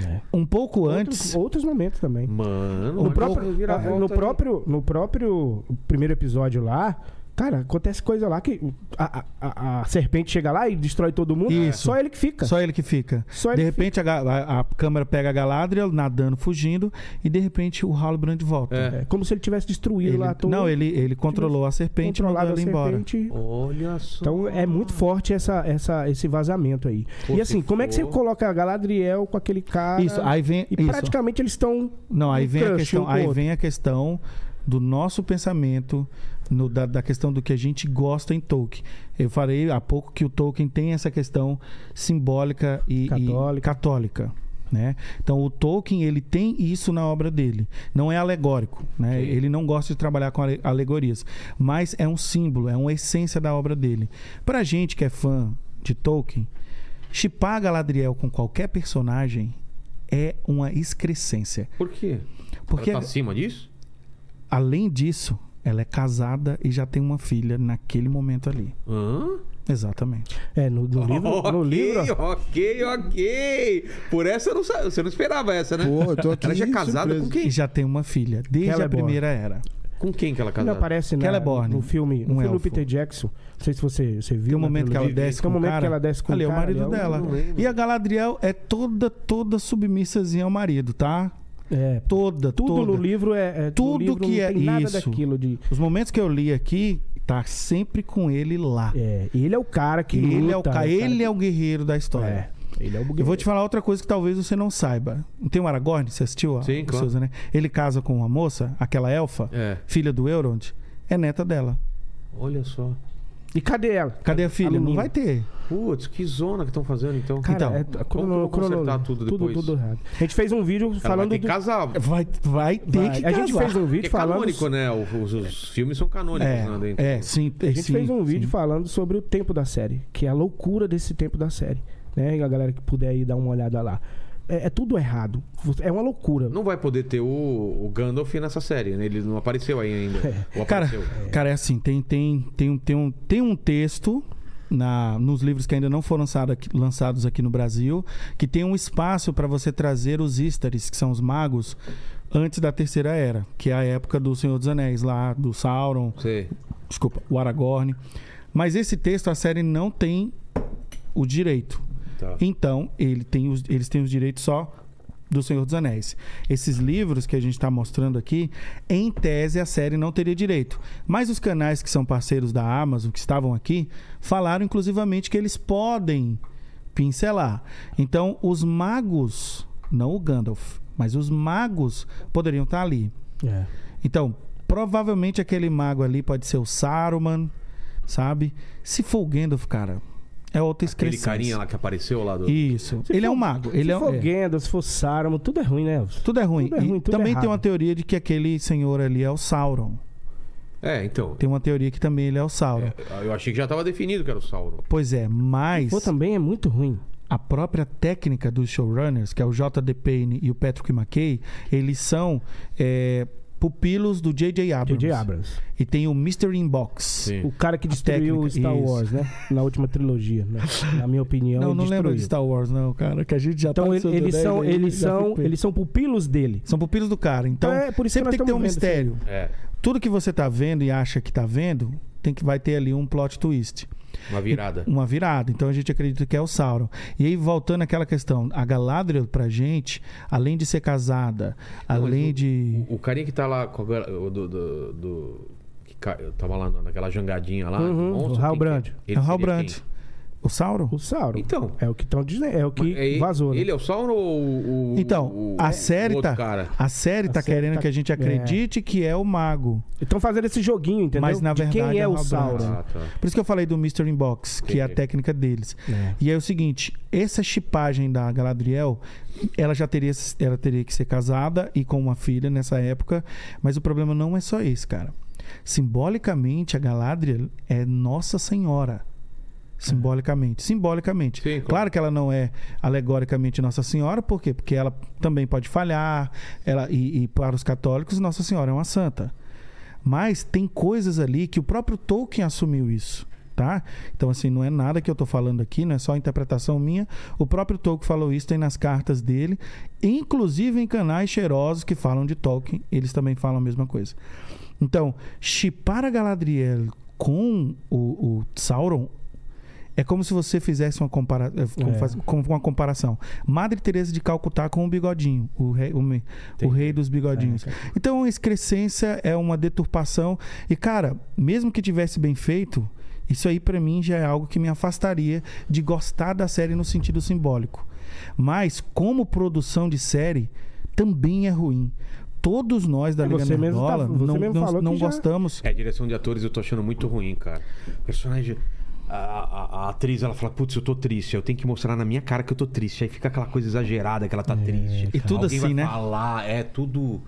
É.
Um pouco
Outros,
antes.
outros momentos também.
Mano,
No
olha
próprio, ah,
como vira a
no,
volta,
próprio, no próprio primeiro episódio lá, cara, acontece coisa lá que a, a- a- a serpente chega lá e destrói todo mundo.
Isso.
Só ele que fica.
Só ele que fica.
Só
de
ele
repente a, ga- a- a câmera pega a Galadriel nadando, fugindo, e de repente o Halbrand volta.
É.
É como se ele tivesse destruído
Ele-
lá todo
não, ele, ele controlou a serpente e mandou
controlado
ela embora.
serpente.
né? Olha só.
Então é muito forte essa, essa, esse vazamento aí.
Pô,
e assim,
se
como é que você
for-
coloca a Galadriel com aquele cara?
Isso, aí vem.
E
isso.
praticamente eles estão.
Não, aí
um
vem a
crush um
questão.
com o
Aí
outro.
vem a questão do nosso pensamento, no- da, da questão do que a gente gosta em Tolkien. Eu falei há pouco que o Tolkien tem essa questão simbólica e e
Católica.
católica, né? Então o Tolkien ele tem isso na obra dele. Não é alegórico, né? Ele não gosta de trabalhar com ale- alegorias, mas é um símbolo, é uma essência da obra dele. Pra gente que é fã de Tolkien, chipar Galadriel com qualquer personagem é uma excrescência.
Por quê?
Porque
Ela tá
assim.
acima disso?
além disso, ela é casada e já tem uma filha naquele momento ali.
Hã?
Exatamente.
É, no, no livro. no
ok,
livro
ok, ok. Por essa eu não sa- você não esperava essa, né?
Pô, eu tô aqui
Ela já é casada
surpreso.
com
E
quem?
já tem uma filha desde a
Celeborn.
primeira era.
Com quem que ela
Ela
casava?
aparece na,
Celeborn,
no filme, no
é um
filme do
elfo.
Peter Jackson. Não sei se você, você viu.
Tem um
na
momento que ela
trilogia.
desce
Tem
com
um momento
o cara.
que ela desce com
Ali,
o
é o
cara.
marido
ali,
dela.
lembro.
E a Galadriel é toda, toda submissazinha ao marido, tá?
É,
Toda,
tudo
toda.
no livro é. é
Tudo
no livro
que
não
é
tem nada
isso.
daquilo de.
Os momentos que eu li aqui, tá sempre com ele lá.
É, ele é o cara que.
ele
luta, né,
é o
cara
cara, ele é o guerreiro da
que-
história.
É, ele é o
Eu vou te falar outra coisa que talvez você não saiba. Não tem o Aragorn? Você assistiu? a-
Sim,
o
claro.
Sousa, né? Ele casa com uma moça, aquela elfa,
É.
filha do Elrond, é neta dela.
Olha só.
E cadê ela?
Cadê a filha? Não
menina.
vai ter.
Putz, que zona que estão fazendo então.
Cara,
Então,
é,
como
crono-
que eu vou
crono-
consertar tudo depois?
Tudo, errado. A gente fez um vídeo
Ela vai
falando
ter que
do.
casar.
Vai, vai ter
Vai.
que
a gente
casar.
fez um
Porque
vídeo
é
falando.
canônico, né? O- Os, os filmes são canônicos, né? dentro.
É, é, sim.
A gente fez um vídeo falando sobre o tempo da série, que é a loucura desse tempo da série. Né? E a galera que puder aí dar uma olhada lá. É, é tudo errado. É uma loucura.
Não vai poder ter o, o Gandalf nessa série, né? Ele não apareceu aí ainda. Ou
Cara,
apareceu.
cara, é assim, tem, tem, tem, um- tem, um, tem um texto na, nos livros que ainda não foram lançado aqui- lançados aqui no Brasil, que tem um espaço para você trazer os Ístares, que são os magos, antes da Terceira Era, que é a época do Senhor dos Anéis, lá do Sauron,
Sei.
desculpa, o Aragorn. Mas esse texto a série não tem o direito.
Tá.
Então, ele tem os- eles têm os direitos só do Senhor dos Anéis. Esses livros que a gente está mostrando aqui, em tese a série não teria direito. Mas os canais que são parceiros da Amazon, que estavam aqui, falaram inclusivamente que eles podem pincelar. Então, os magos, não o Gandalf, mas os magos poderiam estar ali.
É.
Então, provavelmente aquele mago ali pode ser o Saruman, sabe? Se for o Gandalf, cara, é outra
Aquele
excrescência.
carinha lá que apareceu lá do.
Isso.
Se
ele é
for-
um mago.
Se
Ele é,
for
é.
Gandalf, se for Saruman, tudo é ruim, né? Elvis?
Tudo é ruim.
Tudo é
E
ruim, tudo é
também tem
errado.
uma teoria de que aquele senhor ali é o Sauron.
É, então.
Tem uma teoria que também ele é o Sauron.
Eu achei que já tava definido que era o Sauron.
Pois é, mas
Pô, também é muito ruim.
a própria técnica dos showrunners, que é o J.D. Payne e o Patrick McKay, eles são é, pupilos do J.J. Abrams.
J.J. Abrams.
E tem o Mystery Inbox. Sim.
O cara que
É. A
destruiu
técnica,
Star
isso.
Wars, né? Na última trilogia, né? Na minha opinião,
Não,
ele
não lembro
Então destruiu.
de Star Wars, não, cara. Que a gente já
Então
tá
ele- eles são, eles são, eles são pupilos dele.
são pupilos do cara. Então,
É, por isso que
sempre
nós
tem que ter um
estamos vendo,
mistério.
É.
Tudo que você tá vendo e acha que tá vendo, tem que vai ter ali um plot twist.
Uma virada.
Uma virada. Então a gente acredita que é o Sauron. E aí, voltando àquela questão, a Galadriel, pra gente, além de ser casada,
mas
além
o-
de.
O, o carinha que tá lá com a gal- o do, do, do- que ca- tava lá na- naquela jangadinha lá,
Uhum,
do monstro,
o
quem
Hal
que
Brand.
Ele
é o
seria
Halbrand.
quem?
O Sauron?
O Sauron.
Então.
É o que estão dizendo. É o que
É ele-
vazou. né?
Ele é o Sauron ou o.
Então,
o-
a
o
série
outro
tá.
Cara? Ah,
A série tá
A série
querendo
tá-
que a gente
é.
acredite que é o mago.
Estão fazendo esse joguinho, entendeu?
Mas, na
De
verdade,
quem
é
é o
Halbrand.
Sauron?
Ah, tá.
Por isso que eu falei do Mystery Inbox, que é a
Entendi.
técnica deles.
É.
E é o seguinte, essa chipagem da Galadriel, ela já teria, ela teria que ser casada e com uma filha nessa época, mas o problema não é só esse, cara. Simbolicamente, a Galadriel é Nossa Senhora. Simbolicamente, simbolicamente.
É. Sim, claro.
claro que ela não é alegoricamente Nossa Senhora, por quê? Porque ela também pode falhar, ela, e, e para os católicos, Nossa Senhora é uma santa. Mas tem coisas ali que o próprio Tolkien assumiu isso, tá? Então, assim, não é nada que eu tô falando aqui, não é só interpretação minha. O próprio Tolkien falou isso, tem nas cartas dele, inclusive em canais cheirosos que falam de Tolkien, eles também falam a mesma coisa. Então, chipar a Galadriel com o, o Sauron é como se você fizesse uma, compara eh, como
É.
faz- como uma comparação. Madre Teresa de Calcutá com o bigodinho, o rei, o me- o rei dos bigodinhos. Então, a excrescência é uma deturpação. E, cara, mesmo que tivesse bem feito, isso aí pra mim já é algo que me afastaria de gostar da série no sentido simbólico. Mas, como produção de série, também é ruim. Todos nós da
É,
Liga
você mesmo tá-
Nerdola
você
não,
mesmo
não-
falou que
não
já-
gostamos.
É, a direção de atores eu tô achando muito ruim, cara. Personagem. A, a- a atriz, ela fala, putz, eu tô triste. Eu tenho que mostrar na minha cara que eu tô triste. Aí fica aquela coisa exagerada que ela tá triste.
É, E tudo
Alguém
assim,
vai
né?
falar, é tudo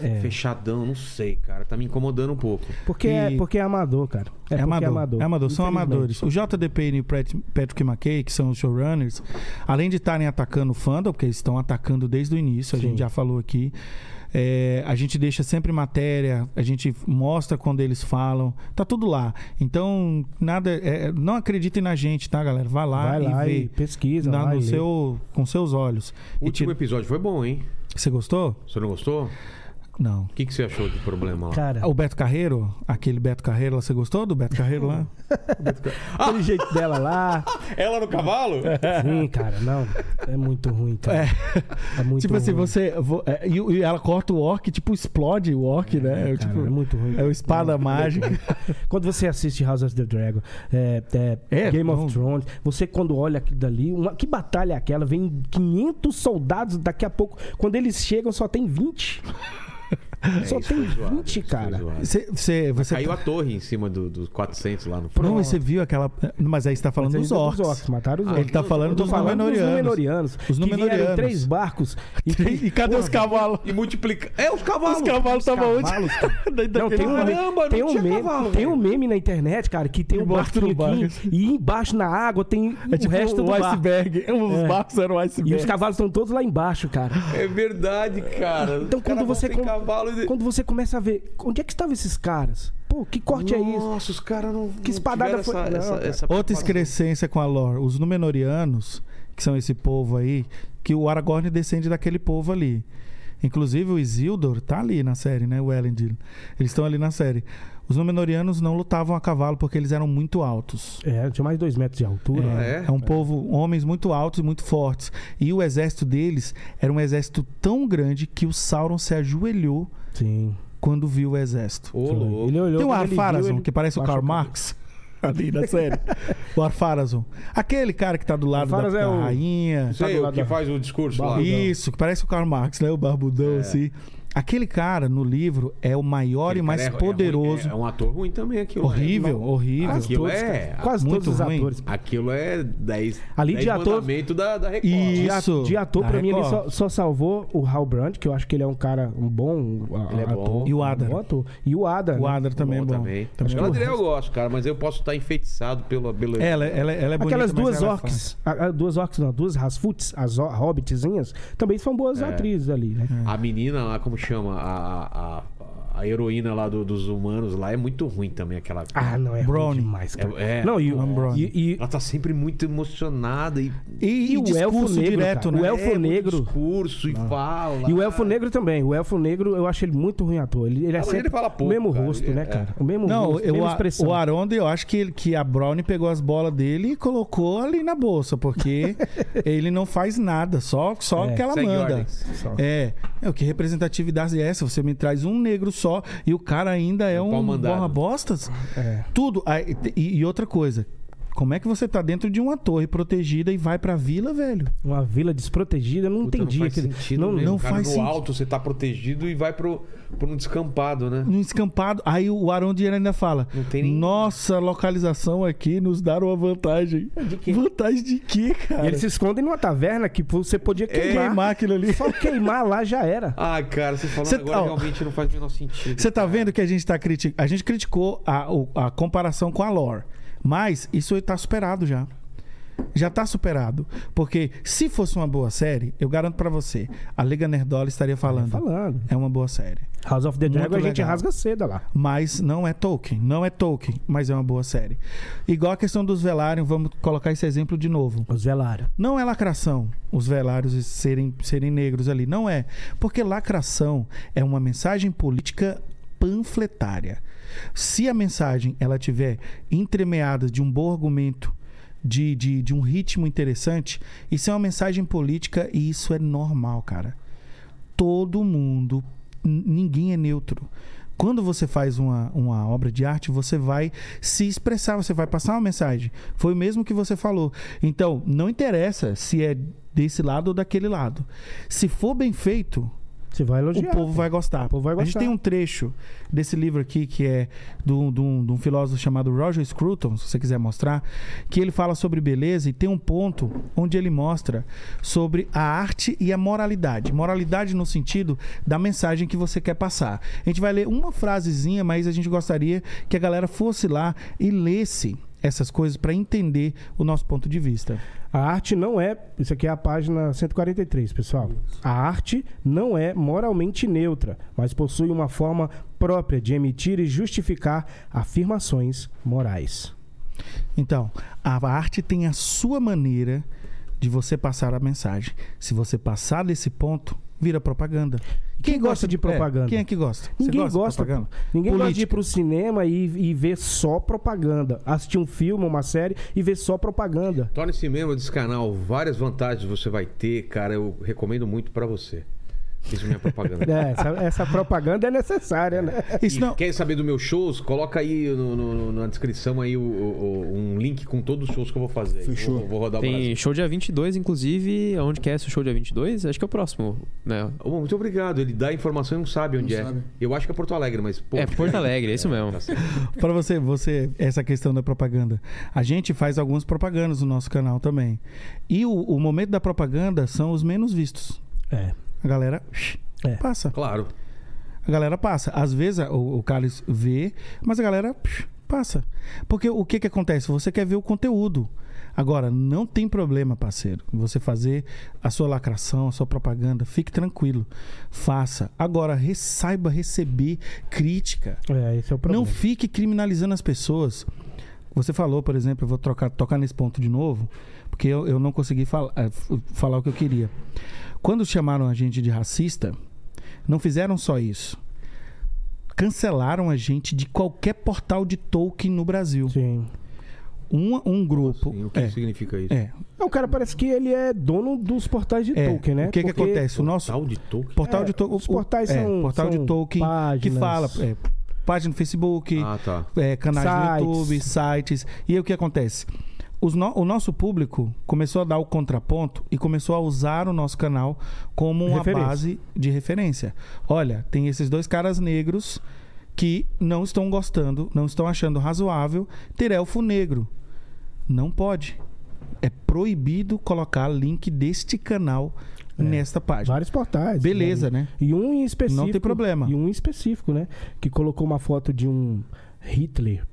É.
fechadão, não sei, cara. Tá me incomodando um pouco.
Porque,
E-
é, porque é amador, cara. É,
É
porque
amador.
é amador.
É amador. São
Infelizmente.
amadores. O JDP e o Pat- Patrick McKay, que são os showrunners, além de estarem atacando o fandom, porque eles estão atacando desde o início, a
Sim.
gente já falou aqui. é, a gente deixa sempre matéria, a gente mostra quando eles falam, tá tudo lá. Então, nada. é, não acreditem na gente, tá, galera? Vai lá,
Vai lá
e vê.
e pesquisa.
Dá
lá
no
e lê.
seu, com seus olhos.
O
E
último
tira-
episódio foi bom, hein?
Você gostou?
Você não gostou?
Não.
O que, que você achou de problema lá?
Cara,
É Ah, O Beto Carreiro, aquele Beto Carreiro lá, você gostou do Beto Carreiro lá? Ah.
aquele jeito dela lá.
Ela
é,
no cavalo?
Sim, cara, não. É muito ruim, cara. É, muito
tipo assim,
ruim.
você. vo- é, e, e ela corta o orc, tipo, explode o orc, né? É,
Cara,
tipo,
é muito ruim.
é o espada mágica.
Quando você assiste House of the Dragon, é, é,
É,
Game
não.
of Thrones, você quando olha aquilo dali, uma, que batalha é aquela? Vem 500 soldados daqui a pouco. Quando eles chegam, só tem 20.
É,
só tem 20, cara. é tá-
Você, você, você tá-
Caiu a torre em cima do- dos 400 lá no
Não, você viu aquela. Mas aí você tá falando
Mas
dos
ainda
orcs.
mataram os
Ele
orcs.
tá falando
Ah, Eu tô
dos
falando
Númenóreanos.
dos Númenóreanos.
Os
que vieram
Númenóreanos.
em três barcos. E, que-
E cadê os cavalos?
E multiplica. É, os cavalos.
Os cavalos estavam onde?
cavalos, Não,
Daquele-
tem um, me-
Caramba, não
tem, um
tinha
meme,
cavalo,
tem um
velho.
meme na internet, cara, que tem
Que
um
mostra o
barquinho aqui
barco.
e embaixo na água tem
É
o
tipo
resto do
o
barco.
iceberg. Os barcos eram o iceberg.
E os cavalos estão todos lá embaixo, cara.
É verdade, cara.
Então
Os
quando
caras vão
você
sem
com-
cavalo e-
quando você começa a ver onde é que estavam esses caras? Pô, que corte é isso?
Nossa, os caras não.
Que espadada
não tiveram
foi-
Essa, essa-
Não, cara.
essa
Outra
preocupação.
excrescência com a lore. Os Númenóreanos, que são esse povo aí, que o Aragorn descende daquele povo ali. Inclusive o Isildur tá ali na série, né? O Elendil. Eles estão ali na série. Os Númenóreanos não lutavam a cavalo porque eles eram muito altos.
É, tinha mais dois metros de altura. né?
Ah, é?
É, é um povo, homens muito altos e muito fortes. E o exército deles era um exército tão grande que o Sauron se ajoelhou
Sim.
quando viu o exérito.
Ô, louco.
Ele é um olhou,
Tem o
quando ele viu,
Arfarazon,
ele
que parece o
baixou
Karl
cabeça.
Marx. Ali na série. o Arfarazon. Aquele cara que tá do lado da,
Arfarazon é
da
o-
rainha.
Sei, o que faz o discurso lá. é
Isso, que parece o Karl Marx, né? O barbudão,
É.
assim. Aquele cara, no livro, é o maior
Aquele
e mais
cara é- é
poderoso.
ruim, É, é um ator ruim também aquilo. né?
horrível, horrível.
Aquilo
Todos,
é.
cara. Quase
muito
todos os
ruim.
atores.
Aquilo é 10.
Ali de ator-
mandamento da, da Record.
E-
De a-
Isso,
De ator,
da
pra mim, ele
Record.
só, só salvou o Hal Brandt, que eu acho que ele é um cara, um bom a-
Ele é
ator.
bom.
E o
um
Adar.
bom ator. E o né? Ada.
O Adar também é
Bom,
bom.
também.
Também
Acho que
é
o
bom.
Adriel eu gosto, cara, mas eu posso estar enfeitiçado pela beleza.
Ela, ela, ela é bonita,
Aquelas
mas
duas
ela é
orcs, a- a- duas orcs não, duas Rasfuts, as o- hobbitzinhas, também são
É.
boas atrizes ali, né?
É.
A menina lá, como chama? A, a, a- a heroína lá do- dos humanos lá é muito ruim também, aquela.
Ah, não, é ruim
Brownie.
demais, cara.
É- é.
não, e, o-
Amo Brownie.
e, e,
Ela tá sempre muito emocionada e.
E,
E o
discurso
elfo negro,
direto,
cara.
né?
O elfo
É, muito
negro.
discurso e
Ah.
fala.
e o Elfo Negro também. O Elfo Negro, eu acho ele muito ruim ator. Ele, ele é
Ah, mas
sempre
ele fala pouco,
o mesmo
cara.
rosto,
Ele-
né,
é.
cara? O mesmo
Não,
rosto,
eu,
mesma
a-
expressão.
o Aronda, eu acho que, ele- que a Brownie pegou as bolas dele e colocou ali na bolsa, porque ele não faz nada, só, só o
É,
que ela
segue
manda.
ordens.
É, é, o que representatividade é essa? Você me traz um negro só e o cara ainda é um
pau mandado.
borra bostas?
É.
Tudo. Ah, e- E, e outra coisa, como é que você tá dentro de uma torre protegida e vai pra vila, velho?
Uma vila desprotegida, eu não
Puta,
entendi
não faz
aquele.
sentido
não,
mesmo,
não
cara.
faz
no
sentido.
alto você tá protegido e vai pro, pro um descampado, né?
Num escampado. Aí o Arão Diana ainda fala:
Não tem nem-
Nossa localização aqui nos dar uma vantagem. De quê? Vantagem de quê, cara?
E eles se escondem numa taverna que você podia
É.
queimar.
queimar aquilo ali.
Só queimar lá já era.
Ah, cara, você falando
Cê-
agora
ó.
realmente não faz o menor sentido.
Você tá vendo que a gente tá criticando. A gente criticou a, o- a comparação com a lore. Mas isso aí tá superado já. Já tá superado. Porque se fosse uma boa série, eu garanto pra você, a Liga Nerdola estaria falando.
Falando.
É uma boa série.
House of the
Muito
Dragon a gente
legal.
rasga seda lá.
Mas não é Tolkien. Não é Tolkien, mas é uma boa série. Igual a questão dos Velaryon, vamos colocar esse exemplo de novo.
Os Velara.
Não é lacração os velários serem, serem negros ali. Não é. Porque lacração é uma mensagem política panfletária. Se a mensagem ela tiver entremeada de um bom argumento, de, de, de um ritmo interessante, isso é uma mensagem política e isso é normal, cara. Todo mundo, n- ninguém é neutro. Quando você faz uma, uma obra de arte, você vai se expressar, você vai passar uma mensagem. Foi o mesmo que você falou. Então, não interessa se é desse lado ou daquele lado. Se for bem feito,
Você vai
o
elogiar.
povo vai gostar.
O povo vai
A gente
gostar.
tem um trecho desse livro aqui que é de um, de um- de um filósofo chamado Roger Scruton, se você quiser mostrar, que ele fala sobre beleza e tem um ponto onde ele mostra sobre a arte e a moralidade. Moralidade no sentido da mensagem que você quer passar. A gente vai ler uma frasezinha, mas a gente gostaria que a galera fosse lá e lesse essas coisas para entender o nosso ponto de vista.
A arte não é. Isso aqui é a página 143, pessoal. A arte não é moralmente neutra, mas possui uma forma própria de emitir e justificar afirmações morais.
Então, a arte tem a sua maneira de você passar a mensagem. Se você passar desse ponto, vira propaganda.
Quem gosta de
é,
propaganda?
quem é que gosta? Você
Ninguém
de
gosta.
propaganda?
pô. Ninguém gosta de ir
Política.
pro cinema e, e ver só propaganda. Assistir um filme, uma série e ver só propaganda.
Torne-se membro desse canal, várias vantagens você vai ter, cara. Eu recomendo muito pra você. Fiz minha propaganda.
É, essa, essa propaganda é necessária, né?
Isso
E
não,
Quer saber dos meus shows? Coloca aí no- no- na descrição aí o- o- o- um link com todos os shows que eu vou fazer.
Fechou.
Vou, vou rodar o
Tem
Brasil.
show dia 22, inclusive. Onde que é esse show dia 22? Acho que é o próximo, né?
Ô, Muito obrigado. Ele dá informação e não sabe onde
Não
é.
sabe.
Eu acho que é Porto Alegre, mas... pô,
É Porto Alegre, é isso mesmo.
tá certo.
Pra você, você, essa questão da propaganda. A gente faz algumas propagandas no nosso canal também. E o, o momento da propaganda são os menos vistos.
É.
A galera shh,
É.
passa.
Claro.
A galera passa. Às vezes a- o, o Carlos vê, mas a galera psh, passa. Porque o que, que acontece? Você quer ver o conteúdo. Agora, não tem problema, parceiro, você fazer a sua lacração, a sua propaganda. Fique tranquilo. Faça. Agora, re- saiba receber crítica.
É, esse é o
Não
problema.
fique criminalizando as pessoas. Você falou, por exemplo, eu vou trocar, tocar nesse ponto de novo, porque eu, eu não consegui fal- eh, f- falar o que eu queria. Quando chamaram a gente de racista, não fizeram só isso. Cancelaram a gente de qualquer portal de Tolkien no Brasil.
Sim.
Um, um grupo.
Sim, o que
é,
significa isso?
é,
O cara parece que ele é dono dos portais de
é.
Tolkien, né?
O que, que
Porque-
acontece? É, O nosso
Tal de Tolkien?
portal
É,
de Tolkien.
os portais
é,
são-
portal
são
de Tolkien que
páginas.
fala é, página no Facebook,
Ah, tá.
é, canais
Sites.
no YouTube, sites. E aí o que acontece? Os no- o nosso público começou a dar o contraponto e começou a usar o nosso canal como uma
Referência.
base de referência. Olha, tem esses dois caras negros que não estão gostando, não estão achando razoável ter elfo negro. Não pode. É proibido colocar link deste canal nesta página.
Vários portais.
Beleza, né?
É. E um em específico.
Não tem problema.
E um em específico, né? Que colocou uma foto de um Hitler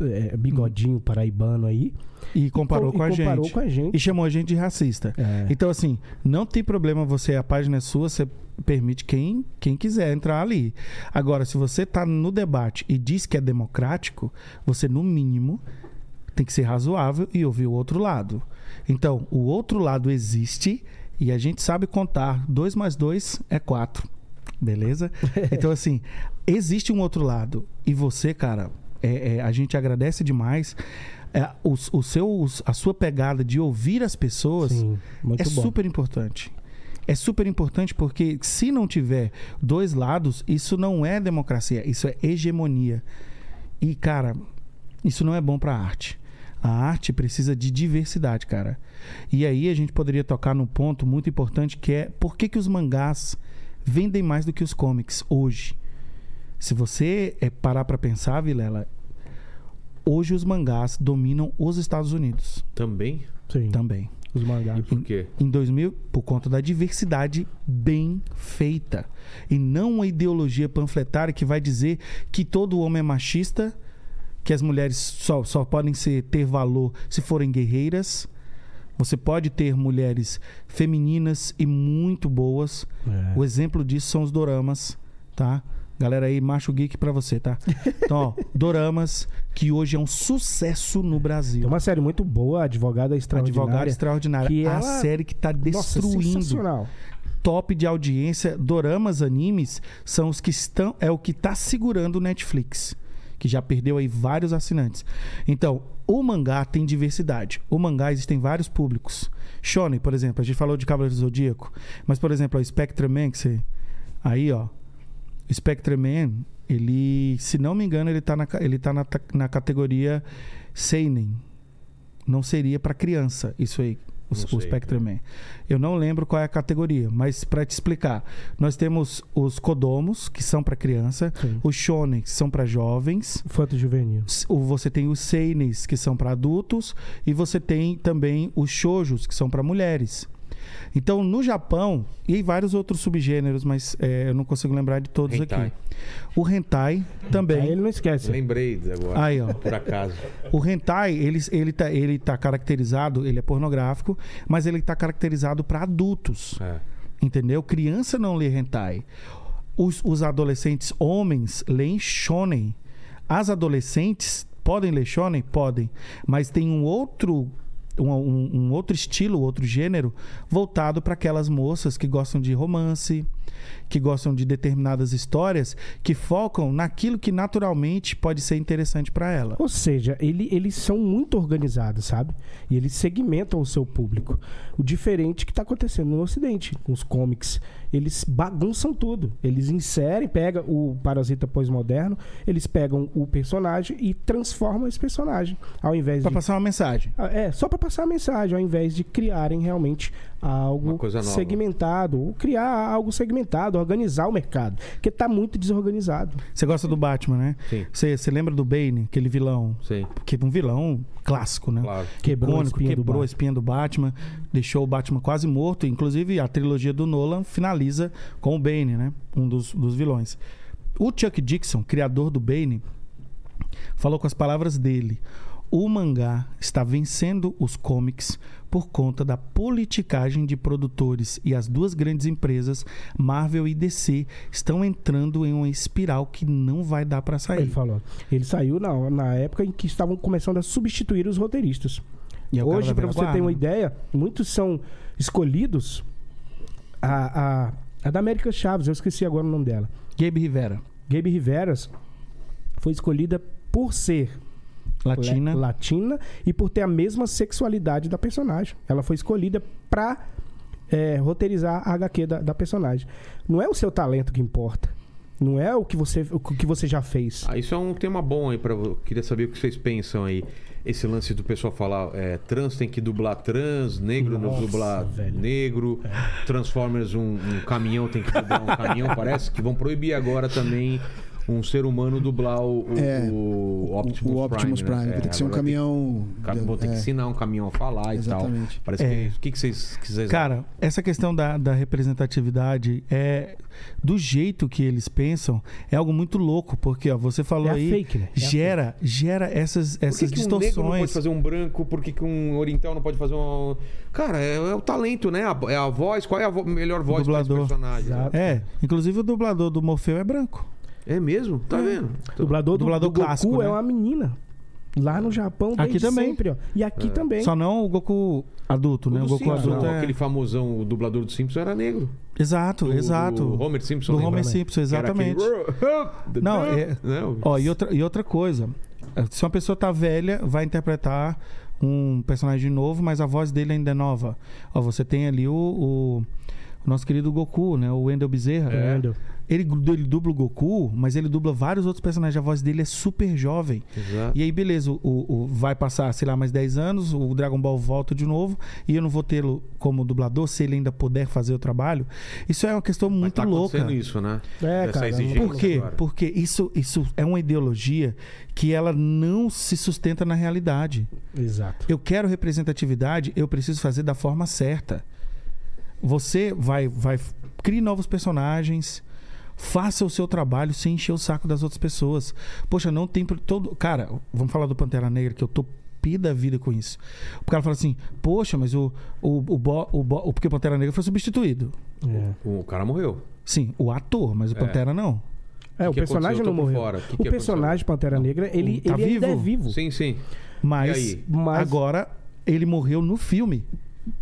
é, bigodinho paraibano aí.
E comparou,
E
com, a
comparou
gente.
com a gente.
E chamou a gente de racista.
É.
Então, assim, não tem problema você, a página é sua, você permite quem, quem quiser entrar ali. Agora, se você tá no debate e diz que é democrático, você, no mínimo, tem que ser razoável e ouvir o outro lado. Então, o outro lado existe e a gente sabe contar. 2 mais 2 é 4. Beleza? Então, assim, existe um outro lado. E você, cara, é- é, a gente agradece demais. É, o, o seu, a sua pegada de ouvir as pessoas
Sim, muito
é
bom.
super importante. É super importante porque se não tiver dois lados, isso não é democracia, isso é hegemonia. E, cara, isso não é bom pra arte. A arte precisa de diversidade, cara. E aí a gente poderia tocar num ponto muito importante que é por que, que os mangás vendem mais do que os comics hoje? Se você eh, parar pra pensar, Vilela, hoje os mangás dominam os Estados Unidos
Também?
Sim,
também.
os mangás.
E por quê?
Em 2000, por conta da diversidade bem feita. E não uma ideologia panfletária que vai dizer que todo homem é machista, que as mulheres só, só podem ser, ter valor se forem guerreiras. Você pode ter mulheres femininas e muito boas.
É.
O exemplo disso são os doramas, tá? Galera aí, macho geek pra você, tá? Então, ó, doramas, que hoje é um sucesso no Brasil.
Tem uma série muito boa, Advogada Extraordinária.
Advogada Extraordinária.
que
a
ela-
série que tá
Nossa, é
destruindo
sensacional.
top de audiência. Doramas, animes são os que estão. É o que tá segurando o Netflix. Que já perdeu aí vários assinantes. Então, o mangá tem diversidade. O mangá existem vários públicos. Shonen, por exemplo, a gente falou de Cavaleiro do Zodíaco. Mas, por exemplo, o Spectreman, que você. Aí, ó. O Spectreman, ele, se não me engano, ele tá na, ca- ele tá na, ta- na categoria Seinen. Não seria pra criança, isso aí, o,
Não
o
sei.
Spectreman. Eu não lembro qual é a categoria, mas pra te explicar, nós temos os Kodomos, que são pra criança,
Sim.
os Shonen, que são pra jovens,
Fanto Juvenil.
s- o- você tem os seines, que são para adultos, e você tem também os shoujos, que são para mulheres. Então, no Japão, e em vários outros subgêneros, mas é, eu não consigo lembrar de todos
Hentai.
aqui. O hentai também.
Aí ele não esquece.
Lembrei agora.
Aí, ó.
Por acaso.
O hentai, ele, ele, tá, ele tá caracterizado, ele é pornográfico, mas ele tá caracterizado para adultos.
É.
Entendeu? Criança não lê hentai. Os, os adolescentes homens leem shonen. As adolescentes podem ler shonen? Podem. Mas tem um outro um, um- um outro estilo, outro gênero, voltado para aquelas moças que gostam de romance, que gostam de determinadas histórias, que focam naquilo que naturalmente pode ser interessante para ela.
Ou seja, ele- eles são muito organizados, sabe? E eles segmentam o seu público. O diferente que está acontecendo no Ocidente, com os comics. Eles bagunçam tudo. Eles inserem, pegam o parasita pós-moderno, eles pegam o personagem e transformam esse personagem. Ao invés
Para
de.
passar uma mensagem.
Ah, É, só para passar a mensagem, ao invés de criarem realmente algo
Uma coisa nova.
segmentado. Ou criar algo segmentado, organizar o mercado. Porque tá muito desorganizado.
Você gosta do Batman, né?
Sim.
Você você lembra do Bane, aquele vilão?
Sim.
Que é um vilão clássico, né?
Claro.
Quebrou a
Icônico,
espinha do
quebrou a
Batman.
espinha do Batman, deixou o Batman quase morto. Inclusive, a trilogia do Nolan finaliza com o Bane, né? Um dos, dos vilões. O Chuck Dixon, criador do Bane, falou com as palavras dele. O mangá está vencendo os comics por conta da politicagem de produtores e as duas grandes empresas, Marvel e DC, estão entrando em uma espiral que não vai dar para
Ele
sair.
falou. Ele saiu na, na época em que estavam começando a substituir os roteiristas.
E é o cara
Hoje,
da
para
velha
você ter uma
guarda, né?
ideia, muitos são escolhidos. A, a, a da América Chaves, eu esqueci agora o nome dela.
Gabe Rivera,
Gabe Riveras foi escolhida por ser
latina.
le- latina e por ter a mesma sexualidade da personagem. Ela foi escolhida pra é, roteirizar a HQ da, da personagem. Não é o seu talento que importa. Não é o que você, o que você já fez.
Ah, isso é um tema bom aí para queria saber o que vocês pensam aí esse lance do pessoal falar é, trans tem que dublar trans negro não
Nossa,
dublar
velho.
negro Transformers um, um caminhão tem que dublar um caminhão parece que vão proibir agora também um ser humano dublar o, o,
É,
o Optimus,
o Optimus Prime.
Prime, né?
vai ter que ser um
agora
caminhão.
tem que- vou ter que
é.
ensinar um caminhão a falar e
Exatamente.
tal parece que
É.
é isso. o que, que vocês quiserem
Cara, essa questão da, da representatividade é do jeito que eles pensam é algo muito louco, porque ó, você falou
É a
aí
fake, né? É a
gera gera essas
Por que,
essas
que um negro não pode
distorções.
fazer um branco? Por que, que um oriental não pode fazer um. Cara, é, é o talento, né? A- é a voz. Qual é a vo- melhor voz para esse
Dublador.
personagem? né?
Exato.
É, inclusive o dublador do Morfeu é branco.
É mesmo? Tá vendo?
O dublador, do-
dublador
do, Goku
clássico, né?
é uma menina. Lá no Japão,
Aqui
desde
também.
sempre, ó. E
É.
aqui também.
Só não o Goku adulto, né? O
do
Goku
Simpsons,
adulto é...
Aquele famosão, o dublador do Simpsons era negro.
Exato,
Do-
exato.
Do Homer Simpson.
Do
lembra,
Homer
né?
Simpson,
Que era aquele-
Não, é-
Né? O-
Ó, e outra, e outra coisa. Se uma pessoa tá velha, vai interpretar um personagem novo, mas a voz dele ainda é nova. Ó, você tem ali o, o- o nosso querido Goku, né? O Wendel Bezerra.
É.
Entendeu?
Ele, ele dubla o Goku, mas ele dubla vários outros personagens. A voz dele é super jovem.
Exato.
E aí, beleza, o, o- vai passar, sei lá, mais 10 anos, o Dragon Ball volta de novo, e eu não vou tê-lo como dublador, se ele ainda puder fazer o trabalho. Isso é uma questão
Mas
muito
tá
louca.
acontecendo isso, né?
É,
Dessa
cara,
exigência
Por quê?
agora.
Porque isso, isso é uma ideologia que ela não se sustenta na realidade.
Exato.
Eu quero representatividade, eu preciso fazer da forma certa. Você vai, vai crie novos personagens, faça o seu trabalho sem encher o saco das outras pessoas. Poxa, não tem pro- todo. Cara, vamos falar do Pantera Negra que eu tô pi da vida com isso. O cara fala assim, poxa, mas o o, o, Bo- o, Bo- porque o Pantera Negra foi substituído.
É,
O cara morreu.
Sim, o ator, mas o Pantera não.
É, o
que aconteceu?
personagem
Eu tô
não
por
morreu.
fora. O que
o
que
personagem Pantera Negra, ele,
Tá
ele ainda é
vivo?
vivo.
Sim, sim. E
Mas,
aí?
Mas-
agora ele morreu no filme.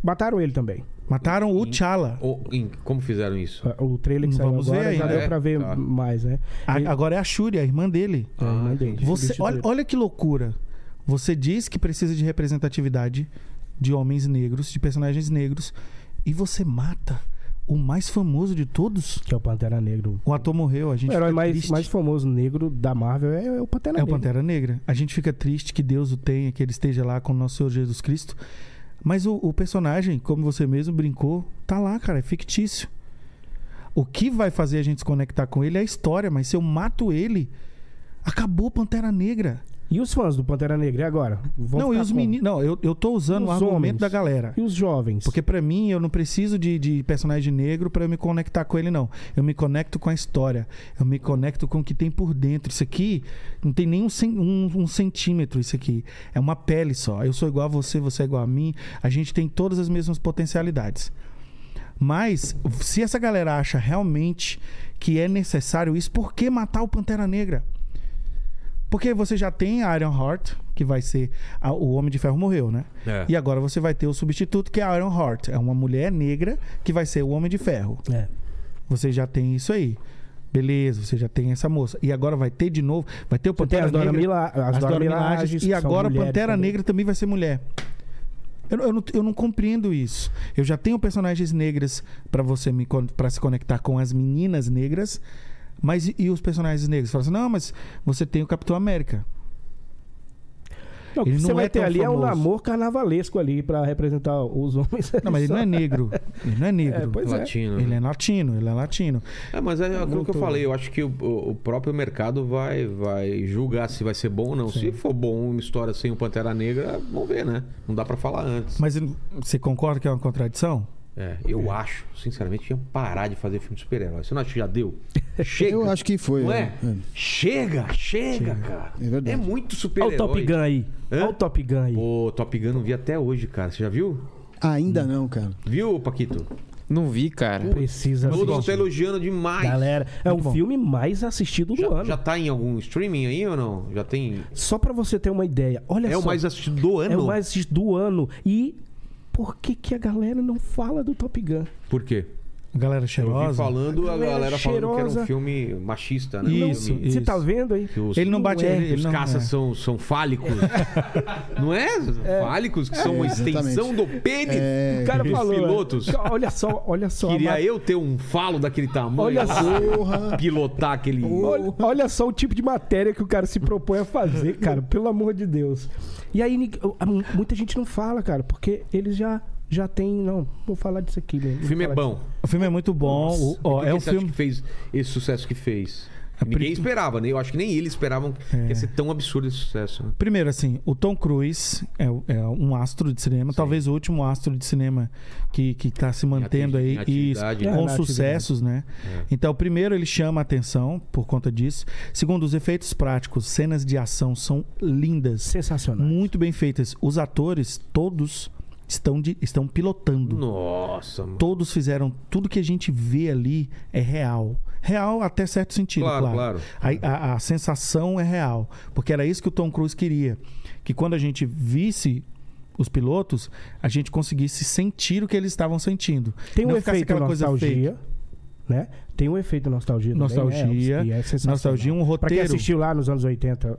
Mataram ele também.
Mataram o T'Challa.
O- em- como fizeram isso?
O trailer que
Vamos
saiu
ver
agora já
ainda.
deu
É? ah,
pra ver
Tá.
mais, né?
A- Agora é a Shuri, a irmã dele.
É, não deu.
Você, olha,
Substituíram.
olha que loucura. Você diz que precisa de representatividade de homens negros, de personagens negros, e você mata o mais famoso de todos.
Que é o Pantera Negro.
O ator morreu, a gente
O herói
fica
mais,
triste.
mais famoso negro da Marvel é, é o Pantera
É o
Negra.
Pantera Negra. A gente fica triste que Deus o tenha, que ele esteja lá com o nosso Senhor Jesus Cristo. Mas o, o personagem, como você mesmo brincou, tá lá, cara, é fictício. O que vai fazer a gente se conectar com ele é a história, mas se eu mato ele, acabou o Pantera Negra.
E os fãs do Pantera Negra, e agora? Vão
não, e
ficar
os
como?
meninos. Não, eu, eu tô usando
Os
o argumento
homens.
da galera.
E os jovens?
Porque pra mim eu não preciso de, de personagem negro pra eu me conectar com ele não. Eu me conecto com a história. Eu me conecto com o que tem por dentro. Isso aqui não tem nem um, cen- um- um centímetro isso aqui. É uma pele só. Eu sou igual a você, você é igual a mim. A gente tem todas as mesmas potencialidades. Mas se essa galera acha realmente que é necessário isso, por que matar o Pantera Negra? Porque você já tem a Iron Heart, que vai ser. a- o Homem de Ferro morreu, né?
É.
E agora você vai ter o substituto, que é a Iron Heart. É uma mulher negra que vai ser o Homem de Ferro.
É.
Você já tem isso aí. Beleza, você já tem essa moça. E agora vai ter de novo, vai ter o
Tem
Pantera
as Dora,
Negra.
Mila, as Dora Milages, que
e
são
agora
mulheres
Pantera
também.
Negra também vai ser mulher. Eu, eu não, eu não compreendo isso. Eu já tenho personagens negras pra você me para se conectar com as meninas negras, mas e, e os personagens negros? Fala assim, não, mas você tem o Capitão América.
Não, o que
Ele
você
não
vai
é
ter
tão
ali é um
famoso.
namor carnavalesco ali pra representar os homens.
Não, mas ele não é negro. Ele não é negro.
É, pois é.
Latino.
Ele é latino, ele é latino.
É, mas é aquilo que eu
Muito-
falei, eu acho que o, o próprio mercado vai, vai julgar se vai ser bom ou não. Se for bom uma história sem o Pantera Negra, vamos ver, né? Não dá pra falar antes.
Mas ele- você concorda que é uma contradição?
É, eu acho, sinceramente, tinha que parar de fazer filme de super-herói. Você não acha que já deu? Chega.
Eu acho que foi.
Não é?
né?
Chega, chega, cara.
É verdade.
É muito
Olha o
super-herói.
Top Gun aí.
Hã?
Olha o Top Gun aí.
Pô, Top Gun não vi até hoje, cara. Você já viu?
Ainda não, cara.
Viu, Paquito?
Não vi, cara.
Precisa
Todo mundo tá
assistir.
elogiando demais.
Galera, é
Muito
o
bom.
filme mais assistido do
já,
ano.
já tá em algum streaming aí ou não? Já tem.
Só pra você ter uma ideia. Olha
É
só.
o mais assistido do ano?
É o mais assistido do ano. E por que que a galera não fala do Top Gun?
Por quê?
A galera é
Eu
cheirosa.
vi falando, a
Galera
galera falando que era um
É cheirosa.
filme machista, né?
Isso,
Um filme
isso.
Você tá vendo aí?
que os,
Ele não
Não
bate.
é.
ele, ele
os
não,
caças
é.
são, são fálicos. não é? Fálicos, que são
É,
uma
exatamente.
extensão do pênis.
É,
O cara
Os
falou.
pilotos.
é, Olha só, olha só. a
Queria
ma-
eu ter um falo daquele tamanho.
Olha só.
porra.
Pilotar aquele.
Olha, olha só o tipo de matéria que o cara se propõe a fazer, cara, pelo amor de Deus. E aí nig- a- muita gente não fala, cara, porque eles já já tem, não, vou falar disso aqui, né?
O filme é bom.
O filme é muito bom. o- ó,
Por que
é o
você acha
filme.
que fez esse sucesso que fez.
A
Ninguém
pri-
esperava, né? Eu acho que nem eles esperavam que
É.
ia ser tão absurdo esse sucesso. né?
Primeiro, assim, o Tom Cruise é, o- é um astro de cinema, talvez o último astro de cinema que, que tá se mantendo aí
Em
e
atividade, É,
né?
com
Na atividade.
sucessos, né? Então, primeiro, ele chama a atenção por conta disso. Segundo, os efeitos práticos, cenas de ação são lindas,
Sensacional.
muito bem feitas. Os atores, todos, estão, de, estão pilotando.
Nossa, mano.
Todos fizeram tudo que a gente vê ali é real. Real até certo sentido,
Claro,
claro.
claro.
A, a- a sensação é real. Porque era isso que o Tom Cruise queria. Que quando a gente visse os pilotos, a gente conseguisse sentir o que eles estavam sentindo.
Tem
Não
um
ficasse
efeito
aquela coisa fake.
nostalgia, né? Tem um efeito nostalgia também,
Nostalgia,
né? E sensacional.
nostalgia, um
Pra quem
roteiro.
assistiu lá nos anos 80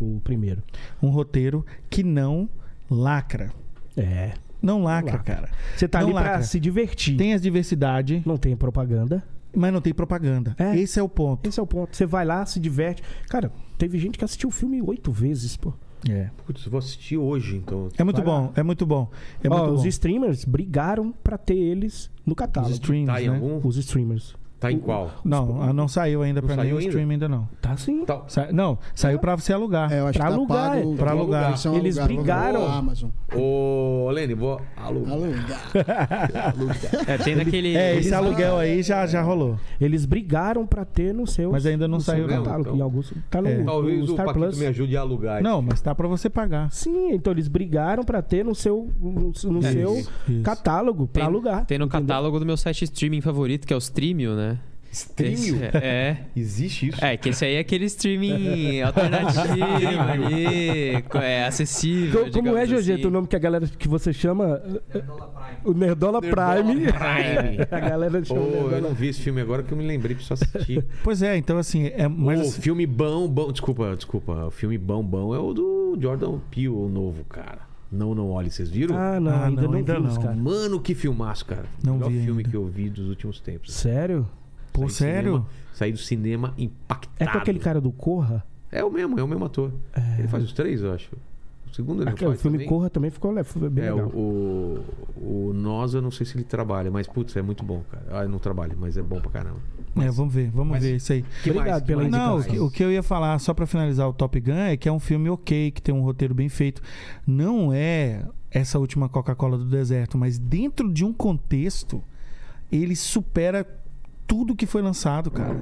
o primeiro.
Um roteiro que não lacra.
É.
Não lacra,
lacra.
cara.
Você tá
Não
ali pra
lacra.
se divertir.
Tem as diversidade,
Não tem propaganda.
mas não tem propaganda.
É.
Esse é o ponto.
Esse é o ponto. Você vai lá, se diverte. Cara, teve gente que assistiu o filme oito vezes, pô.
É,
Putz, vou assistir hoje, então.
É muito
Vai lá.
bom, é muito bom. É
Ó,
muito
os
bom.
streamers brigaram pra ter eles no
Os
catálogo. Os,
streams,
Tá em
né?
algum?
streamers.
Tá em qual?
Não, ah, não saiu ainda
Não
pra mim
saiu
o
ainda?
stream ainda não.
Tá sim.
Tá-
Sa- não, saiu pra você alugar.
É, eu acho
Pra
que tá
alugar,
pago,
é.
Pra alugar.
versão
Eles
alugada,
brigaram.
alugada, Amazon.
Ô, Lene, vou alugar.
Alugar.
É, tem naquele.
É,
eles-
esse aluguel aí já, já rolou.
Eles brigaram pra ter no seu
Mas ainda não saiu, não.
catálogo.
então.
Em alguns tá no,
É.
no
Talvez o
Star
Paquito
Plus.
me ajude a alugar.
Não, mas tá pra você pagar.
Sim, então eles brigaram pra ter no seu no, no
É Isso,
seu
isso.
catálogo pra
tem-
alugar.
Tem no
entendeu?
catálogo do meu site streaming favorito, que é o Streamio, né?
Streamio?
Esse- É.
Existe isso?
É, que esse aí é aquele streaming alternativo ali, co- é acessível.
Co- como é,
digamos
Jorge,
assim.
o nome que a galera que você chama? O Nerdola
Nerdola
Prime.
Prime.
a galera
Ô,
chama Nerdola
eu não vi esse filme agora que eu me lembrei, preciso assistir.
Pois é, então assim, é
Mas
mas assim,
filme bom, bom. Desculpa, desculpa. O filme bom, bom é o do Jordan Peele, o novo, cara. Não, não olhe, vocês viram?
Ah, tá. não,
Ah,
ainda
não,
não,
ainda
vimos,
não.
cara.
Mano, que filmaço, cara.
Não
Melhor
vi
filme
ainda.
que eu vi dos últimos tempos.
Sério?
pô,
Saí do
sério?
cinema- Saí do cinema
É
impactado.
com aquele cara do Corra?
É o mesmo, é o mesmo ator. Ele faz os três, eu acho. O segundo ele não
Aqui, ó, o
faz
filme
também.
Corra também ficou le- foi bem
É,
legal.
o, o, o Nós, eu não sei se ele trabalha, mas putz, é muito bom, cara. Ah, eu não trabalho, mas é bom pra caramba.
É, vamos ver, vamos ver isso aí.
Que
Obrigado
mais? Que
pela
mais?
Não, o
indicação.
que, o que eu ia falar, só pra finalizar o Top Gun, é que é um filme ok, que tem um roteiro bem feito. Não é essa última Coca-Cola do deserto, mas dentro de um contexto, ele supera tudo que foi lançado, cara.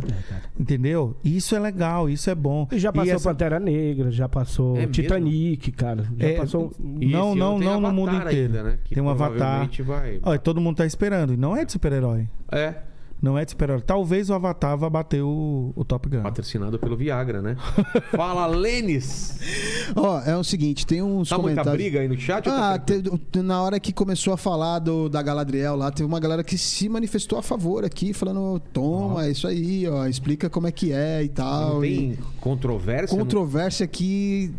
Entendeu? Isso é legal, isso é bom.
E já passou
essa-
Pantera Negra, já passou
É mesmo?
Titanic, cara. Já
É,
passou. um-
E esse
Não,
ano
não,
tem
não no mundo
Avatar
inteiro.
ainda, né? Que
Tem um Avatar.
provavelmente Vai...
Olha, todo mundo tá esperando. E não é de super-herói.
É.
Não é de super-herói. Talvez o Avatar vá bater o, o Top Gun.
Patrocinado pelo Viagra, né? Fala, Lênis!
Ó, é o seguinte, tem uns
Tá muita
comentários...
briga aí no chat? ou tá
Ah, teve- na hora que começou a falar do, da Galadriel lá, teve uma galera que se manifestou a favor aqui, falando, toma, é isso aí, ó, explica como é que é e tal.
Não
E
tem controvérsia? Não-
controvérsia que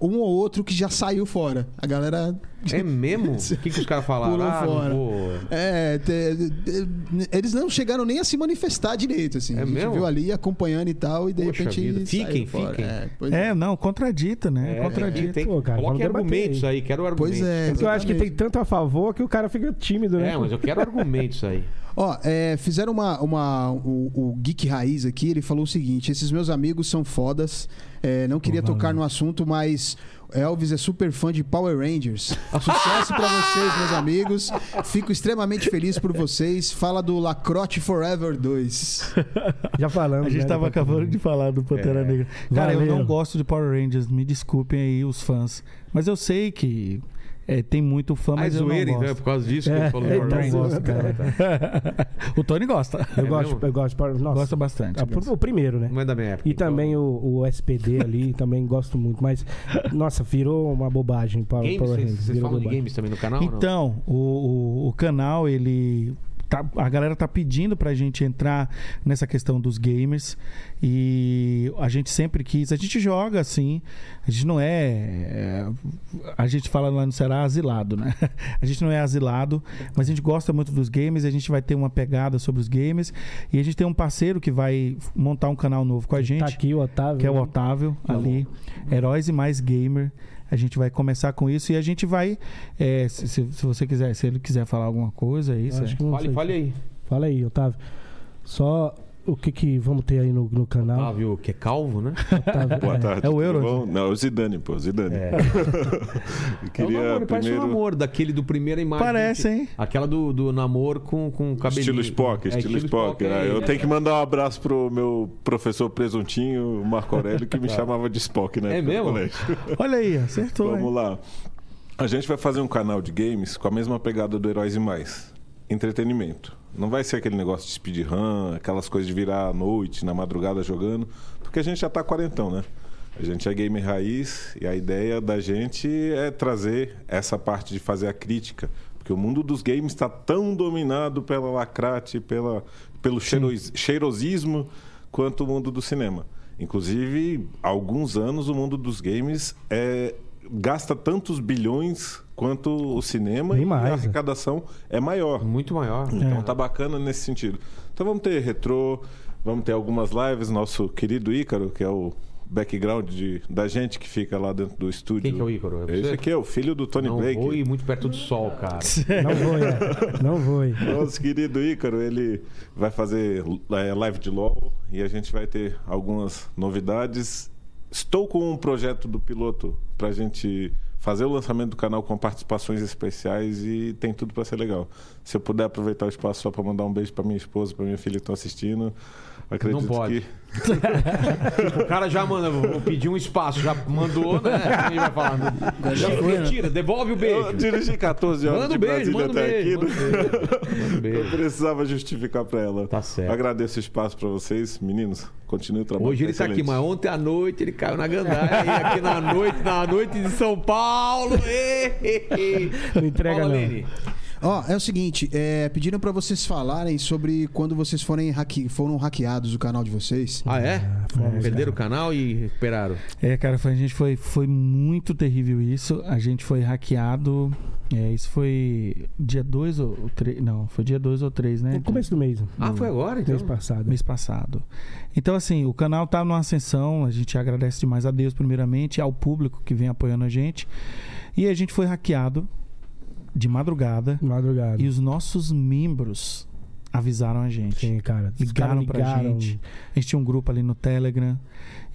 um ou outro que já saiu fora. A galera
É mesmo? O que, que os caras falaram?
pulou
Ah, não
fora.
vou-
É, te- te- eles não chegaram nem a se manifestar direito, assim.
É
a gente
mesmo?
viu ali acompanhando e tal, e de
Poxa
repente.
vida.
saiu
Fiquem,
fora.
fiquem.
É, pois é.
É, não, contradita, né?
É, tem que-
contradita.
tem que-
Pô, cara,
Coloquem
vamos debater
argumentos aí, quero argumentos.
Pois é.
É que eu acho que tem
exatamente.
tanto a favor que o cara fica tímido, né?
É, mas eu quero argumentos aí.
Ó, é, fizeram uma. uma o, o Geek Raiz aqui, ele falou o seguinte: esses meus amigos são fodas. É, não queria tocar no assunto, mas Elvis é super fã de Power Rangers. Sucesso pra vocês, meus amigos. Fico extremamente feliz por vocês. Fala do Lacrote Forever 2.
Já falamos.
A gente
né,
tava
depois-
acabando de falar do
É.
Pantera Negra. Cara, eu
Valeu.
não gosto de Power Rangers, me desculpem aí os fãs. Mas eu sei que é, tem muito
Ah,
fã,
é
mas eu
zoeira,
não
então, é
gosto.
por causa disso que
É,
ele falou do
é,
Power Rangers?
então, zoeira,
Ah, tá.
o Tony gosta.
Eu
É
gosto,
mesmo?
eu gosto. para- Nossa,
Gosta bastante.
Ah, por- o primeiro, né?
Não é da minha época.
E
então.
também o, o SPD ali, também gosto muito. Mas, nossa, virou uma bobagem para o
Games,
Power
vocês,
Rangers.
vocês
virou
falam de
bobagem.
games também no canal? ou não?
Então, o, o- o canal, ele. tá- a galera tá pedindo pra gente entrar nessa questão dos gamers. E a gente sempre quis. A gente joga assim. A gente não é. é, a gente fala lá no Será asilado, né? A gente não é asilado, mas a gente gosta muito dos games. e A gente vai ter uma pegada sobre os games. E a gente tem um parceiro que vai montar um canal novo com a gente
Tá aqui o Otávio.
que é o
né?
Otávio ali. Heróis e mais gamer. A gente vai começar com isso e a gente vai. é, se, se- se você quiser, se ele quiser falar alguma coisa, aí
Eu
isso. é.
acho que não
Fale,
sei.
fale aí.
Fala aí, Otávio. Só o que, que vamos ter aí no, no
Ah,
canal.
viu? Que é calvo, né?
Otávio.
Boa tarde.
É o
tudo
Euro,
bom? Não, é o Zidane, pô, Zidane. Eu
É um namoro,
queria
ele É. parece um
primeiro
namoro, daquele do primeiro imagem.
Parece,
que-
hein?
Aquela do, do namoro com, com cabelinho.
estilo Spock,
É,
estilo Spock. né? Eu
é.
tenho que mandar um abraço pro meu professor presuntinho, Marco Aurélio, que me chamava de Spock, né?
Tá. É mesmo?
Olha aí, acertou.
Vamos
hein?
lá. A gente vai fazer um canal de games com a mesma pegada do Heróis e Mais. Entretenimento. Não vai ser aquele negócio de speedrun, aquelas coisas de virar à noite, na madrugada jogando, porque a gente já tá quarentão, né? A gente é gamer raiz e a ideia da gente é trazer essa parte de fazer a crítica. Porque o mundo dos games está tão dominado pela lacrate, pela, pelo cheiros- cheirosismo, quanto o mundo do cinema. Inclusive, há alguns anos o mundo dos games é, gasta tantos bilhões quanto o cinema
Bem
e
mais,
a
né?
arrecadação é maior.
Muito maior.
É.
Então tá bacana nesse sentido. Então vamos ter retrô, vamos ter algumas lives, nosso querido Ícaro, que é o background de- da gente que fica lá dentro do estúdio.
Quem que é o Ícaro? É você?
Esse aqui é o filho do Tony
Não
Blake.
vou ir muito perto do sol, cara.
Não vou, é. Não vou. é.
Nosso querido Ícaro, ele vai fazer é, live de LOL e a gente vai ter algumas novidades. Estou com um projeto do piloto para a gente fazer o lançamento do canal com participações especiais e tem tudo para ser legal. Se eu puder aproveitar o espaço só para mandar um beijo para minha esposa, para minha filha que estão assistindo, acredito
pode.
que
O cara já manda, vou pedir um espaço, já mandou, né? Ele vai falar. não. Já
foi, né?
Retira, devolve o
eu
beijo.
dirigi 14 horas
Manda um
de
beijo,
Brasília
manda um
até
beijo.
aqui. né?
Manda um
Eu
beijo.
precisava justificar para ela.
Tá certo.
Agradeço o espaço para vocês, meninos. Continue o trabalho.
Hoje ele tá aqui,
excelente.
mas ontem à noite ele caiu na gandaia. e aqui na noite, na noite de São Paulo. ei, ei, ei.
Não entrega,
Fala,
não.
Lene.
Ó, é o seguinte, é, pediram pra vocês falarem sobre quando vocês forem hacke- foram hackeados o canal de vocês.
Ah, é? Perderam o canal e recuperaram.
É, cara, foi, a gente foi, foi muito terrível isso. A gente foi hackeado. é, isso foi dia 2 ou 3. Não, foi dia 2 ou 3, né?
No começo do mês.
Ah, foi agora, então?
Mês passado.
mês passado. Então, assim, o canal tá numa ascensão, a gente agradece demais a Deus, primeiramente, ao público que vem apoiando a gente. E a gente foi hackeado de madrugada
Madrugada.
e os nossos membros avisaram a gente.
Sim, cara. Os
Ligaram,
caras
pra gente. A gente tinha um grupo ali no Telegram.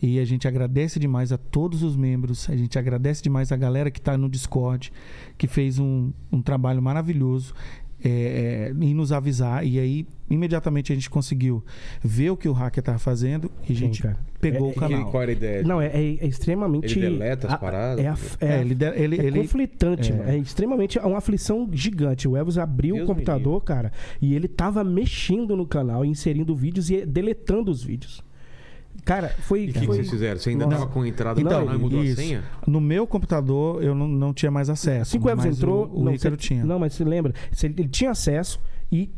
E a gente agradece demais a todos os membros. A gente agradece demais a galera que tá no Discord, que fez um, um trabalho maravilhoso. é, é, e nos avisar. E aí, imediatamente, a gente conseguiu ver o que o hacker estava fazendo e a
Sim,
gente
cara.
pegou
É-
o canal.
Que- Qual era a ideia?
Não, é, é- é extremamente.
Ele deleta as
a-
paradas?
É, a- é
É,
a-
ele, de- ele,
é
ele-
conflitante,
é.
mano. é. extremamente é uma aflição gigante. O Elvis abriu
Deus
o computador, cara, e ele tava mexendo no canal, inserindo vídeos e deletando os vídeos. Cara, foi.
E o que, que
foi-
vocês fizeram? Você ainda
Nossa.
estava com a entrada
Então,
do canal e mudou
isso.
a senha?
No meu computador, eu não, não tinha mais acesso.
Assim que o Elvis
mas
entrou,
O, o Ícaro
você-
tinha.
Não, mas você lembra? Você- Ele tinha acesso e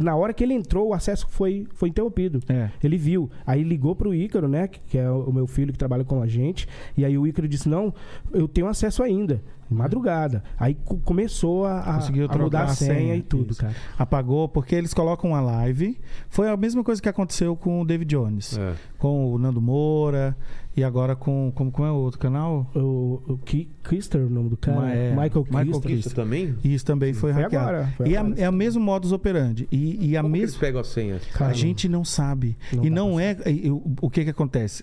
na hora que ele entrou, o acesso foi, foi interrompido.
É.
Ele viu. Aí ligou pro Ícaro, né? Que que é o meu filho que trabalha com a gente. E aí o Ícaro disse: Não, eu tenho acesso ainda. Madrugada. Aí co- começou a, a,
Conseguiu
a mudar
trocar
a senha, e tudo,
isso.
cara.
Apagou, porque eles colocam uma live. Foi a mesma coisa que aconteceu com o David Jones,
É.
com o Nando Moura e agora com. Como, como é o outro canal?
O, o Ki- Kister, o nome do cara?
Ma- é,
Michael
Michael
Kister.
Kister.
Isso também?
Isso também foi,
foi
hackeado.
agora, foi
e
agora.
é, é o mesmo modus operandi. E, e a
Como que eles
mesma.
pegam a senha?
a gente não sabe.
Não
e
dá
não é. e o- o que que acontece?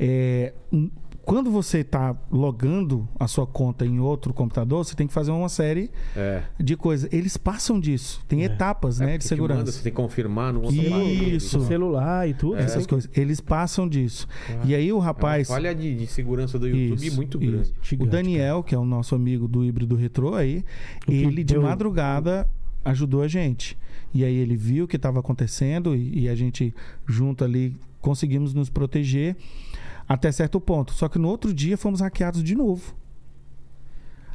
É, n- quando você está logando a sua conta em outro computador, você tem que fazer uma série
É.
de coisas. Eles passam disso. Tem etapas
É
né,
porque
de
te
segurança.
manda, você tem que confirmar no outro lado.
Isso. É.
O celular e tudo.
Essas coisas. Eles passam disso. E aí
É
o rapaz.
Olha de, de segurança do YouTube
Isso,
muito
isso.
grande.
O
Gigante,
Daniel, que é o nosso amigo do híbrido retrô aí, ele de
deu-
madrugada ajudou a gente. E aí ele viu o que estava acontecendo e, e a gente junto ali conseguimos nos proteger até certo ponto. Só que no outro dia fomos hackeados de novo.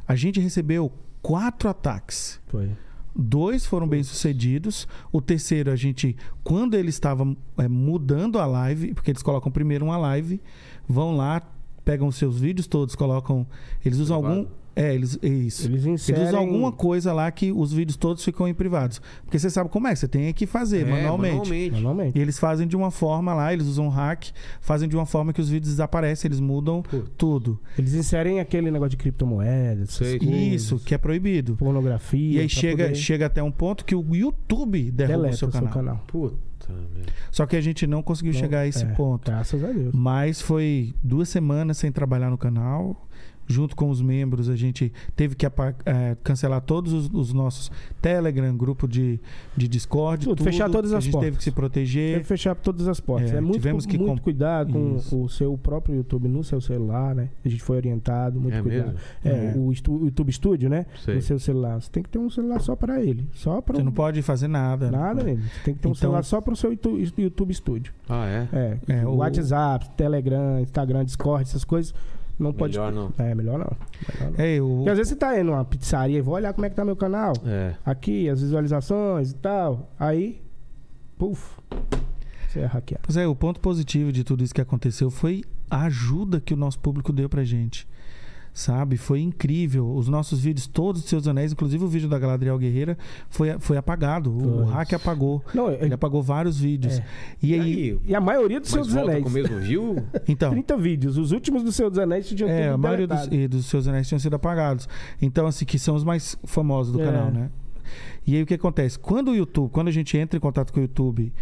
A gente recebeu quatro ataques.
Foi.
Dois foram bem sucedidos. O terceiro, a gente, quando ele estava é, mudando a live, porque eles colocam primeiro uma live, vão lá, pegam os seus vídeos todos, colocam. Eles usam
Privado.
algum. É, eles. é Isso.
Eles inserem-
usam alguma coisa lá que os vídeos todos ficam em privados. Porque você sabe como é, você tem que fazer
É,
manualmente.
Normalmente.
E eles fazem de uma forma lá, eles usam hack, fazem de uma forma que os vídeos desaparecem, eles mudam tudo.
Eles inserem aquele negócio de criptomoedas, essas
Sei.
coisas,
Isso, que é proibido.
pornografia.
E aí
pra
chega,
poder-
chega até um ponto que o YouTube derruba
deleta
o seu canal.
Puta merda.
Só que a gente não conseguiu
Não,
chegar a esse
é,
ponto.
Graças a Deus.
Mas foi duas semanas sem trabalhar no canal. Junto com os membros, a gente teve que apa- eh, cancelar todos os, os nossos Telegram, grupo de, de Discord.
Tudo, fechar todas
a
as
gente
portas.
teve que se
Tem que
proteger.
fechar todas as portas.
É,
É, muito,
tivemos que
muito
comp-
cuidado com
Isso.
o seu próprio YouTube no seu celular, né? A gente foi orientado, muito
É
cuidado.
mesmo?
É,
É.
O, estu- o YouTube Studio, né?
Sei.
No seu celular. Você tem que ter um celular só para ele. Só para
Você não pode fazer nada.
nada
né?
mesmo. Você tem que ter um
Então-
celular só para o seu Itu- YouTube Studio.
Ah, é?
É,
É, o-
WhatsApp, Telegram, Instagram, Discord, essas coisas. Não pode.
Melhor não.
É, melhor não. Melhor não.
É, o,
Porque às vezes você tá aí numa pizzaria e vou olhar como é que tá meu canal.
É.
Aqui, as visualizações e tal. Aí, puf, você é hackeado.
Pois é, o ponto positivo de tudo isso que aconteceu foi a ajuda que o nosso público deu pra gente. Sabe? Foi incrível. Os nossos vídeos, todos os seus anéis, inclusive o vídeo da Galadriel Guerreira, foi, foi apagado. O
Foi.
hack apagou.
Não,
Ele
e,
apagou vários vídeos.
É.
E
E
aí.
aí?
e a maioria dos
Mas
seus
volta
anéis.
com o mesmo view?
Então.
30 vídeos. Os últimos do Senhor dos Anéis tinham
É,
tudo
a maioria dos,
deletado.
e dos seus anéis tinham sido apagados. Então, assim, que são os mais famosos do
É.
canal, né? E aí o que acontece? Quando o YouTube, quando a gente entra em contato com o YouTube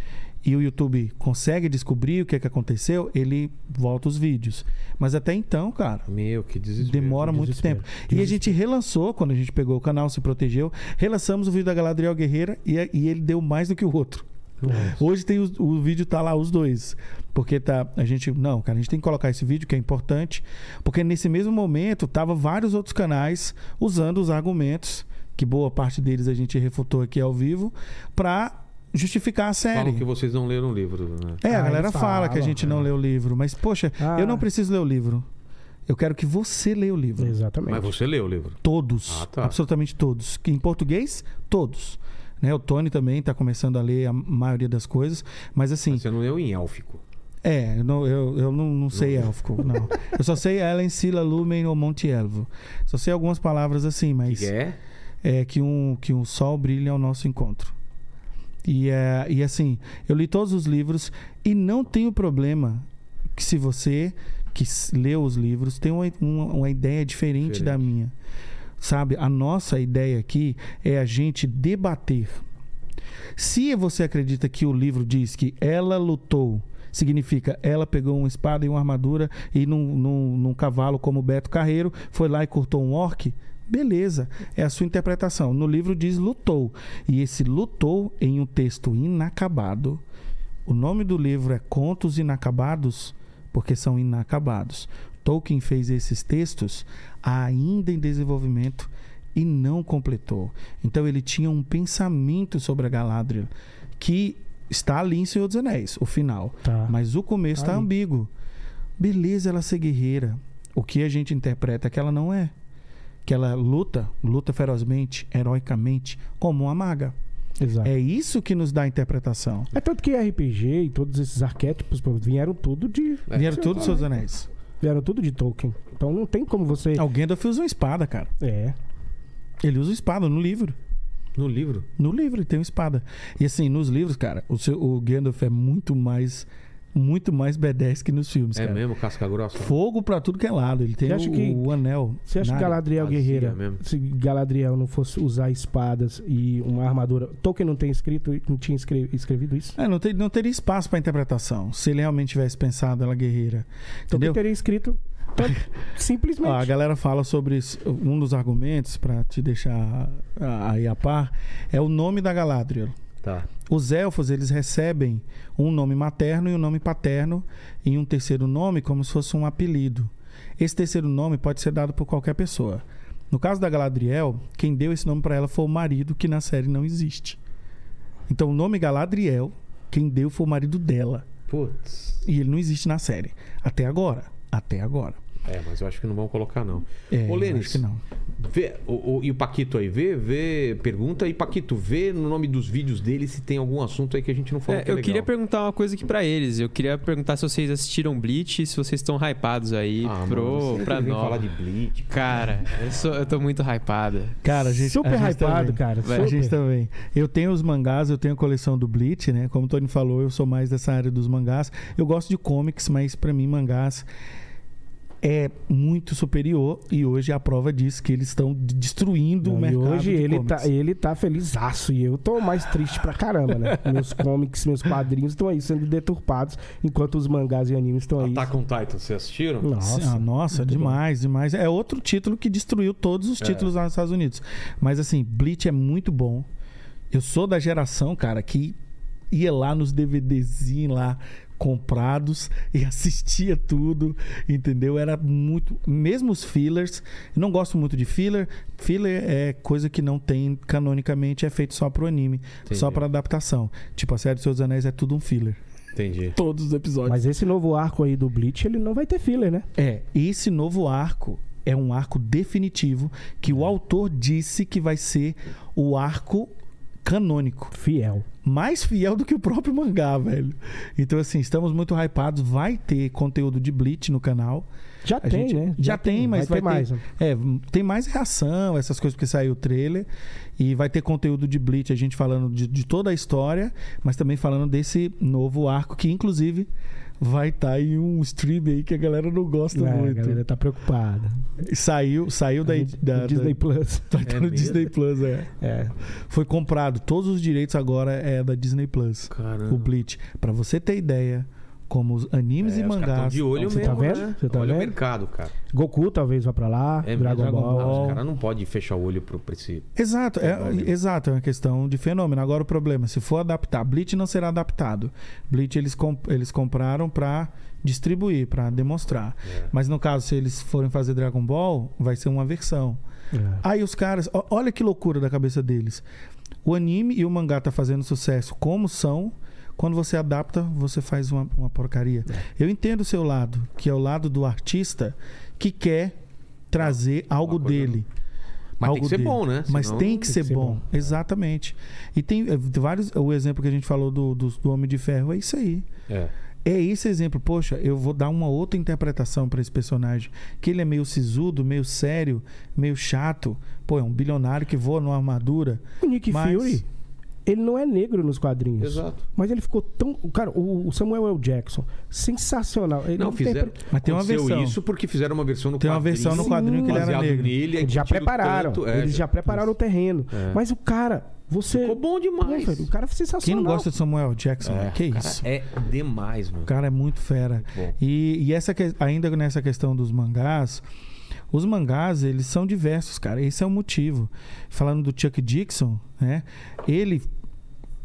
e o YouTube consegue descobrir o que, é que aconteceu, ele volta os vídeos. Mas até então, cara,
Meu, que desespero.
demora muito
desespero.
tempo. E a gente relançou, quando a gente pegou o canal, se protegeu, relançamos o vídeo da Galadriel Guerreira e, e ele deu mais do que o outro. Hoje tem os- o vídeo tá lá os dois. Porque tá, a gente, não, cara, a gente tem que colocar esse vídeo que é importante, porque nesse mesmo momento tava vários outros canais usando os argumentos que boa parte deles a gente refutou aqui ao vivo pra justificar a série.
Falam que vocês não leram o livro. Né?
É, a
Ah,
galera
eles
fala que a
falam,
gente
é.
não lê o livro, mas poxa,
Ah.
eu não preciso ler o livro. Eu quero que você leia o livro.
Exatamente.
Mas você leu o livro.
Todos.
Ah, tá.
Absolutamente todos. Que Em português, todos. Né, o Tony também está começando a ler a maioria das coisas. Mas assim.
Você não leu em élfico.
É, eu não, eu, eu não, não sei élfico, não. Eu só sei Ellen, Sila, Lumen ou Monte Elvo. Só sei algumas palavras assim, mas
Que é?
é que um, que um sol brilha ao nosso encontro. E, é, e assim, eu li todos os livros e não tenho problema que se você que s- leu os livros tem uma, uma, uma ideia diferente, da minha. Sabe, a nossa ideia aqui é a gente debater. Se você acredita que o livro diz que ela lutou, significa ela pegou uma espada e uma armadura e num, num, num cavalo como Beto Carreiro, foi lá e cortou um orc, Beleza, é a sua interpretação. No livro diz lutou. E esse lutou em um texto inacabado. O nome do livro é Contos Inacabados, porque são inacabados. Tolkien fez esses textos ainda em desenvolvimento e não completou. Então ele tinha um pensamento sobre a Galadriel que está ali em Senhor dos Anéis, o final.
Tá.
Mas o começo está
Aí.
ambíguo. Beleza ela ser guerreira. O que a gente interpreta é que ela não é. Que ela luta, luta ferozmente, heroicamente, como uma maga.
Exato.
É isso que nos dá a interpretação.
É tanto que RPG e todos esses arquétipos pô, vieram tudo de.
É.
É. Vieram todos os Senhor dos Anéis.
Vieram tudo de Tolkien. Então não tem como você.
Ah, O Gandalf usa uma espada, cara.
É.
Ele usa uma espada no livro.
No livro?
No livro ele tem uma espada. E assim, nos livros, cara, o, seu, o Gandalf é muito mais muito mais B10 que nos filmes,
É
cara.
mesmo, casca grossa?
Fogo pra tudo que é lado. Ele tem
Você acha
o,
que-
o anel.
Você acha
na-
que Galadriel
vazia
guerreira,
mesmo.
se Galadriel não fosse usar espadas e uma armadura. Tolkien não tem escrito, não tinha escre- escrevido isso?
É, não, ter- não teria espaço pra interpretação se ele realmente tivesse pensado ela guerreira.
Tolkien
Entendeu?
teria escrito pra- simplesmente.
Ó, a galera fala sobre isso. um dos argumentos pra te deixar ah, aí a par é o nome da Galadriel.
Tá.
Os elfos, eles recebem um nome materno e um nome paterno e um terceiro nome como se fosse um apelido. Esse terceiro nome pode ser dado por qualquer pessoa. No caso da Galadriel, quem deu esse nome para ela foi o marido que na série não existe. Então o nome Galadriel, quem deu foi o marido dela
Putz.
e ele não existe na série até agora, até agora.
É, mas eu acho que não vão colocar, não.
É,
Ô,
eu
Lênis,
acho que não.
Vê, o, o- e o Paquito aí, vê, vê, pergunta. E Paquito, vê no nome dos vídeos dele se tem algum assunto aí que a gente não falou.
É,
que é
eu
legal.
queria perguntar uma coisa aqui pra eles. Eu queria perguntar se vocês assistiram Bleach e se vocês estão hypados aí
Ah, mano,
pro,
sempre
pra
vem
nova.
falar de Bleach.
Cara, eu, sou- eu tô muito hypado.
Cara, a gente
super
a gente tá
hypado,
também.
cara.
Vai,
super.
A gente também. Eu tenho os mangás, eu tenho a coleção do Bleach, né? Como o Tony falou, eu sou mais dessa área dos mangás. Eu gosto de comics, mas pra mim mangás é muito superior e hoje a prova diz que eles estão d- destruindo
Não,
o
e
mercado. de
hoje ele
comics.
tá, ele tá felizaço e eu tô mais triste pra caramba, né? Meus comics, meus quadrinhos estão aí sendo deturpados, enquanto os mangás e animes estão aí.
Attack on Titan, vocês assistiram?
Nossa,
Nossa.
Ah, nossa demais, demais. É outro título que destruiu todos os títulos lá nos Estados Unidos. Mas assim, Bleach é muito bom. Eu sou da geração, cara, que ia lá nos DVDzinhos lá comprados e assistia tudo, entendeu? Era muito, mesmo os fillers. eu Não gosto muito de filler. Filler é coisa que não tem canonicamente, é feito só pro anime, só
Entendi.
pra adaptação. Tipo a série dos Seus Anéis é tudo um filler.
Entendi.
Todos os episódios.
Mas esse novo arco aí do Bleach, ele não vai ter filler, né?
É, esse novo arco é um arco definitivo que o autor disse que vai ser o arco canônico,
Fiel.
mais fiel do que o próprio mangá, velho. Então assim, estamos muito hypados, vai ter conteúdo de Bleach no canal.
Já
A
tem,
gente-
né?
Já tem, mas vai, ter,
mais. né?
É, tem mais reação, essas coisas, porque saiu o trailer. E vai ter conteúdo de Bleach, a gente falando de, de toda a história, mas também falando desse novo arco, que inclusive vai estar em um stream aí que a galera não gosta
É, a
muito.
galera tá preocupada.
Saiu, saiu da,
No-
da-
no É, Disney
da-
Plus.
tá- tá
É
no
mesmo?
Disney Plus, é.
É.
Foi comprado. Todos os direitos agora é da Disney Plus.
Caramba.
O Bleach. Pra você ter ideia, como os animes
Ah. É,
e
os caras tão
mangás.
de olho
Você
mesmo,
tá vendo?
né?
Você tá
Olha o
vendo?
mercado, cara.
Goku talvez vá pra lá,
É,
Dragon,
Dragon
Ball.
Os caras não podem fechar o olho pro, pra esse...
Exato, é,
Legal mesmo.
exato, é uma questão de fenômeno. Agora o problema, se for adaptar, Bleach não será adaptado. Bleach eles, comp- eles compraram pra distribuir, pra demonstrar.
É.
Mas no caso, se eles forem fazer Dragon Ball, vai ser uma versão.
É.
Aí os caras, ó- olha que loucura da cabeça deles. O anime e o mangá tá fazendo sucesso como são. Quando você adapta, você faz uma, uma porcaria.
É.
Eu entendo o seu lado, que é o lado do artista que quer trazer algo
coisa-
dele.
Mas tem
Algo
que ser
dele.
bom, né?
Mas
Senão-
tem que ser,
ser
bom.
bom.
Exatamente. E tem eh, vários. O exemplo que a gente falou do, do, do Homem de Ferro é isso aí.
É.
É esse exemplo, poxa, eu vou dar uma outra interpretação pra esse personagem. Que ele é meio sisudo, meio sério, meio chato. Pô, é um bilionário que voa numa armadura.
O Nick
Mas-
Fury, ele não é negro nos quadrinhos.
Exato.
Mas ele ficou tão. Cara, o Samuel L. Jackson, sensacional. Ele
Não, fizeram...
interpre-
Mas tem uma
aconteceu
versão.
isso porque fizeram uma versão no
Tem uma versão no
quadrinho,
quadrinho que ele era
baseado
negro.
nele, aí
Eles já
curtiram
prepararam.
é tanto, é,
eles já prepararam o terreno.
É.
Mas o cara, você.
Ficou bom demais.
Pô, velho, o cara é sensacional.
Quem não gosta de Samuel Jackson? né? que
cara,
isso?
É demais,
O
mano.
cara é muito fera.
bom.
E, e essa que- ainda nessa questão dos mangás, Os mangás, eles são diversos, cara. Esse é o motivo. Falando do Chuck Dixon, né? Ele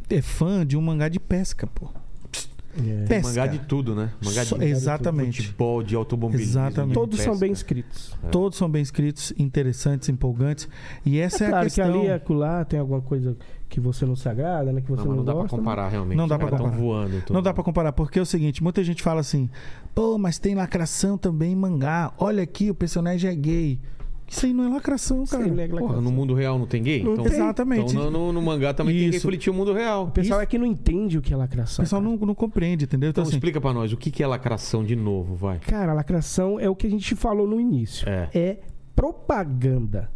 é fã de um mangá de pesca, pô.
É.
Pesca.
Mangá de tudo, né? Mangá de
Só- exatamente.
futebol, de automobilismo.
Exatamente.
de
Todos são
pesca.
bem escritos.
Todos são bem escritos, interessantes, empolgantes. E essa é, a
claro que
questão.
ali e acolá tem alguma coisa que você não se agrada, né? Que você
Não,
não,
mas
né?
não dá pra
gosta.
comparar realmente.
Não dá
Os
pra
caras tão
comparar.
voando. tudo.
Não dá pra comparar, porque é o seguinte, muita gente fala assim: "Pô, mas tem lacração também em mangá. Olha aqui, o personagem é gay". Isso aí não é lacração,
Isso
cara.
aí não é lacração.
Porra, no mundo real não tem gay?
Não tem.
Exatamente.
Então no, no- no mangá também tem que
Isso.
refletir o mundo real.
O pessoal é que não entende o que é lacração.
o pessoal
cara.
não, não compreende, entendeu? Então,
Então
assim,
explica pra nós, o que que é lacração de novo, vai?
Cara, lacração é o que a gente falou no início.
É.
propaganda.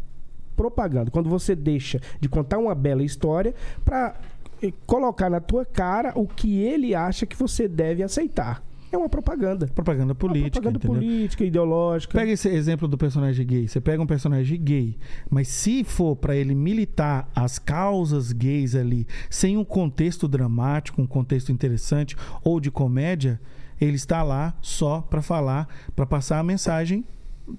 Propaganda. Quando você deixa de contar uma bela história pra eh, colocar na tua cara o que ele acha que você deve aceitar. É uma propaganda.
propaganda
Uma
política,
propaganda
entendeu?
política, ideológica.
Pega esse exemplo do personagem gay. Você pega um personagem gay, mas se for pra ele militar as causas gays ali, sem um contexto dramático, um contexto interessante ou de comédia, ele está lá só pra falar, pra passar a mensagem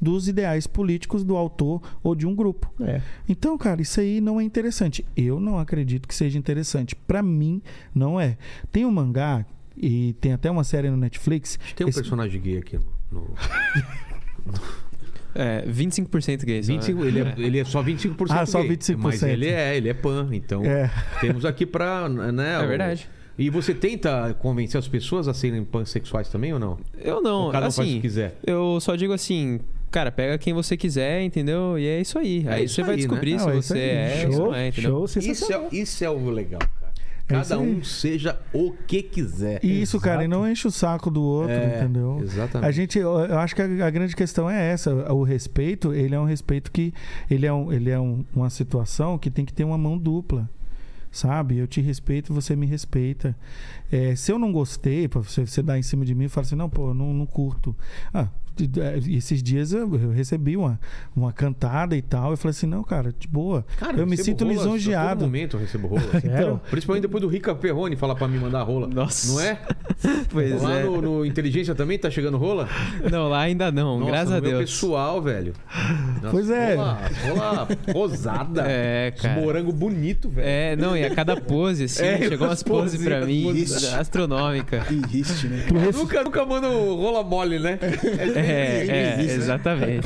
dos ideais políticos do autor ou de um grupo.
É.
Então, cara, isso aí não é interessante. Eu não acredito que seja interessante. Pra mim, não é. Tem um mangá e tem até uma série no Netflix.
Tem um
Esse-
personagem gay aqui no... no-
É, 25% gay. só, né?
25, ele, é, ele é só 25%
Ah, só
gay,
25%.
Mas ele é, ele é pan, então
É.
temos aqui pra... Né,
É
o-
verdade.
E você tenta convencer as pessoas a serem pansexuais também ou não?
Eu não,
Ou cada um
assim,
faz o que quiser.
Eu só digo assim, cara, pega quem você quiser, entendeu? E é isso aí.
É
aí
isso
você vai
aí, né?
descobrir se
Não, é isso
você
aí.
é, se
Show,
não é, entendeu?
show,
Isso
sensacional.
é, isso é o legal, cara.
isso
Cada
aí.
um seja o que quiser.
E Isso, cara, e não enche o saco do outro,
É,
entendeu?
Exatamente.
A gente, eu, eu acho que a, a grande questão é essa. O respeito, ele é um respeito que. Ele é, um, ele é um- uma situação que tem que ter uma mão dupla. Sabe? Eu te respeito, você me respeita. É, se eu não gostei, pô, você, você dá em cima de mim e fala assim, não, pô, eu não, não curto. Ah, de- de- esses dias eu, eu recebi uma, uma cantada e tal. Eu falei assim, não, cara, de boa.
Cara,
eu me
recebo
sinto
rolas, A todo
lisonjeado.
momento eu recebo rola. Então,
Sério?
Principalmente depois do Rica Perrone falar pra mim mandar rola.
Nossa.
Não é?
Pois
Lá
é.
no, no Inteligência também tá chegando rola?
Não, lá ainda não,
Nossa,
graças
no
a
meu
Deus.
pessoal, velho. Nossa,
Pois é.
Rola, rola rosada.
É,
Os
cara.
morango bonito, velho.
É, não, e a cada pose, assim,
É,
chegou
umas
umas poses
poses,
pra
umas
mim,
poses.
astronômica.
Ih, riste, né?
É.
Nunca, nunca manda rola mole, né?
É, é, exatamente.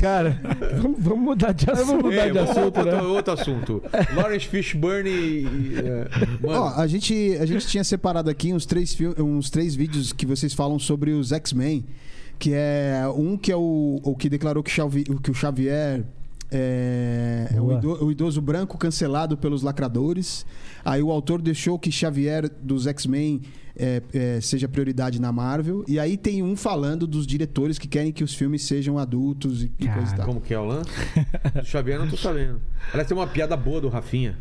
Cara, vamos, vamos mudar de assunto. né? Vamos
É, vamos botar outro assunto. Lawrence Fishburne e. e, é, mano,
Ó, a gente, a gente tinha separado aqui uns três, fil- uns três vídeos que vocês falam sobre os X-Men. Que é um que é o, o que declarou que, Xavi- o que o Xavier é, é o,
Boa.
ido- o idoso, branco cancelado pelos lacradores. Aí o autor deixou que Xavier dos X-Men é, é, seja prioridade na Marvel. E aí tem um falando dos diretores que querem que os filmes sejam adultos e, e coisa e tal.
Como que é o lance? Do Xavier eu não tô sabendo. Aliás, tem uma piada boa do Rafinha.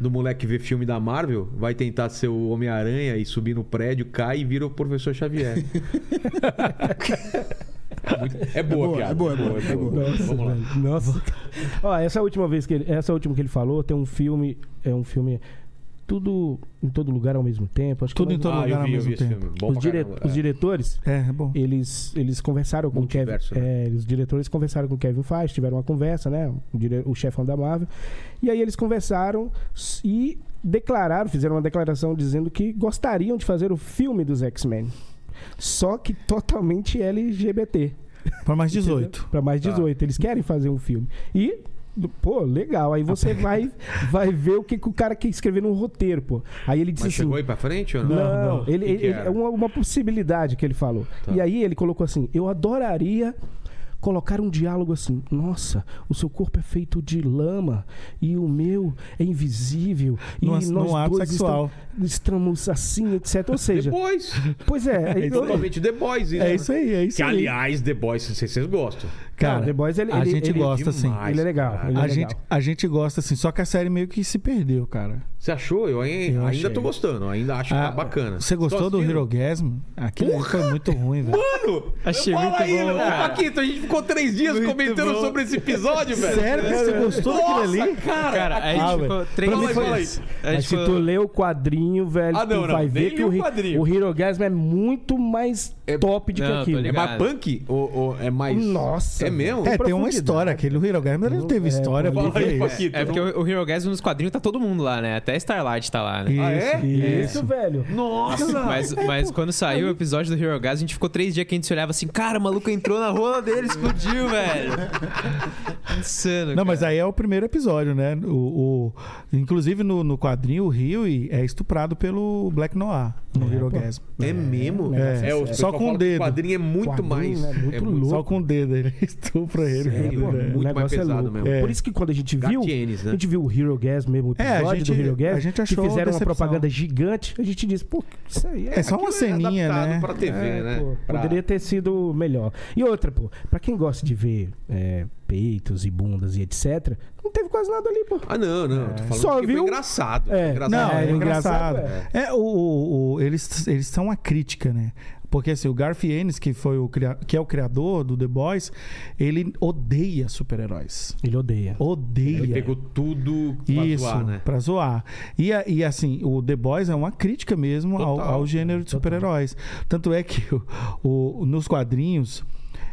Do moleque que vê filme da Marvel, vai tentar ser o Homem-Aranha e subir no prédio, cai e vira o professor Xavier. Muito- é, boa, a
boa,
piada.
é boa, é boa, é boa.
Nossa,
Vamos lá.
velho. Nossa. Ó, essa é última vez que ele, essa última que ele falou, tem um filme, é um filme tudo em todo lugar ao mesmo tempo, acho que
Tudo
mais
em todo
Ah, eu
lugar ao
vi, eu vi
mesmo
esse
tempo.
filme. Bom
os,
pra
dire-
caramba.
os diretores
É, é bom.
eles, eles conversaram com o Kevin.
Multiverso, né?
É, os diretores conversaram com o Kevin Feige, tiveram uma conversa, né? O, dire- o chefão da Marvel. E aí eles conversaram s- e declararam, fizeram uma declaração dizendo que gostariam de fazer o filme dos X-Men. Só que totalmente LGBT.
Para mais 18.
Pra mais
Tá.
18. Eles querem fazer um filme. E, pô, legal. Aí você vai, vai ver o que, que o cara quer escrever no roteiro, pô. Aí ele disse
Mas
assim.
chegou aí pra frente ou
Não,
não?
não. Ele,
Que que
ele-
era?
é uma, uma possibilidade que ele falou.
Tá.
E aí ele colocou assim: Eu adoraria colocar um diálogo assim. Nossa, o seu corpo é feito de lama e o meu é invisível. E
No
nós
ac- no ato
dois
sexual."
estam- estamos assim, etc. Ou seja,
The Boys.
pois é.
É
eu-
totalmente The Boys. né?
É isso aí, é isso
Que,
aí.
aliás, The Boys, se vocês gostam.
Cara,
Não, The Boys, ele-
a
ele-
gente
ele-
gosta, assim.
demais,
Ele é legal,
cara.
ele é
A
legal.
gente, a gente gosta, assim. Só que a série meio que se perdeu, cara.
Você achou? Eu, ai-
Eu
ainda tô
achei.
gostando, ainda acho que tá
Ah,
bacana.
Você gostou
Só
do
assistiram?
Hirogasm? Aquilo ali foi muito ruim, velho.
Mano,
Achei
fala
muito
aí,
bom,
ô,
cara.
Paquito, a gente ficou três dias comentando sobre esse episódio, velho.
Sério que você gostou daquilo
Nossa,
ali?
Cara,
Cara, a gente
Ah,
ficou
velho.
três
Fala
tipo,
aí, fala
dias. A
Mas
gente
se tu
ficou...
lê o quadrinho, velho,
Ah, não,
tu
não,
vai
nem
ver que
li
o,
o
hi-
quadrinho.
o Hirogasm é muito mais top do
Não,
que
tô
aquilo.
é
ligado.
mais punk? Ou, ou é mais.
Nossa,
É mesmo?
É, tem uma
profundidade.
história. Aquele o Hirogasmo ele não teve
É,
história.
fala
né? porque-
aí, Paquito.
É porque o, o Hero Gasm nos quadrinhos tá todo mundo lá, né? Até Starlight tá lá, né?
Isso,
Ah, é?
Isso, velho.
Nossa!
Mas, mas quando saiu o episódio do Hero Gas, a gente ficou três dias que a gente se olhava assim, cara, o maluco entrou na rola dele, explodiu, velho. Insano.
Não,
cara.
mas aí é o primeiro episódio, né? O, o- inclusive no, no quadrinho, o Rio é estuprado pelo Black Noir no
É,
Hirogasmo.
É mesmo?
É.
o
Só
pessoal
com
fala
o
que
dedo.
quadrinho é muito
Quadrinho,
mais.
né? Muito
é
louco.
Só com o dedo, ele estupra ele.
Sério,
É.
velho? muito mais
negócio
pesado mesmo.
É. Por isso que quando a gente viu,
Gatienes, né?
a gente viu o Hero Gas mesmo, o
É, a
episódio
gente-
do Hero Gas,
a gente achou
que fizeram uma
decepção.
propaganda gigante, a gente disse, pô, isso aí é...
É só uma ceninha,
adaptado
né?
pra TV,
É,
né?
pô,
Pra-
Poderia ter sido melhor. E outra, pô, pra quem gosta de ver é, peitos e bundas e etc, não teve quase nada ali, pô.
Ah, não, não. Tô falando
Só
que foi
viu-
engraçado. foi
É.
engraçado.
Não,
É,
é,
era
engraçado.
engraçado,
É, o, o- o- eles, eles são a crítica, né? Porque assim, o Garth Ennis, que, foi o, cria- que é o criador do The Boys, ele odeia super-heróis.
Ele odeia.
Odeia.
Ele pegou tudo pra
Isso,
zoar, né?
pra zoar. E, a- e assim, o The Boys é uma crítica mesmo ao,
Total.
ao gênero de super-heróis. Tanto é que o- o- nos quadrinhos,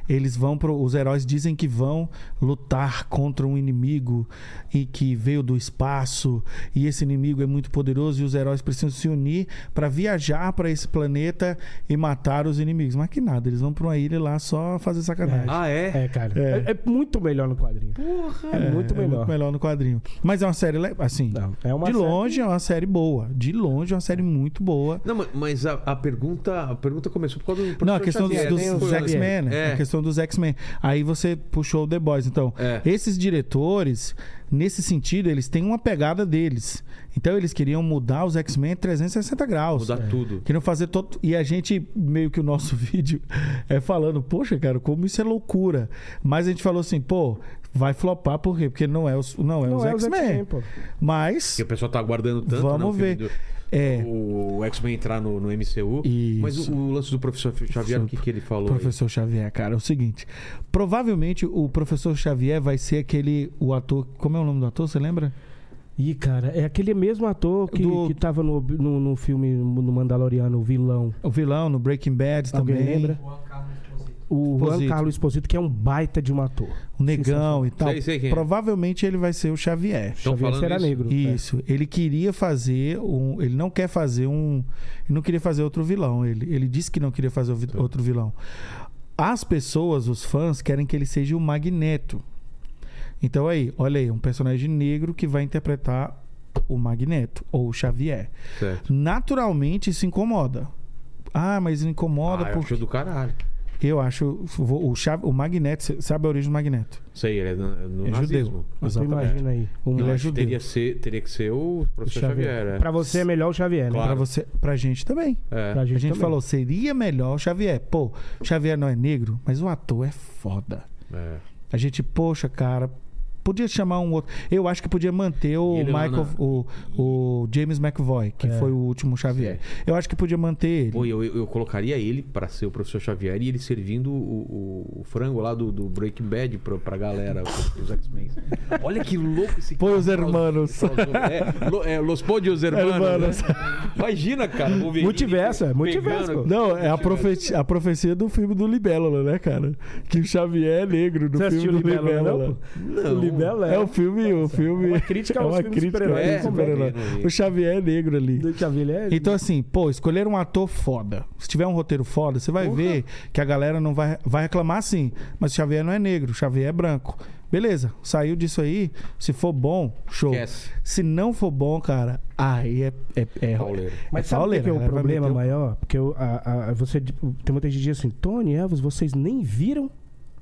eles vão pro, os heróis dizem que vão lutar contra um inimigo e que veio do espaço e esse inimigo é muito poderoso e os heróis precisam se unir para viajar para esse planeta e matar os inimigos. Mas que nada, eles vão pra uma ilha lá só fazer sacanagem.
Ah, é?
É, cara.
É.
É. é muito melhor no quadrinho. Porra! É, muito
É
melhor.
muito melhor no quadrinho. Mas é uma série, le- assim,
Não, é uma
de
série-
longe é uma série boa. De longe é uma série muito boa.
Não, ma- mas a, a pergunta, a pergunta começou por causa do
Não, a
professor
questão dos,
Xavier,
dos-
né?
dos
Foi-
X-Men. né?
É.
A questão dos X-Men. Aí você puxou o The Boys. Então,
É.
esses diretores, nesse sentido, eles têm uma pegada deles. Então, eles queriam mudar os X-Men 360 graus.
Mudar tudo.
Queriam fazer todo. E a gente, meio que o nosso vídeo é falando, poxa, cara, como isso é loucura. Mas a gente falou assim, pô, vai flopar por quê? Porque não é os, não é
Não
os
é os
X-Men.
X-Men, pô.
Mas.
Que o pessoal tá aguardando tanto. né, o
Vamos
filme
ver.
do-
É.
O, o X-Men entrar no, no MCU.
Isso.
Mas o, o lance do professor Xavier, o que, que ele falou? aí?
Professor Xavier, cara, é o seguinte. Provavelmente o professor Xavier vai ser aquele. O ator. Como é o nome do ator? Você lembra?
Ih, cara, é aquele mesmo ator que,
Do-
que tava no, no, no filme no Mandaloriano, o vilão.
O vilão no Breaking Bad
Alguém
também.
lembra? O Juan
Esposito.
Carlos Esposito, que é um baita de um ator.
O Negão e tal.
Sei, sei quem é.
Provavelmente ele vai ser o Xavier.
Estão
Xavier
falando
Serra
isso?
Negro. né?
Isso. Ele queria fazer um. Ele não quer fazer um. Ele não queria fazer outro vilão. Ele, ele disse que não queria fazer o vi- outro vilão. As pessoas, os fãs, querem que ele seja o Magneto. Então aí, olha aí, um personagem negro que vai interpretar o Magneto ou o Xavier.
Certo.
Naturalmente isso incomoda. Ah, mas incomoda
Ah, eu
porque
acho do caralho.
eu acho o, Xav- o Magneto, cê sabe a origem do Magneto?
Sei, ele é no, no
É
nazismo.
judeu.
Você Então imagina aí. Um,
Ele
Acho
é
que
judeu.
Teria, ser- teria que ser o professor
Xavier.
né?
Xavier. é.
Pra você é melhor o Xavier, né?
Claro.
Pra você, pra gente também.
É.
Pra
A gente,
também.
falou, seria melhor o Xavier. Pô, Xavier não é negro, mas o ator é foda.
É.
A gente, poxa, cara, podia chamar um outro. Eu acho que podia manter o
E ele né? lá
Michael,
na-
o, o James McVoy, que
É.
foi o último Xavier. Eu acho que podia manter ele.
Pô, eu, eu colocaria ele pra ser o professor Xavier e ele servindo o, o- o frango lá do, do Breaking Bad pra, pra galera, os, os X-Men. Olha que louco esse
Põe
cara.
os hermanos.
É, lo, é, los podios hermanos.
Hermanos.
né? Imagina, cara. o Wolverine
Multiverso, é,
pegando-
multiverso, pô.
Não, é a, profe- a profecia do filme do Libélula, né, cara? Que o Xavier é negro no
Você
filme
assistiu
do
o Libélula,
Libélula.
O Libelo é,
É o filme, o filme.
uma crítica aos
é uma
filmes
crítica
super-heróis.
ao filme
É,
super-herói.
não vi.
O Xavier é negro ali.
do Xavier. ele É...
Então, assim, pô, escolher um ator foda. Se tiver um roteiro foda, você vai ver que a galera não vai, vai reclamar assim. Mas o Xavier não é negro, o Xavier é branco. Beleza, saiu disso aí. Se for bom, show.
Esquece.
Se não for bom, cara, aí é. é, é
Pauleira.
Mas
é
sabe o que
pauleira,
que é o
galera, vai
problema
meter o-
maior? Porque eu, a- a- você, tem muita gente que diz assim, Tony, Elvis, vocês nem viram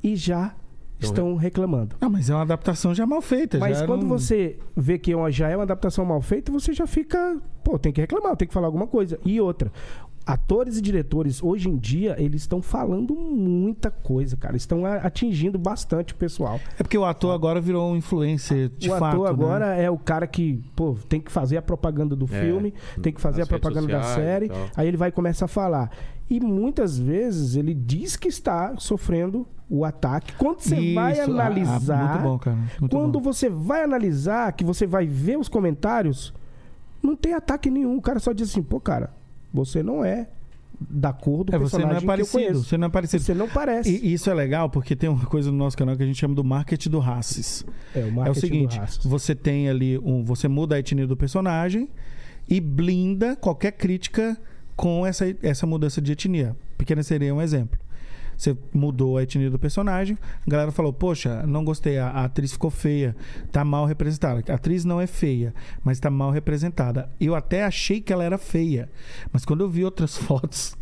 e já estão reclamando.
Não, mas é uma adaptação já mal feita.
Mas
já um
quando
não-
você vê que é uma- já é uma adaptação mal feita, você já fica. Pô, tem que reclamar, tem que falar alguma coisa. E outra. Atores e diretores, hoje em dia, eles estão falando muita coisa, cara. Estão a- atingindo bastante o pessoal.
É porque o ator agora virou um influencer de
Ah. o
fato.
ator
né?
agora é o cara que, pô, tem que fazer a propaganda do
É,
filme, tem que fazer a
nas redes
propaganda da
sociais e
série.
tal.
Aí ele vai começar a falar. E muitas vezes ele diz que está sofrendo o ataque. Quando você vai
Isso, ah,
analisar.
muito bom, cara. Muito
Quando
bom.
você vai analisar, que você vai ver os comentários, não tem ataque nenhum. O cara só diz assim, pô, cara, você não é da cor do
É, você
personagem
não é
que eu
parecido.
conheço.
Você não é parecido.
Você não parece.
E e isso é legal porque tem uma coisa no nosso canal que a gente chama do marketing do racis.
É, o
É o
marketing do
seguinte,
racismo.
você tem ali um, você muda a etnia do personagem e blinda qualquer crítica com essa, essa mudança de etnia. Pequena sereia é um exemplo. Você mudou a etnia do personagem, a galera falou: Poxa, não gostei, a, a atriz ficou feia, tá mal representada. A atriz não é feia, mas tá mal representada. Eu até achei que ela era feia, mas quando eu vi outras fotos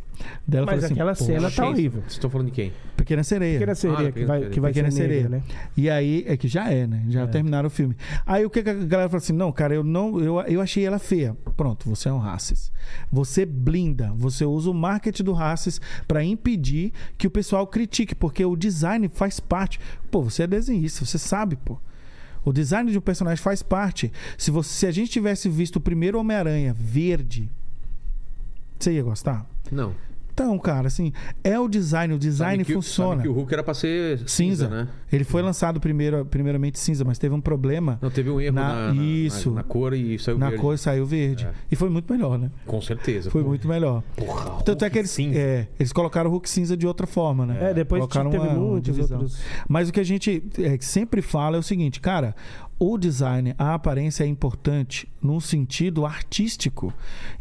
dela, eu
Mas
falei assim,
aquela
"Pô,
cena tá horrível.
Vocês estão falando de quem?
Pequena sereia.
Pequena sereia
Ah,
que vai, que vai
Pequena
ser negra,
Sereia.
né?
E aí, é que já é, né? Já terminaram o filme. Aí o que que a galera fala assim? Não, cara, eu não, eu, eu achei ela feia. Pronto, você é um racist. Você blinda, você usa o marketing do racist pra impedir que o pessoal critique, porque o design faz parte. Pô, você é desenhista, você sabe, pô. O design de um personagem faz parte. Se, você, se a gente tivesse visto o primeiro Homem-Aranha verde, você ia gostar?
Não.
Então, cara, assim, é o design, o design
Sabe que-
funciona.
sabe que o Hulk era pra ser
Cinza.
cinza, né?
Ele foi lançado primeiro, primeiramente cinza, mas teve um problema.
Não, teve um erro
Na-
na, na- na-
isso.
na, cor e saiu
Na
verde.
cor saiu verde.
É.
E foi muito melhor, né?
Com certeza.
Foi muito melhor.
Porra,
Tanto
Hulk
é que eles,
cinza.
é, eles colocaram o Hulk cinza de outra forma, né?
É, depois
colocaram
teve
uma- uma
muitos
divisão.
outros.
Mas o que a gente é, sempre fala é o seguinte, cara, o design, a aparência é importante num sentido artístico.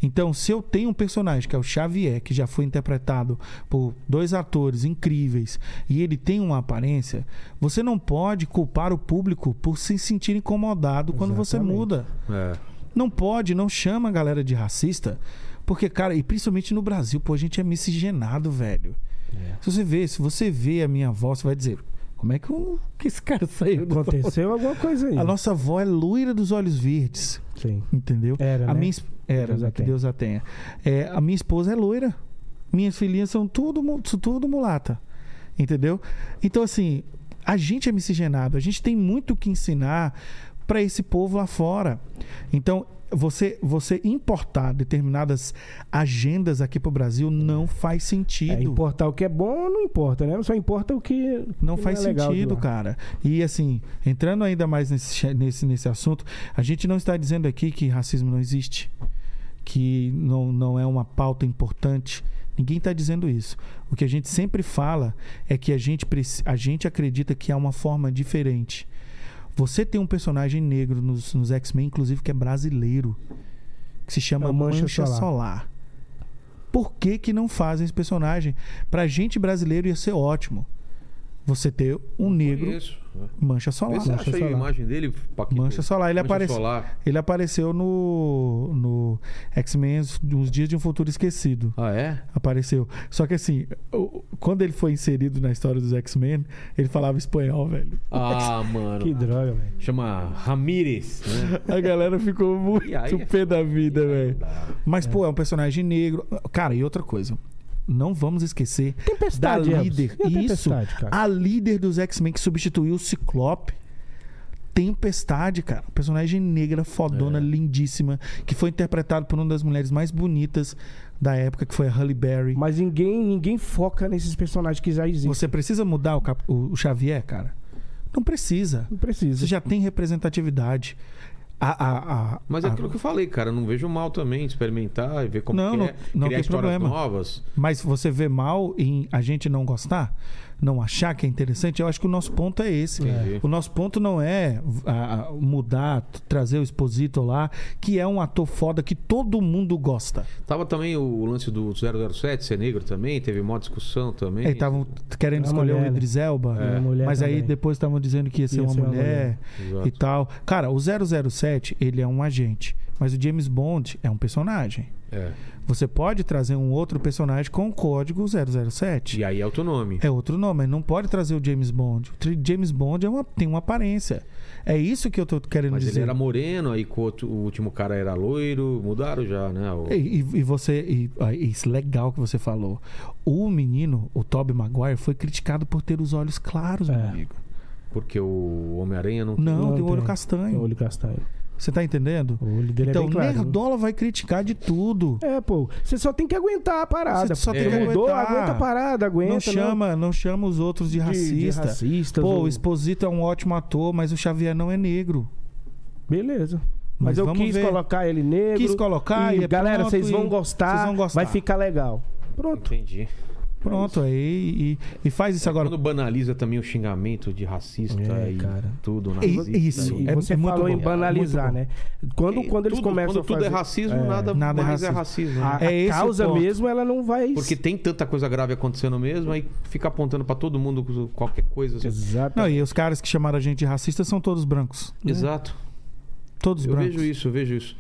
Então, se eu tenho um personagem que é o Xavier, que já foi interpretado por dois atores incríveis, e ele tem uma aparência, você não pode culpar o público por se sentir incomodado quando você
Exatamente.
muda.
É.
Não pode, não chama a galera de racista. Porque, cara, e principalmente no Brasil, pô, a gente é miscigenado, velho. Se você vê, se você vê a minha avó, você vai dizer, como é que, um- que esse cara saiu do
Aconteceu alguma coisa aí.
A nossa avó é loira dos olhos verdes,
Sim.
entendeu?
Era,
a
né?
minha es- era,
Deus
né?
a
que
tenha.
Deus a tenha. É, a minha esposa é loira. Minhas filhinhas são tudo, mu- são tudo mulata. Entendeu? Então, assim, a gente é miscigenado, a gente tem muito o que ensinar para esse povo lá fora. Então, você, você importar determinadas agendas aqui pro Brasil não faz sentido.
É, importar o que é bom não importa, né? Só importa o que
Não
que
faz
é legal de
sentido,
lá.
cara. E assim, entrando ainda mais nesse, nesse, nesse assunto, a gente não está dizendo aqui que racismo não existe, que não, não é uma pauta importante. Ninguém está dizendo isso. O que a gente sempre fala é que a gente, preci- a gente acredita que há uma forma diferente. Você tem um personagem negro nos, nos X-Men, inclusive, que é brasileiro, que se chama
É o
Mancha,
Mancha
Solar.
Solar.
Por que, que não fazem esse personagem? Pra gente brasileiro ia ser ótimo. Você ter um negro
Isso.
mancha solar.
Você acha aí a
solar.
imagem dele, Paquito?
Mancha solar. Ele,
Mancha
aparece-
solar.
ele apareceu no, no X-Men Os Dias de um Futuro Esquecido.
Ah, é?
Apareceu. Só que assim, o- quando ele foi inserido na história dos X-Men, ele falava espanhol, velho.
Ah, mano.
Que droga, velho.
Chama Ramírez, né?
A galera ficou muito
E aí é
pé da vida, velho. Mas, pô, é um personagem negro. Cara, e outra coisa. Não vamos esquecer
Tempestade,
da
Elvis.
líder.
E a
Isso.
Tempestade, cara?
A líder dos X-Men que substituiu o Ciclope. Tempestade, cara. Personagem negra, fodona,
É.
lindíssima. Que foi interpretado por uma das mulheres mais bonitas da época, que foi a Halle Berry.
Mas ninguém, ninguém foca nesses personagens que já existem.
Você precisa mudar o, cap- o- o Xavier, cara? Não precisa.
Não
Você
precisa.
já tem representatividade. A, a, a-
Mas é
a-
aquilo que eu falei, cara. Não vejo mal também experimentar e ver como
Ah, Não,
que
não-
é.
não
criar
tem
histórias
problema.
novas.
Mas você vê mal em a gente não gostar, não achar que é interessante, eu acho que o nosso ponto é esse.
Entendi.
O nosso ponto não é ah, ah, mudar, t- trazer o Exposito lá, que é um ator foda que todo mundo gosta.
Tava também o lance do 007 ser negro também. Teve mó discussão também.
Eles estavam querendo
Uma
escolher o
mulher, né?
Idris Elba,
É. Uma mulher
mas aí
também.
depois estavam dizendo que ia ser,
Ia
uma,
ser uma
mulher,
mulher.
e tal. Cara, o 007, ele é um agente, mas o James Bond é um personagem.
É.
Você pode trazer um outro personagem com o código 007.
E aí é o teu nome.
É outro nome, mas não pode trazer o James Bond. O tri- James Bond é uma- tem uma aparência. É isso que eu tô querendo
Mas
dizer.
ele era moreno, aí com o outro- o último cara era loiro. Mudaram já, né? O-
E, e- e você. E, ah, isso é legal que você falou. O menino, o Tobey Maguire, foi criticado por ter os olhos claros, meu
É.
amigo.
Porque o Homem-Aranha não...
Não,
Não
tem o olho
tem.
castanho.
Olho castanho.
Você tá entendendo?
O olho dele é
então,
bem claro.
Nerdola vai criticar de tudo.
É, pô. Você só tem que aguentar a
Você
parada.
só tem
que
Mudou,
aguentar.
aguenta a parada, É, aguenta.
não chama, não. chama os outros de
de-
racista.
de racistas,
Pô,
ou-
o Exposito é um ótimo ator, mas o Xavier não é negro.
Beleza.
Mas
Mas, eu
vamos
quis
ver.
colocar ele negro.
Quis colocar e é
galera,
pronto,
vocês
e
vão gostar.
vocês vão gostar.
Vai ficar legal. Pronto.
Entendi.
Pronto, aí. E, e faz isso agora.
É Quando banaliza também o xingamento de racista
É,
e
cara.
tudo,
E-
nazista.
isso.
e-
E
É-
você
é muito
falou em
bom. É,
banalizar,
Muito
né? Quando, quando eles
tudo,
começam
quando
a
tudo
fazer...
é racismo, nada,
Nada é
mais é
racismo.
racismo. né?
A,
É
a
esse o
causa
ponto.
mesmo, ela não vai...
Porque tem tanta coisa grave acontecendo mesmo, aí fica apontando pra todo mundo qualquer coisa. assim.
Exato.
Não, e os caras que chamaram a gente de racista são todos brancos. Né?
Exato.
Todos
Eu
né? brancos.
vejo isso, eu vejo isso.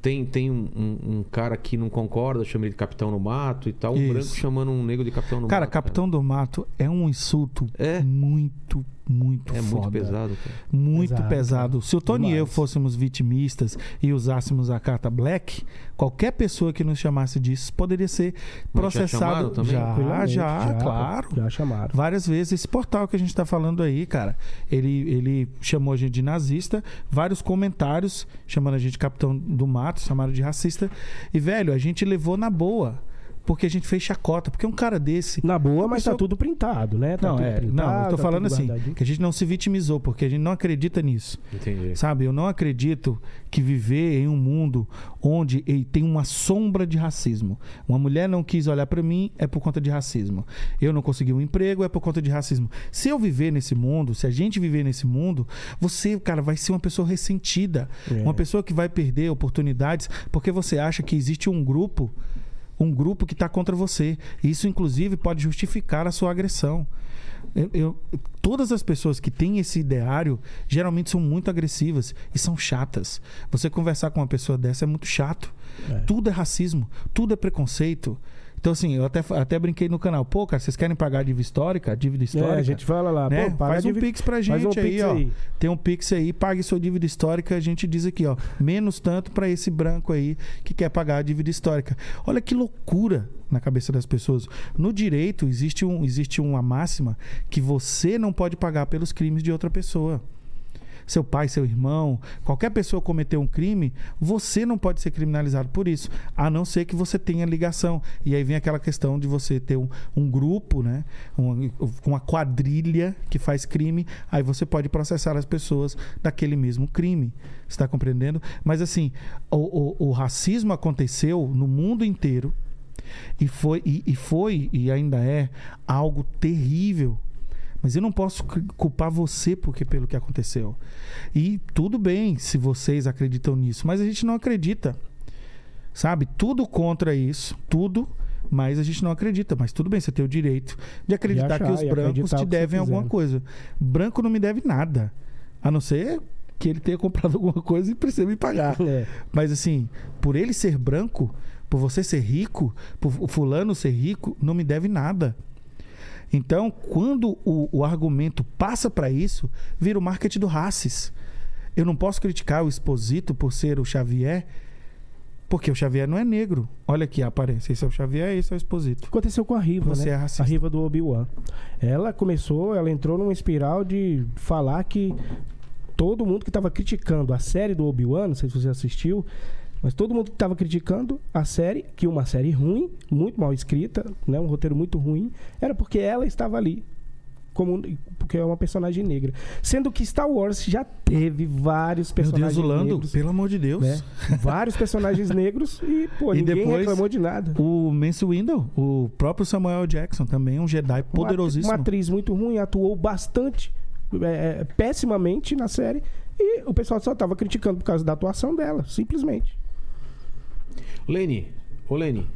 Tem, tem um, um- um cara que não concorda, chama ele de Capitão no Mato e tal. Um
Isso.
branco chamando um negro de Capitão no
Cara,
Mato.
Capitão do Mato é um insulto
É.
muito, muito
É muito
foda.
pesado, cara.
Muito
Pesado,
pesado. Se o Tony e eu
Demais.
fôssemos vitimistas e usássemos a carta black, qualquer pessoa que nos chamasse disso poderia ser
Mas já chamaram
processado.
também?
já,
Tranquilamente,
já, claro.
Já chamaram.
Várias vezes. Esse portal que a gente está falando aí, cara, ele, ele chamou a gente de nazista, vários comentários chamando a gente de capitão do mato, chamaram de racista. E, velho, a gente levou na boa, porque a gente fez chacota. Porque um cara desse.
Na boa, mas tá
Isso-
tudo printado, né? Tá
Não,
tudo
é,
printado,
não, eu tô
tá
falando
tudo
assim,
guardadinho.
que a gente não se vitimizou, porque a gente não acredita nisso.
Entendi.
Sabe, eu não acredito que viver em um mundo onde ei, tem uma sombra de racismo. Uma mulher não quis olhar pra mim é por conta de racismo. Eu não consegui um emprego é por conta de racismo. Se eu viver nesse mundo, se a gente viver nesse mundo, você, cara, vai ser uma pessoa ressentida,
É.
uma pessoa que vai perder oportunidades porque você acha que existe um grupo um grupo que está contra você. Isso, inclusive, pode justificar a sua agressão. Eu, eu- todas as pessoas que têm esse ideário geralmente são muito agressivas e são chatas. Você conversar com uma pessoa dessa é muito chato.
É.
Tudo é racismo, tudo é preconceito. Então, assim, eu até, até brinquei no canal. Pô, cara, vocês querem pagar a dívida histórica? A dívida histórica?
É, a gente fala lá,
né?
pô, para
Faz
de
um
vi-
pix pra
faz
gente
um
aí,
pix
ó. Tem um pix aí, pague sua dívida histórica. A gente diz aqui, ó, menos tanto pra esse branco aí que quer pagar a dívida histórica. Olha que loucura na cabeça das pessoas. No direito existe um existe uma máxima que você não pode pagar pelos crimes de outra pessoa. Seu pai, seu irmão, qualquer pessoa cometeu um crime, você não pode ser criminalizado por isso, a não ser que você tenha ligação. E aí vem aquela questão de você ter um, um grupo, né? Um- uma quadrilha que faz crime, aí você pode processar as pessoas daquele mesmo crime. Você está compreendendo? Mas assim, o- o- o racismo aconteceu no mundo inteiro. E foi, e, e foi, e ainda é, algo terrível. Mas eu não posso cu- culpar você porque pelo que aconteceu. E tudo bem se vocês acreditam nisso, mas a gente não acredita. Sabe? Tudo contra isso, tudo, mas a gente não acredita. Mas tudo bem, você tem o direito de acreditar
achar,
que os
e
brancos
acreditar
te
o que você
devem alguma
quiser.
coisa. Branco não me deve nada. A não ser que ele tenha comprado alguma coisa e precisa me pagar.
É.
Mas assim, por ele ser branco, por você ser rico, por o fulano ser rico, não me deve nada. Então, quando o, o argumento passa para isso, vira o marketing do racis. Eu não posso criticar o Exposito por ser o Xavier, porque o Xavier não é negro. Olha aqui a aparência. Esse é o Xavier, esse é o Exposito.
Aconteceu com a Riva,
Você
né?
é racista.
a Riva do Obi-Wan. Ela começou, ela entrou numa espiral de falar que todo mundo que estava criticando a série do Obi-Wan, não sei se você assistiu, mas todo mundo que estava criticando a série, que uma série ruim, muito mal escrita, né, um roteiro muito ruim, era porque ela estava ali. Como, porque é uma personagem negra. Sendo que Star Wars já teve vários
Meu
personagens
Deus, o Lando,
negros.
pelo amor de Deus.
né? Vários personagens negros e, pô,
E
ninguém
depois- um
reclamou de nada.
O Mace Window, o próprio Samuel Jackson, também um Jedi poderosíssimo.
Uma atriz muito ruim, atuou bastante, é, é, pessimamente na série. E o pessoal só tava criticando por causa da atuação dela, simplesmente.
Lene, ô Lene,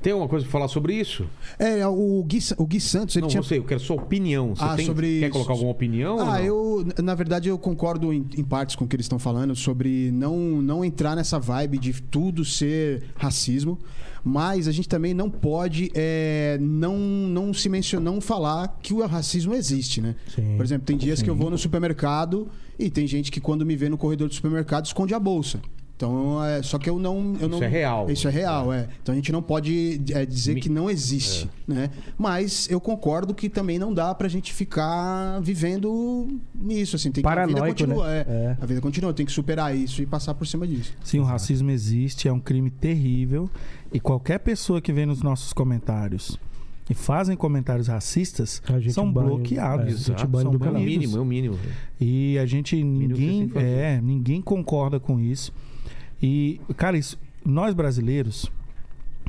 tem alguma coisa pra falar sobre isso?
É, o Gui, Sa- o Gui Santos, ele
não,
tinha.
não sei, eu quero sua opinião. Você
Ah,
tem-
sobre
quer
isso.
colocar alguma opinião? ou não?
Ah, eu, na verdade, eu concordo em, em partes com o que eles estão falando sobre não, não entrar nessa vibe de tudo ser racismo, mas a gente também não pode é, não, não se mencionar, não falar que o racismo existe, né?
Sim.
Por exemplo, tem dias que eu vou no supermercado e tem gente que quando me vê no corredor do supermercado esconde a bolsa. Então, é, só que eu não,
Isso
eu não-
é real.
Isso é real, é. Então a gente não pode é, dizer
Mi-
que não existe,
É.
né? Mas eu concordo que também não dá pra gente ficar vivendo nisso, assim. Tem que, a vida
Paranoico,
continua,
né?
é.
É.
A vida continua, tem que superar isso e passar por cima disso.
Sim, o racismo existe, é um crime terrível. E qualquer pessoa que vem nos nossos comentários e fazem comentários racistas
A gente
são
banha, é, a
bloqueados.
gente
são
banha do
É o
canal.
banidos.
mínimo, é o mínimo.
E a gente
Mínimo que
ninguém
você tem que
é, ninguém concorda com isso. E cara, isso, nós brasileiros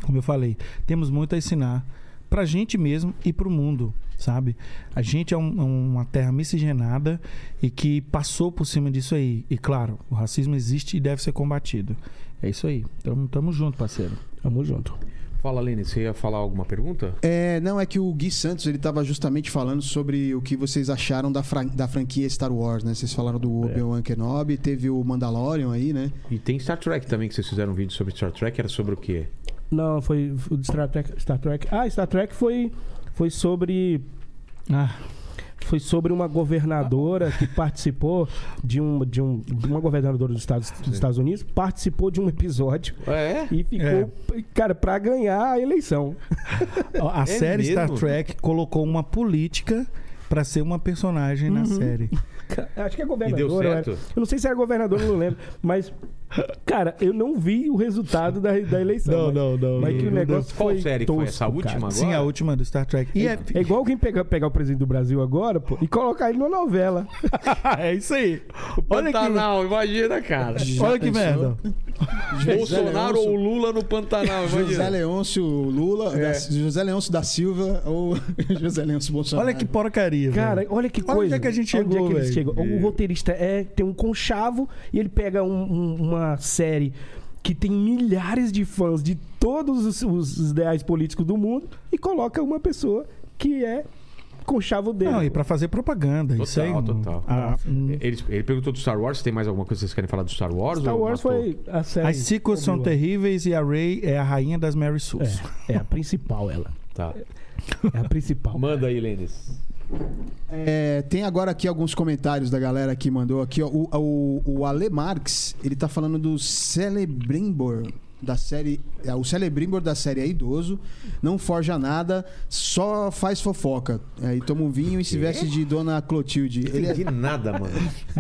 como eu falei, temos muito a ensinar pra gente mesmo e pro mundo, sabe? A gente é um- é uma terra miscigenada e que passou por cima disso aí. E claro, o racismo existe e deve ser combatido. É isso aí. Tamo, tamo junto, parceiro.
Tamo junto.
Fala, Lene, você ia falar alguma pergunta?
É, não, é que o Gui Santos, ele tava justamente falando sobre o que vocês acharam da, fran- da franquia Star Wars, né? Vocês falaram do
É.
Obi-Wan Kenobi, teve o Mandalorian aí, né?
E tem Star Trek também, que vocês fizeram um vídeo sobre Star Trek, era sobre o quê?
Não, foi o de Star Trek, Star Trek. Ah, Star Trek foi, foi sobre
Ah,
foi sobre uma governadora que participou de um de, um, de uma governadora dos Estados, dos Estados Unidos participou de um episódio
É?
e ficou cara pra ganhar a eleição.
Ó, A
É
série Star
mesmo?
Trek colocou uma política pra ser uma personagem na série.
Acho que é
E
governadora.
deu certo?
era- Eu não sei se era governador, não lembro. Mas, cara, eu não vi o resultado da, da eleição. mas,
não.
Mas que o negócio
Qual
foi
série que foi essa
tosco,
última
cara.
agora?
Sim, a última do Star Trek. E é,
É igual alguém pegar, pegar o presidente do Brasil agora, pô, e colocar ele numa novela.
é isso aí. Olha que,
Pantanal, imagina, cara.
olha que merda.
Bolsonaro ou Lula É. no Pantanal,
José
imagina.
Leôncio Lula, da- José Leôncio da Silva ou José Leôncio Bolsonaro.
Olha que porcaria.
Cara,
velho.
olha que
Olha onde
coisa.
é que a gente
Olha onde
chegou,
é que eles
velho.
chegam. O roteirista é, tem um conchavo e ele pega um- um- uma série que tem milhares de fãs de todos os, os ideais políticos do mundo e coloca uma pessoa que é conchavo dele.
Não, e pra fazer propaganda. isso aí.
Total,
um-
total.
a- um-
Ele, ele perguntou do Star Wars, tem mais alguma coisa que vocês querem falar do Star Wars?
Star
ou
Wars
matou?
foi a série.
as sequels são
É Obi-Wan.
terríveis e a Rey é a rainha das Mary Sues.
É, é a principal ela.
Tá.
É a principal.
Manda aí, Lênis.
É, tem agora aqui alguns comentários da galera que mandou aqui. Ó, o, o, o Ale Marx, ele tá falando do Celebrimbor da série. é, O Celebrimbor da série é idoso, não forja nada, só faz fofoca. É, e toma um vinho e se veste de Dona Clotilde. Ele é-
De nada, mano.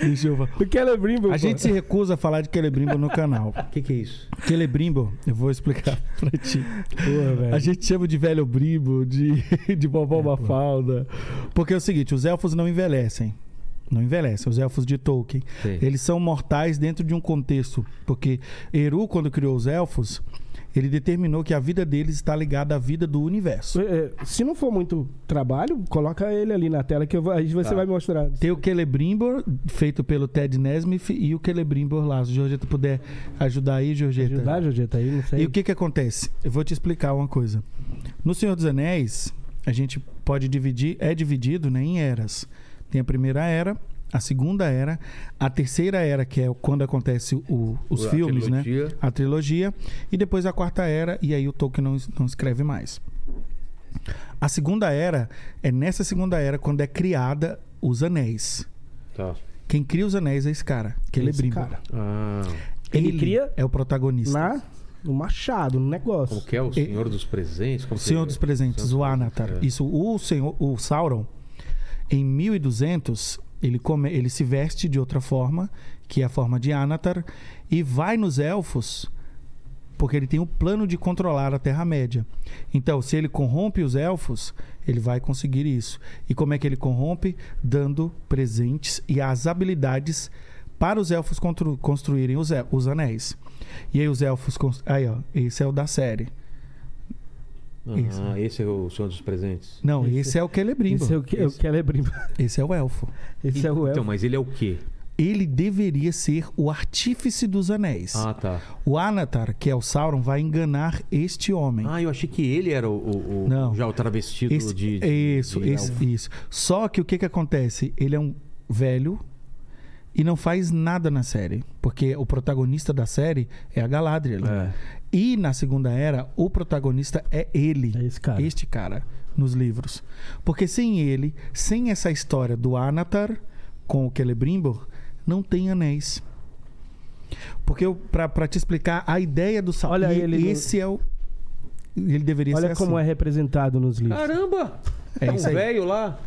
Deixa eu falar.
O Celebrimbo.
A gente se recusa a falar de Celebrimbo no canal.
O que, que é isso?
Celebrimbo, eu vou explicar pra ti.
Porra, velho.
A gente chama de velho brimbo, de, de
É,
vovó Mafalda. Porque é o seguinte, os elfos não envelhecem. Não envelhecem, os elfos de Tolkien.
Sim.
Eles são mortais dentro de um contexto. Porque Eru, quando criou os elfos, ele determinou que a vida deles está ligada à vida do universo.
É, Se não for muito trabalho, coloca ele ali na tela que eu vou- aí
Tá.
você vai me mostrar.
Tem o Celebrimbor, feito pelo Ted Nesmith, e o Celebrimbor lá. Se o Georgeta puder ajudar aí, Georgeta.
Ajudar, Jojeta, aí, não sei.
E o que que acontece? Eu vou te explicar uma coisa. No Senhor dos Anéis, a gente pode dividir, é dividido né, em eras. Tem a primeira era, a segunda era, a terceira era, que é quando acontece o- os
A
filmes, né?
trilogia.
A trilogia. E depois a quarta era, e aí o Tolkien não, es- não escreve mais. A segunda era, é nessa segunda era quando é criada os anéis.
Tá.
Quem cria os anéis é esse cara, que ele
Esse cara.
Ah,
Ele cria
é o protagonista.
na, no machado, no negócio.
como que é o Senhor dos Presentes? Como que-
Senhor dos Presentes, o Anatar.
É.
Isso, o senhor, o Sauron, em 1200, ele, come, ele se veste de outra forma, que é a forma de Anatar, e vai nos elfos, porque ele tem o plano de controlar a Terra-média. Então, se ele corrompe os elfos, ele vai conseguir isso. E como é que ele corrompe? Dando presentes e as habilidades para os elfos constru- construírem os, el- os anéis. E aí os elfos... cons- Aí, ó, esse é o da série.
Ah,
Isso.
esse é o Senhor dos Presentes.
Não, esse, é o Celebrimbo.
Esse é o que é o Celebrimbo.
Esse é o elfo.
Esse é o
Então,
elfo.
mas ele é o quê?
Ele deveria ser o artífice dos anéis.
Ah, tá.
O Anatar, que é o Sauron, vai enganar este homem.
Ah, eu achei que ele era o, o- o-
Não.
já o travestido
Esse-
de, de-
isso,
de-
esse- isso. Só que o que, que acontece? Ele é um velho e não faz nada na série. Porque o protagonista da série é a Galadriel. E na Segunda Era, o protagonista é ele.
É esse cara.
Este cara, nos livros. Porque sem ele, sem essa história do Anatar com o Celebrimbor, não tem anéis. Porque eu- pra pra te explicar a ideia do Sauron,
Olha
e
ele no-
esse é o ele deveria
Olha
ser
como
assim.
é representado nos livros.
Caramba!
É
É um
isso aí.
velho lá.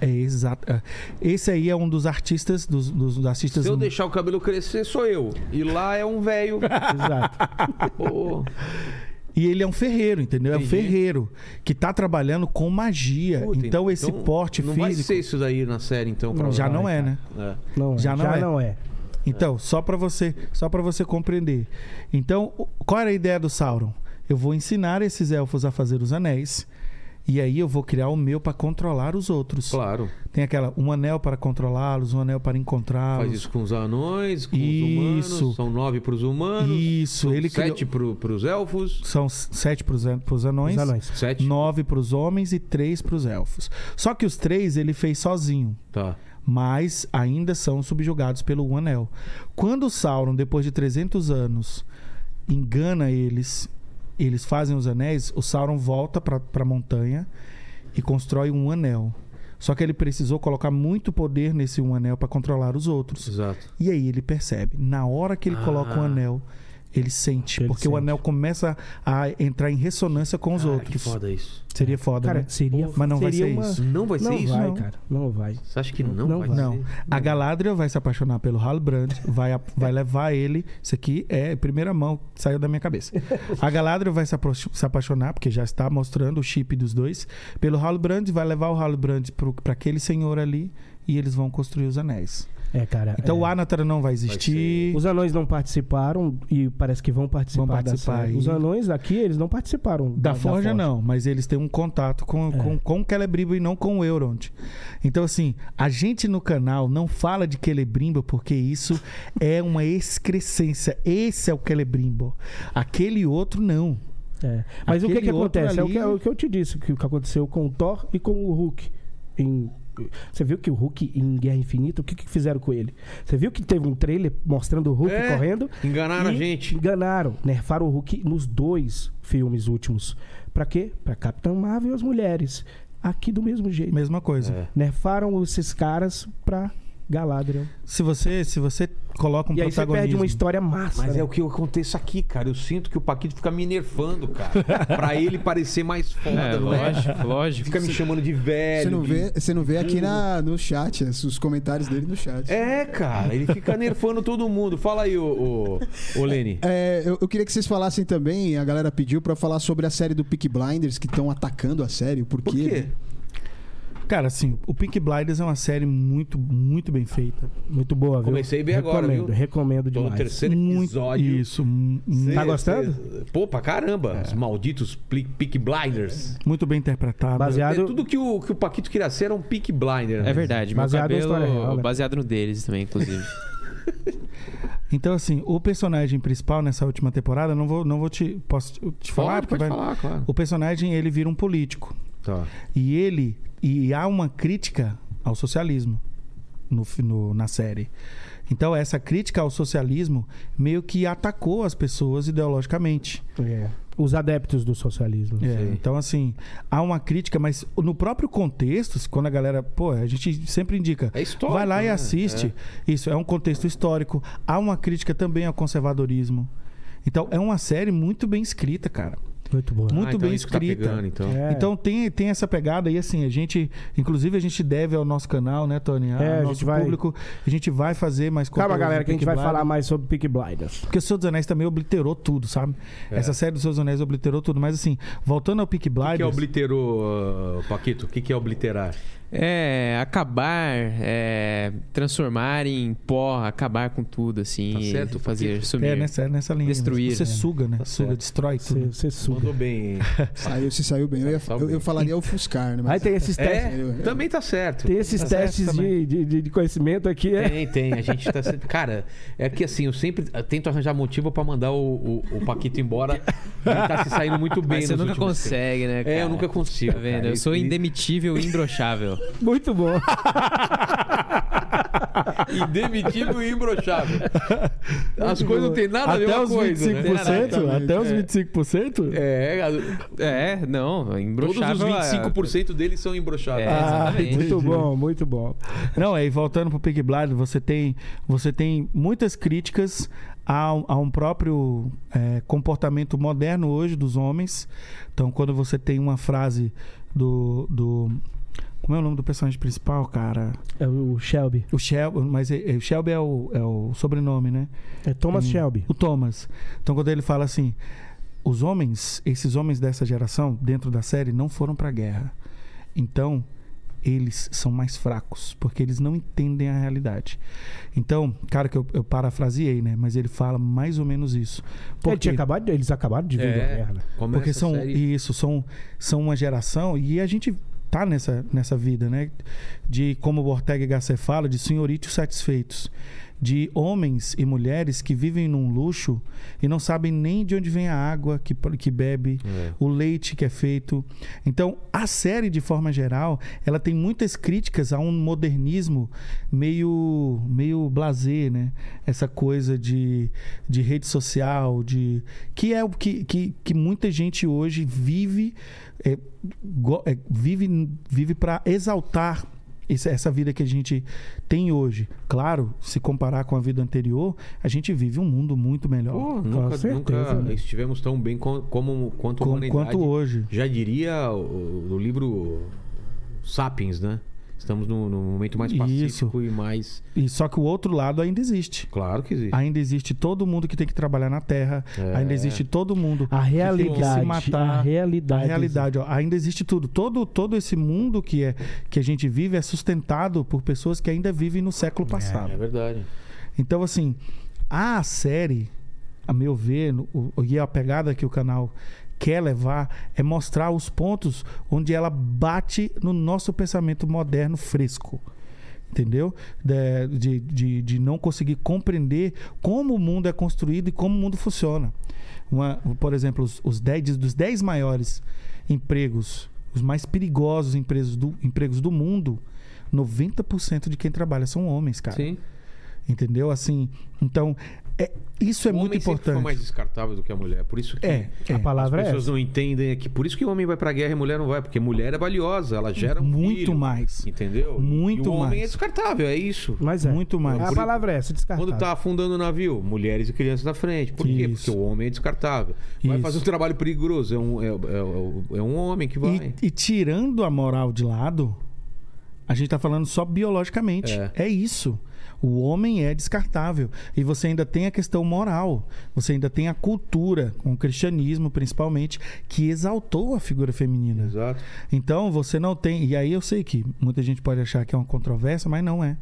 É exato. é. Esse aí é um dos artistas, dos, dos- dos artistas.
Se eu
no-
deixar o cabelo crescer, sou eu. E lá é um velho.
Exato.
Pô,
E ele é um ferreiro, entendeu? É um
Entendi.
ferreiro que tá trabalhando com magia.
puta,
então esse porte
não vai
físico
ser isso daí na série, então. pra-
já não é, né?
É.
Não é.
Já
Já,
não
não,
é.
é.
Então, só para você, só para você compreender. Então, o- qual era a ideia do Sauron? Eu vou ensinar esses elfos a fazer os anéis. E aí eu vou criar o meu para controlar os outros.
Claro.
Tem aquela, um anel para controlá-los, um anel para
Faz
encontrá-los.
isso com os anões, com os
Isso.
humanos. São nove para os humanos.
Isso,
são
ele
sete para os elfos.
São s- sete para os anões,
Os anões.
Sete?
nove para os homens e três para os elfos. Só que os três ele fez sozinho.
Tá.
mas ainda são subjugados pelo Um Anel. Quando Sauron, depois de 300 anos, engana eles, eles fazem os anéis, o Sauron volta para a montanha e constrói um anel. Só que ele precisou colocar muito poder nesse um anel para controlar os outros.
Exato.
E aí ele percebe, na hora que ele coloca o
Ah.
anel, ele sente,
Ele
porque o
sente.
anel começa a entrar em ressonância com os
Cara,
outros.
Ah, que foda isso.
Seria foda,
Cara,
né?
seria
Mas não vai
seria
ser
uma-
isso.
Não vai ser
Não
isso?
vai,
Não.
cara. Não vai.
Você acha que não,
Não
vai,
vai.
ser?
Não. A Galadriel vai se apaixonar pelo Halbrand, vai, a- vai levar ele. Isso aqui é primeira mão, saiu da minha cabeça. A Galadriel vai se, apro- se apaixonar, porque já está mostrando o chip dos dois, pelo Halbrand, vai levar o Halbrand para aquele senhor ali e eles vão construir os anéis.
É, cara.
Então
é.
o Anatar não vai existir.
Os anões não participaram e parece que vão participar.
Vão participar
da série.
aí.
Os anões daqui, eles não participaram.
Da, Forja, não, mas eles têm um contato com,
É.
com, com o Celebrimbo e não com o Elrond. Então, assim, a gente no canal não fala de Celebrimbo porque isso é uma excrescência. Esse é o Celebrimbo. Aquele outro, não.
É. Mas o que,
Aquele
que
outro
acontece? É o que,
ali-
é o que eu te disse, que o que aconteceu com o Thor e com o Hulk. Em- Você viu que o Hulk em Guerra Infinita, o que, que fizeram com ele? Você viu que teve um trailer mostrando o Hulk
É.
correndo?
Enganaram
E
a gente.
Enganaram, nerfaram o Hulk nos dois filmes últimos. Pra quê? Pra Capitão Marvel e as mulheres. Aqui do mesmo jeito.
Mesma coisa.
É.
Nerfaram né? esses caras pra Galadriel.
Se você se você coloca um
e aí você perde
protagonismo...
uma história massa.
Mas
né?
é o que acontece aqui, cara. Eu sinto que o Paquito fica me enervando, cara. pra ele parecer mais foda,
É,
não é?
lógico, lógico.
Fica me chamando de velho.
Você não
de-
vê, você não vê aqui na, no chat, as- os comentários dele no chat.
É, cara, ele fica nerfando todo mundo. Fala aí, ô, ô, ô Lene.
É, eu, eu queria que vocês falassem também, a galera pediu pra falar sobre a série do Peak Blinders, que estão atacando a série, o porquê.
Por quê?
Cara, assim, o Pink Blinders é uma série muito, muito bem feita.
Muito boa, viu?
Comecei bem agora,
recomendo,
viu?
Recomendo
Tô no
demais.
terceiro
muito,
episódio.
Isso. mu- mu-
Cê-
Tá gostando? É.
cê- Pô, pra caramba. Os malditos pli- Peak Blinders.
Muito bem interpretada.
Baseado-
É, tudo que o, que o Paquito queria ser era um Peak Blinder. né?
É verdade,
Baseado na
meu cabelo
história real, né?
baseado no deles também, inclusive.
Então, assim, o personagem principal nessa última temporada, não vou, não vou te. Posso te, te falar?
Pode,
Porque
pode
vai-
falar, claro.
O personagem, ele vira um político.
Tá.
E ele. E há uma crítica ao socialismo no, fi- no- na série. Então, essa crítica ao socialismo meio que atacou as pessoas ideologicamente.
É. Os adeptos do socialismo.
É, então, assim, há uma crítica, mas no próprio contexto, quando a galera. Pô, a gente sempre indica.
É histórico,
Vai lá e
né?
assiste. Isso, é um contexto histórico. Há uma crítica também ao conservadorismo. Então, é uma série muito bem escrita, cara.
Muito boa.
Muito
Ah, então
bem
é isso que tá
escrita.
pegando, então.
É.
Então tem, tem essa pegada e assim, a gente, inclusive a gente deve ao nosso canal, né, Tony? Ao
É, a gente
nosso
vai-
público. A gente vai fazer mais
Calma,
conteúdo
galera,
do
que a gente
Peaky
vai
Blinders.
falar mais sobre Peak Blinders.
Porque o Senhor dos Anéis também obliterou tudo, sabe? Essa série do Senhor dos Anéis obliterou tudo. Mas assim, voltando ao Peak
O É. que é
Blinders,
obliterou, ah, Paquito? O que que é obliterar?
é, acabar, é, transformar em pó, acabar com tudo, assim.
Tá
e
certo, né?
fazer sumir.
é nessa, nessa linha. mesmo.
Destruir,
Você
né?
suga, né?
Tá
suga,
certo.
destrói
Você,
tudo.
você suga.
Mandou bem, hein?
Saiu, se saiu bem. Eu, ia- eu, eu falaria ofuscar, né? Mas-
Aí tem esses testes.
É, também tá certo.
Tem esses
Tá certo
testes de,
também.
de, de conhecimento aqui. É.
Tem, tem. A gente tá sempre. Cara, é que assim, eu sempre tento arranjar motivo pra mandar o, o- o Paquito embora. Ele tá se saindo muito bem.
Mas você
nos
nunca
últimos tempos.
consegue, né, cara?
É, eu nunca consigo.
Tá vendo?
cara.
Eu sou
E-
indemitível e imbrochável.
Muito bom.
Indemitível e imbrochável. As
Muito
coisas não
bom.
tem nada a ver
até
uma
os
coisa. né?
25%? Até os
É.
25%?
É, a-
É, não,
todos os
imbrochável. é-
25% deles são
É,
imbrocháveis.
exatamente.
Ah, Muito bom, muito bom.
Não, aí voltando pro Pig Blind, você tem, você tem muitas críticas a, um- a um próprio é, comportamento moderno hoje dos homens. Então, quando você tem uma frase do. do como é o nome do personagem principal, cara?
É o Shelby.
O Shelby, mas é- é- o Shelby é o, é o sobrenome, né?
É Thomas Shelby.
O Thomas. Então, quando ele fala assim, os homens, esses homens dessa geração, dentro da série, não foram pra guerra. Então, eles são mais fracos, porque eles não entendem a realidade. Então, cara, que eu, eu parafraseei, né? Mas ele fala mais ou menos isso.
Ele tinha acabado de- eles acabaram de
É.
vir da guerra. né?
começa
Porque
a
são
série-
isso, são, são uma geração e a gente tá nessa, nessa vida, né? De como o Ortega y Gasset fala, de senhoritos satisfeitos, de homens e mulheres que vivem num luxo e não sabem nem de onde vem a água que, que bebe, o leite que é feito. Então, a série de forma geral, ela tem muitas críticas a um modernismo meio meio blazer, né? Essa coisa de, de rede social, de que é o que, que, que muita gente hoje vive é, go- é, vive vive para exaltar esse- essa vida que a gente tem hoje. Claro, se comparar com a vida anterior, a gente vive um mundo muito melhor
Pô,
Com
nunca,
certeza,
nunca
né?
estivemos tão bem co- como, quanto a
com,
humanidade.
quanto hoje.
Já diria o, o livro Sapiens, né? Estamos num, num momento mais pacífico e mais.
E só que o outro lado ainda existe.
Claro que existe.
Ainda existe todo mundo que tem que trabalhar na terra.
É.
Ainda existe todo mundo
A realidade.
matar.
a realidade.
A realidade, ó, ainda existe tudo. Todo, todo esse mundo que, é, que a gente vive é sustentado por pessoas que ainda vivem no século passado.
É verdade.
Então, assim, a série, a meu ver, no- o, o- e a pegada que o canal quer levar é mostrar os pontos onde ela bate no nosso pensamento moderno fresco. Entendeu? De, de, de, de não conseguir compreender como o mundo é construído e como o mundo funciona. Uma- por exemplo, os, os 10, dos 10 maiores empregos, os mais perigosos empregos do, empregos do mundo, 90% de quem trabalha são homens, cara.
Sim.
Entendeu? Assim, então, é, isso é
o
muito
homem sempre foi
importante.
mais descartável do que a mulher. Por isso que
É, é.
A
as
palavra é
pessoas
essa.
não entendem é que por isso que o homem vai pra guerra e a mulher não vai, porque mulher é valiosa, ela gera um
Muito
filho,
mais.
Entendeu?
Muito
e o homem
mais.
é descartável, é isso.
Mas é.
Muito mais.
A palavra é essa, descartável.
Quando tá afundando o navio, mulheres e crianças na frente. Por quê?
Isso.
Porque o homem é descartável. Vai
Isso.
fazer um trabalho perigoso. É um, é, é- é um homem que vai.
E, e tirando a moral de lado, a gente está falando só biologicamente.
É.
É. isso. O homem é descartável. E você ainda tem a questão moral. Você ainda tem a cultura, com o cristianismo principalmente, que exaltou a figura feminina.
Exato.
Então você não tem. E aí eu sei que muita gente pode achar que é uma controvérsia, mas não é.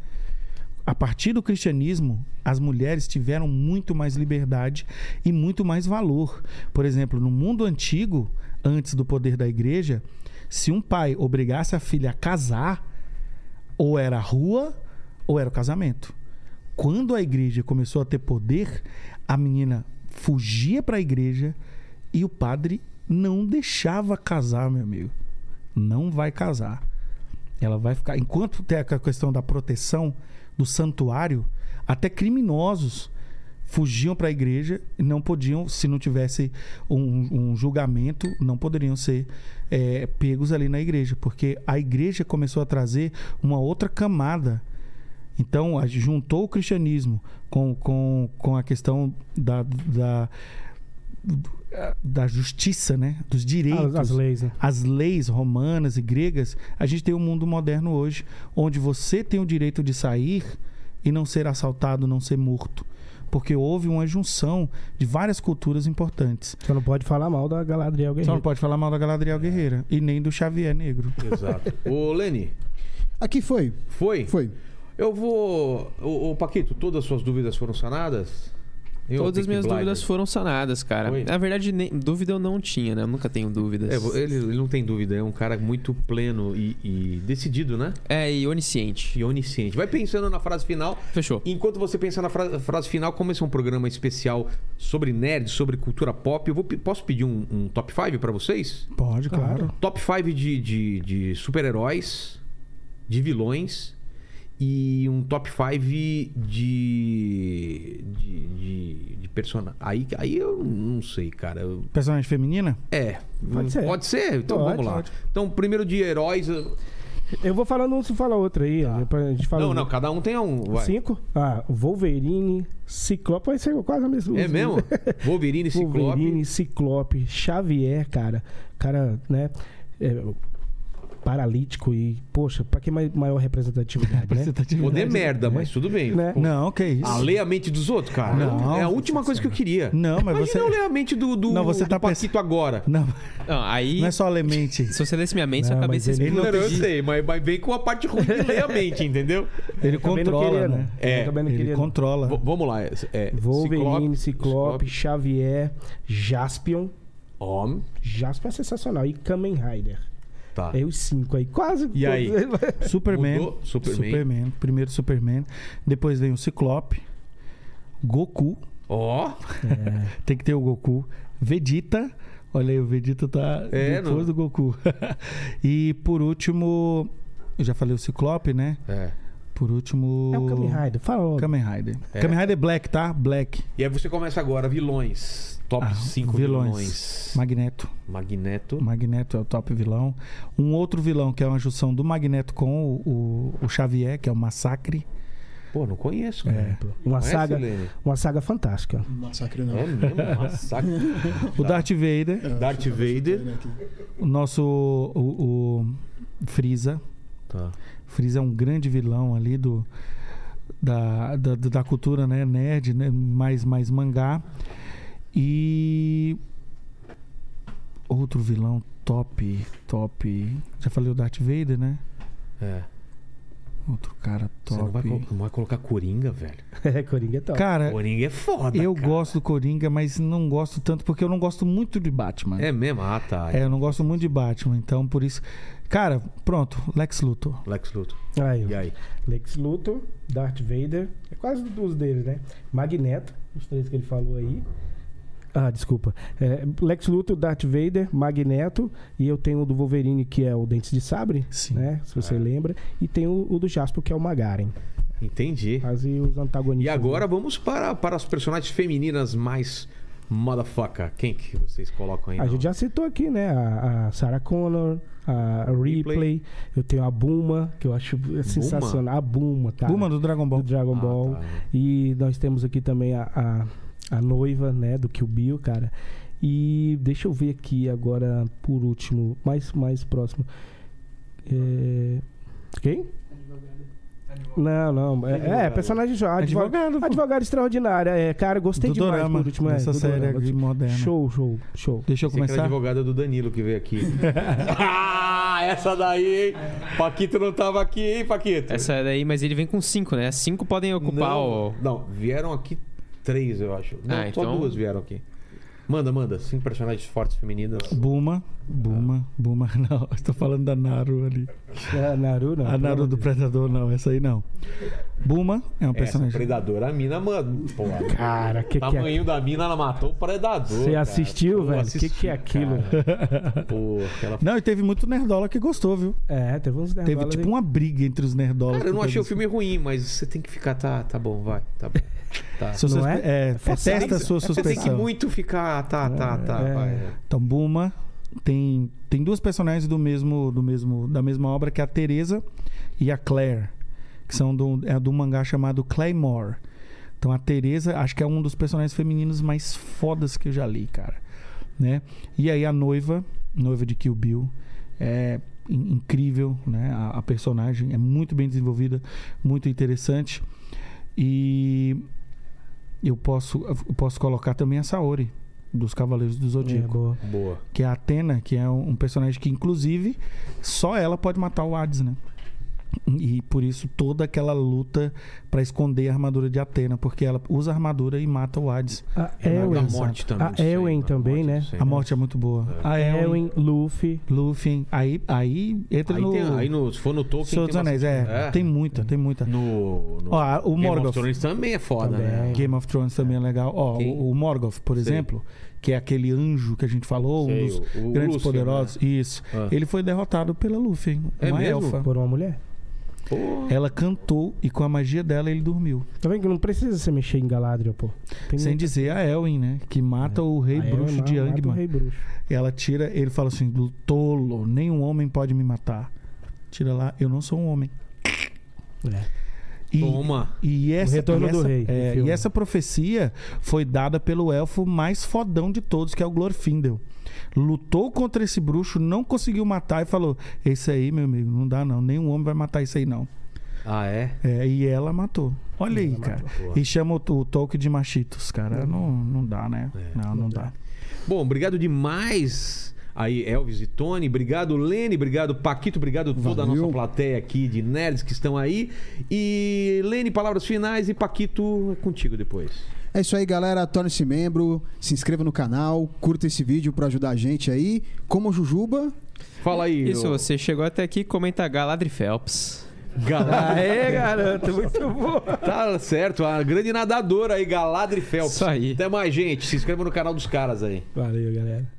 A partir do cristianismo, as mulheres tiveram muito mais liberdade e muito mais valor. Por exemplo, no mundo antigo, antes do poder da igreja, se um pai obrigasse a filha a casar, ou era a rua ou era o casamento. Quando a igreja começou a ter poder, a menina fugia para a igreja e o padre não deixava casar, meu amigo. Não vai casar. Ela vai ficar. Enquanto tem a questão da proteção do santuário, até criminosos fugiam para a igreja e não podiam, se não tivesse um, um julgamento, não poderiam ser eh, pegos ali na igreja, porque a igreja começou a trazer uma outra camada. Então, a- juntou o cristianismo com, com, com a questão da, da, da justiça, né? dos direitos
As, as leis, né?
as leis romanas e gregas, a gente tem um mundo moderno hoje, onde você tem o direito de sair e não ser assaltado, não ser morto. Porque houve uma junção de várias culturas importantes.
Você não pode falar mal da Galadriel
Só
Guerreiro.
não pode falar mal da Galadriel Guerreira e nem do Xavier Negro.
Exato. Ô, Leni,
Aqui foi,
foi?
foi.
Eu vou. Ô, ô, Paquito, todas as suas dúvidas foram sanadas? Eu,
Todas as
Peaky
minhas dúvidas
Blinders.
foram sanadas, cara.
Foi?
Na verdade, nem- dúvida eu não tinha, né? Eu nunca tenho dúvidas.
É, vo- ele, ele não tem dúvida, é um cara muito pleno e, e decidido, né?
É, e onisciente.
E onisciente. Vai pensando na frase final.
Fechou.
Enquanto você pensa na fra- frase final, como esse é um programa especial sobre nerd, sobre cultura pop, eu vou pe- posso pedir um, um top 5 pra vocês?
Pode, claro.
Top 5 de, de, de super-heróis, de vilões e um top 5 de. de. de, de persona- Aí, aí eu não sei, cara. Eu-
Personagem feminina?
É.
Pode ser.
Pode ser? Então
Pode,
vamos lá.
pode.
Então, primeiro de heróis. eu-
Eu vou falando um, você fala outro aí. depois A gente fala
Não,
um.
não, cada um tem um. vai.
Cinco. Ah, Wolverine, Ciclope. Vai ser quase a mesma.
É mesmo? Wolverine, Ciclope.
Wolverine, Ciclope, Xavier, cara. Cara, né? é, paralítico e, poxa, pra que mai- maior representatividade, né?
Poder merda, mas tudo bem.
Né?
Não, que É. isso.
Ah, ler a mente dos outros, cara.
Não.
é a última coisa que eu queria.
Não, mas
Imagina
você-
eu ler a mente do, do,
Não, você
do
tá
Paquito agora.
Não,
Não, aí,
não é só lemente.
se você desse minha mente, sua
Não,
cabeça
mas ele
Não,
explode.
eu sei, mas, mas vem com a parte ruim de ler a mente, entendeu?
Ele
Também não
controla,
queria, não.
né?
É,
Eu também não
Ele
queria. não.
controla.
V- vamos lá. É, é,
Wolverine, Ciclope, Xavier, Jaspion.
Homem.
Jaspion é sensacional. E Kamen Rider.
Tá.
É os cinco aí, quase.
E aí?
todos.
Superman,
Mudou? Superman.
Primeiro Superman. Depois vem o Ciclope. Goku.
Ó,
Tem que ter o Goku. Vegeta. Olha aí, o Vegeta tá
É,
depois
não-
do Goku. e por último. Eu já falei o Ciclope, né?
é.
Por último.
É o Kamen Rider. Fala logo.
Kamen Rider.
É.
Kamen Rider Black, tá? Black.
E aí você começa agora, vilões. Top
Ah,
5 vilões.
vilões. Magneto.
Magneto.
O Magneto é o top vilão. Um outro vilão que é uma junção do Magneto com o, o, o Xavier, que é o Massacre.
Pô, não conheço, cara.
Uma
Conhece, né?
saga,
Lene?
uma saga fantástica.
Massacre
É
não.
mesmo, Tá, massacre.
O Darth Vader.
Darth
é
Vader.
O nosso. O, o Freeza.
Tá.
Freeza é um grande vilão ali do. Da, da, da cultura né? nerd, né? Mais, mais mangá. E. Outro vilão top, top. Já falei o Darth Vader, né?
É.
Outro cara
Você não vai,
top.
colo- não vai colocar Coringa, velho.
É, Coringa é top.
Cara,
Coringa é foda.
Eu
cara.
gosto do Coringa, mas não gosto tanto porque eu não gosto muito de Batman.
É mesmo? Ah, tá.
É, eu não gosto muito de Batman, então por isso. Cara, pronto, Lex Luthor.
Lex Luthor.
Aí,
E aí?
Lex Luthor, Darth Vader, é quase dos deles, né? Magneto, os três que ele falou aí. Ah, desculpa. É, Lex Luthor, Darth Vader, Magneto, e eu tenho o do Wolverine, que é o Dentes de Sabre,
Sim.
né? Se
É.
você lembra. E tem o, o do Jasper, que é o Magaren.
Entendi.
Quase os
E
antagonistas.
agora vamos para, para as personagens femininas mais motherfucker. Quem que vocês colocam aí?
A
não?
Então.
gente já citou aqui, né? A, a Sarah Connor, a Ripley.
Ripley.
Eu tenho a Buma, que eu acho sensacional. A Buma, tá?
Buma do Dragon Ball.
do Dragon
Ah,
Ball.
tá.
E nós temos aqui também a, a, a noiva, né, do Kill Bill, cara. E deixa eu ver aqui agora, por último, mais, mais próximo. É... Quem? Não, não. É, é, personagem jo- advogado.
Advogado,
Advogado,
pô.
extraordinária. É, cara, gostei
Do
demais
Dorama,
por último. é,
dessa
do
série
Dorama.
aqui moderna.
Show, show, show.
Deixa
Pensei
eu
que era a
começar.
advogada do Danilo que veio aqui. ah, essa daí, hein? Paquito não tava aqui, hein, Paquito?
Essa daí, mas ele vem com cinco, né? As Cinco podem ocupar
não,
o.
não, vieram aqui três, eu acho. Não,
Ah,
só
então-
duas vieram aqui. Manda, manda. Cinco personagens fortes femininas.
Buma, Buma,
Ah.
Buma, não. Estou falando da Naru ali.
É, A Naru,
Tá,
não.
A Naru do Predador, não, essa aí não. Buma é um
Essa
personagem.
predadora, a mina, mano. Pô,
Cara, que que é?
tamanho da mina, ela matou o predador.
Você
cara.
assistiu,
Pô,
velho? O
assisti,
que, que é aquilo?
cara. Pô, aquela
Não, e teve muito nerdola que gostou, viu?
É, teve uns
Teve
nervosos
tipo
aí.
uma briga entre os nerdolas.
Cara, eu não
que
achei o
teve-
filme ruim, mas você tem que ficar, tá, tá bom, vai, tá bom. Tá.
Sua
Não
suspe-
é?
é,
forçado.
testa a sua
Você tem que
suspensão.
muito ficar, tá, tá, tá,
É.
vai.
Então, Buma tem, tem duas personagens do mesmo, do mesmo, da mesma obra, que é a Teresa e a Claire, que são do, é do mangá chamado Claymore. Então, a Teresa, acho que é um dos personagens femininos mais fodas que eu já li, cara. Né? E aí, a noiva, noiva de Kill Bill, é in- incrível, né? A, a personagem é muito bem desenvolvida, muito interessante. E eu posso, eu posso colocar também a Saori, dos Cavaleiros do
É,
Zodíaco
boa.
Boa.
que é a Atena, que é um um personagem que, inclusive, só ela pode matar o Hades, né? E por isso toda aquela luta pra esconder a armadura de Atena, porque ela usa a armadura e mata o Hades.
A
É
Ewen.
da morte também.
Ah,
A
isso aí,
Ewen
né?
também,
Morte
né?
disso aí,
A morte é muito boa.
Ah,
A Elwin,
Ewen, Luffy.
Luffy, aí, aí entra
Aí,
no,
tem, aí no, se for no Tolkien...
Senhor dos
tem
Anéis,
bastante-
é, Tem muita, tem muita.
No, no
Ó, a-
Game
o
of
Morgoth.
Thrones também é foda, né?
Também.
Game of Thrones também é legal. Ó,
Quem?
o, o Morgoth, por
Sei.
exemplo, que é aquele anjo que a gente falou,
Sei,
um dos
o- o
grandes
Lúcio,
poderosos. Isso.
Ah.
Ele foi derrotado pela Luffy, hein?
É
uma
mesmo?
elfa.
Por uma mulher?
Pô,
Ela cantou e com a magia dela ele dormiu.
Tá vendo que não precisa você mexer em Galadriel, pô. Tem um
Sem dizer a Elwin, né? Que mata o rei
É. A Ewen
bruxo
lá
de
mata o
Angmar.
Rei bruxo.
Ela tira, ele fala assim: tolo, nenhum homem pode me matar. Tira lá, eu não sou um homem.
É.
E,
Toma.
E essa,
Retorno
e essa-
do Rei,
é,
do filme.
e essa profecia foi dada pelo elfo mais fodão de todos, que é o Glorfindel. Lutou contra esse bruxo, não conseguiu matar e falou: Esse aí, meu amigo, não dá não. Nenhum homem vai matar isso aí, não.
Ah, é?
É, e ela matou. Olha aí, cara. E chama o, o Tolkien de machitos, cara. Não, não dá, né? não, não dá.
Bom, obrigado demais. Aí, Elvis e Tony, obrigado, Lene, obrigado, Paquito, obrigado toda a
Valeu.
nossa plateia aqui de nerds que estão aí. E Lene, palavras finais e Paquito, é contigo depois.
É isso aí, galera. Torne-se membro, se inscreva no canal, curta esse vídeo pra ajudar a gente aí. Como Jujuba,
Fala aí.
E se
ô-
você chegou até aqui, comenta Galadri Phelps.
Galá-
Aê, garoto, muito bom.
Tá certo, a grande nadadora aí, Galadri Phelps.
Isso aí.
Até mais, gente. Se inscreva no canal dos caras aí.
Valeu, galera.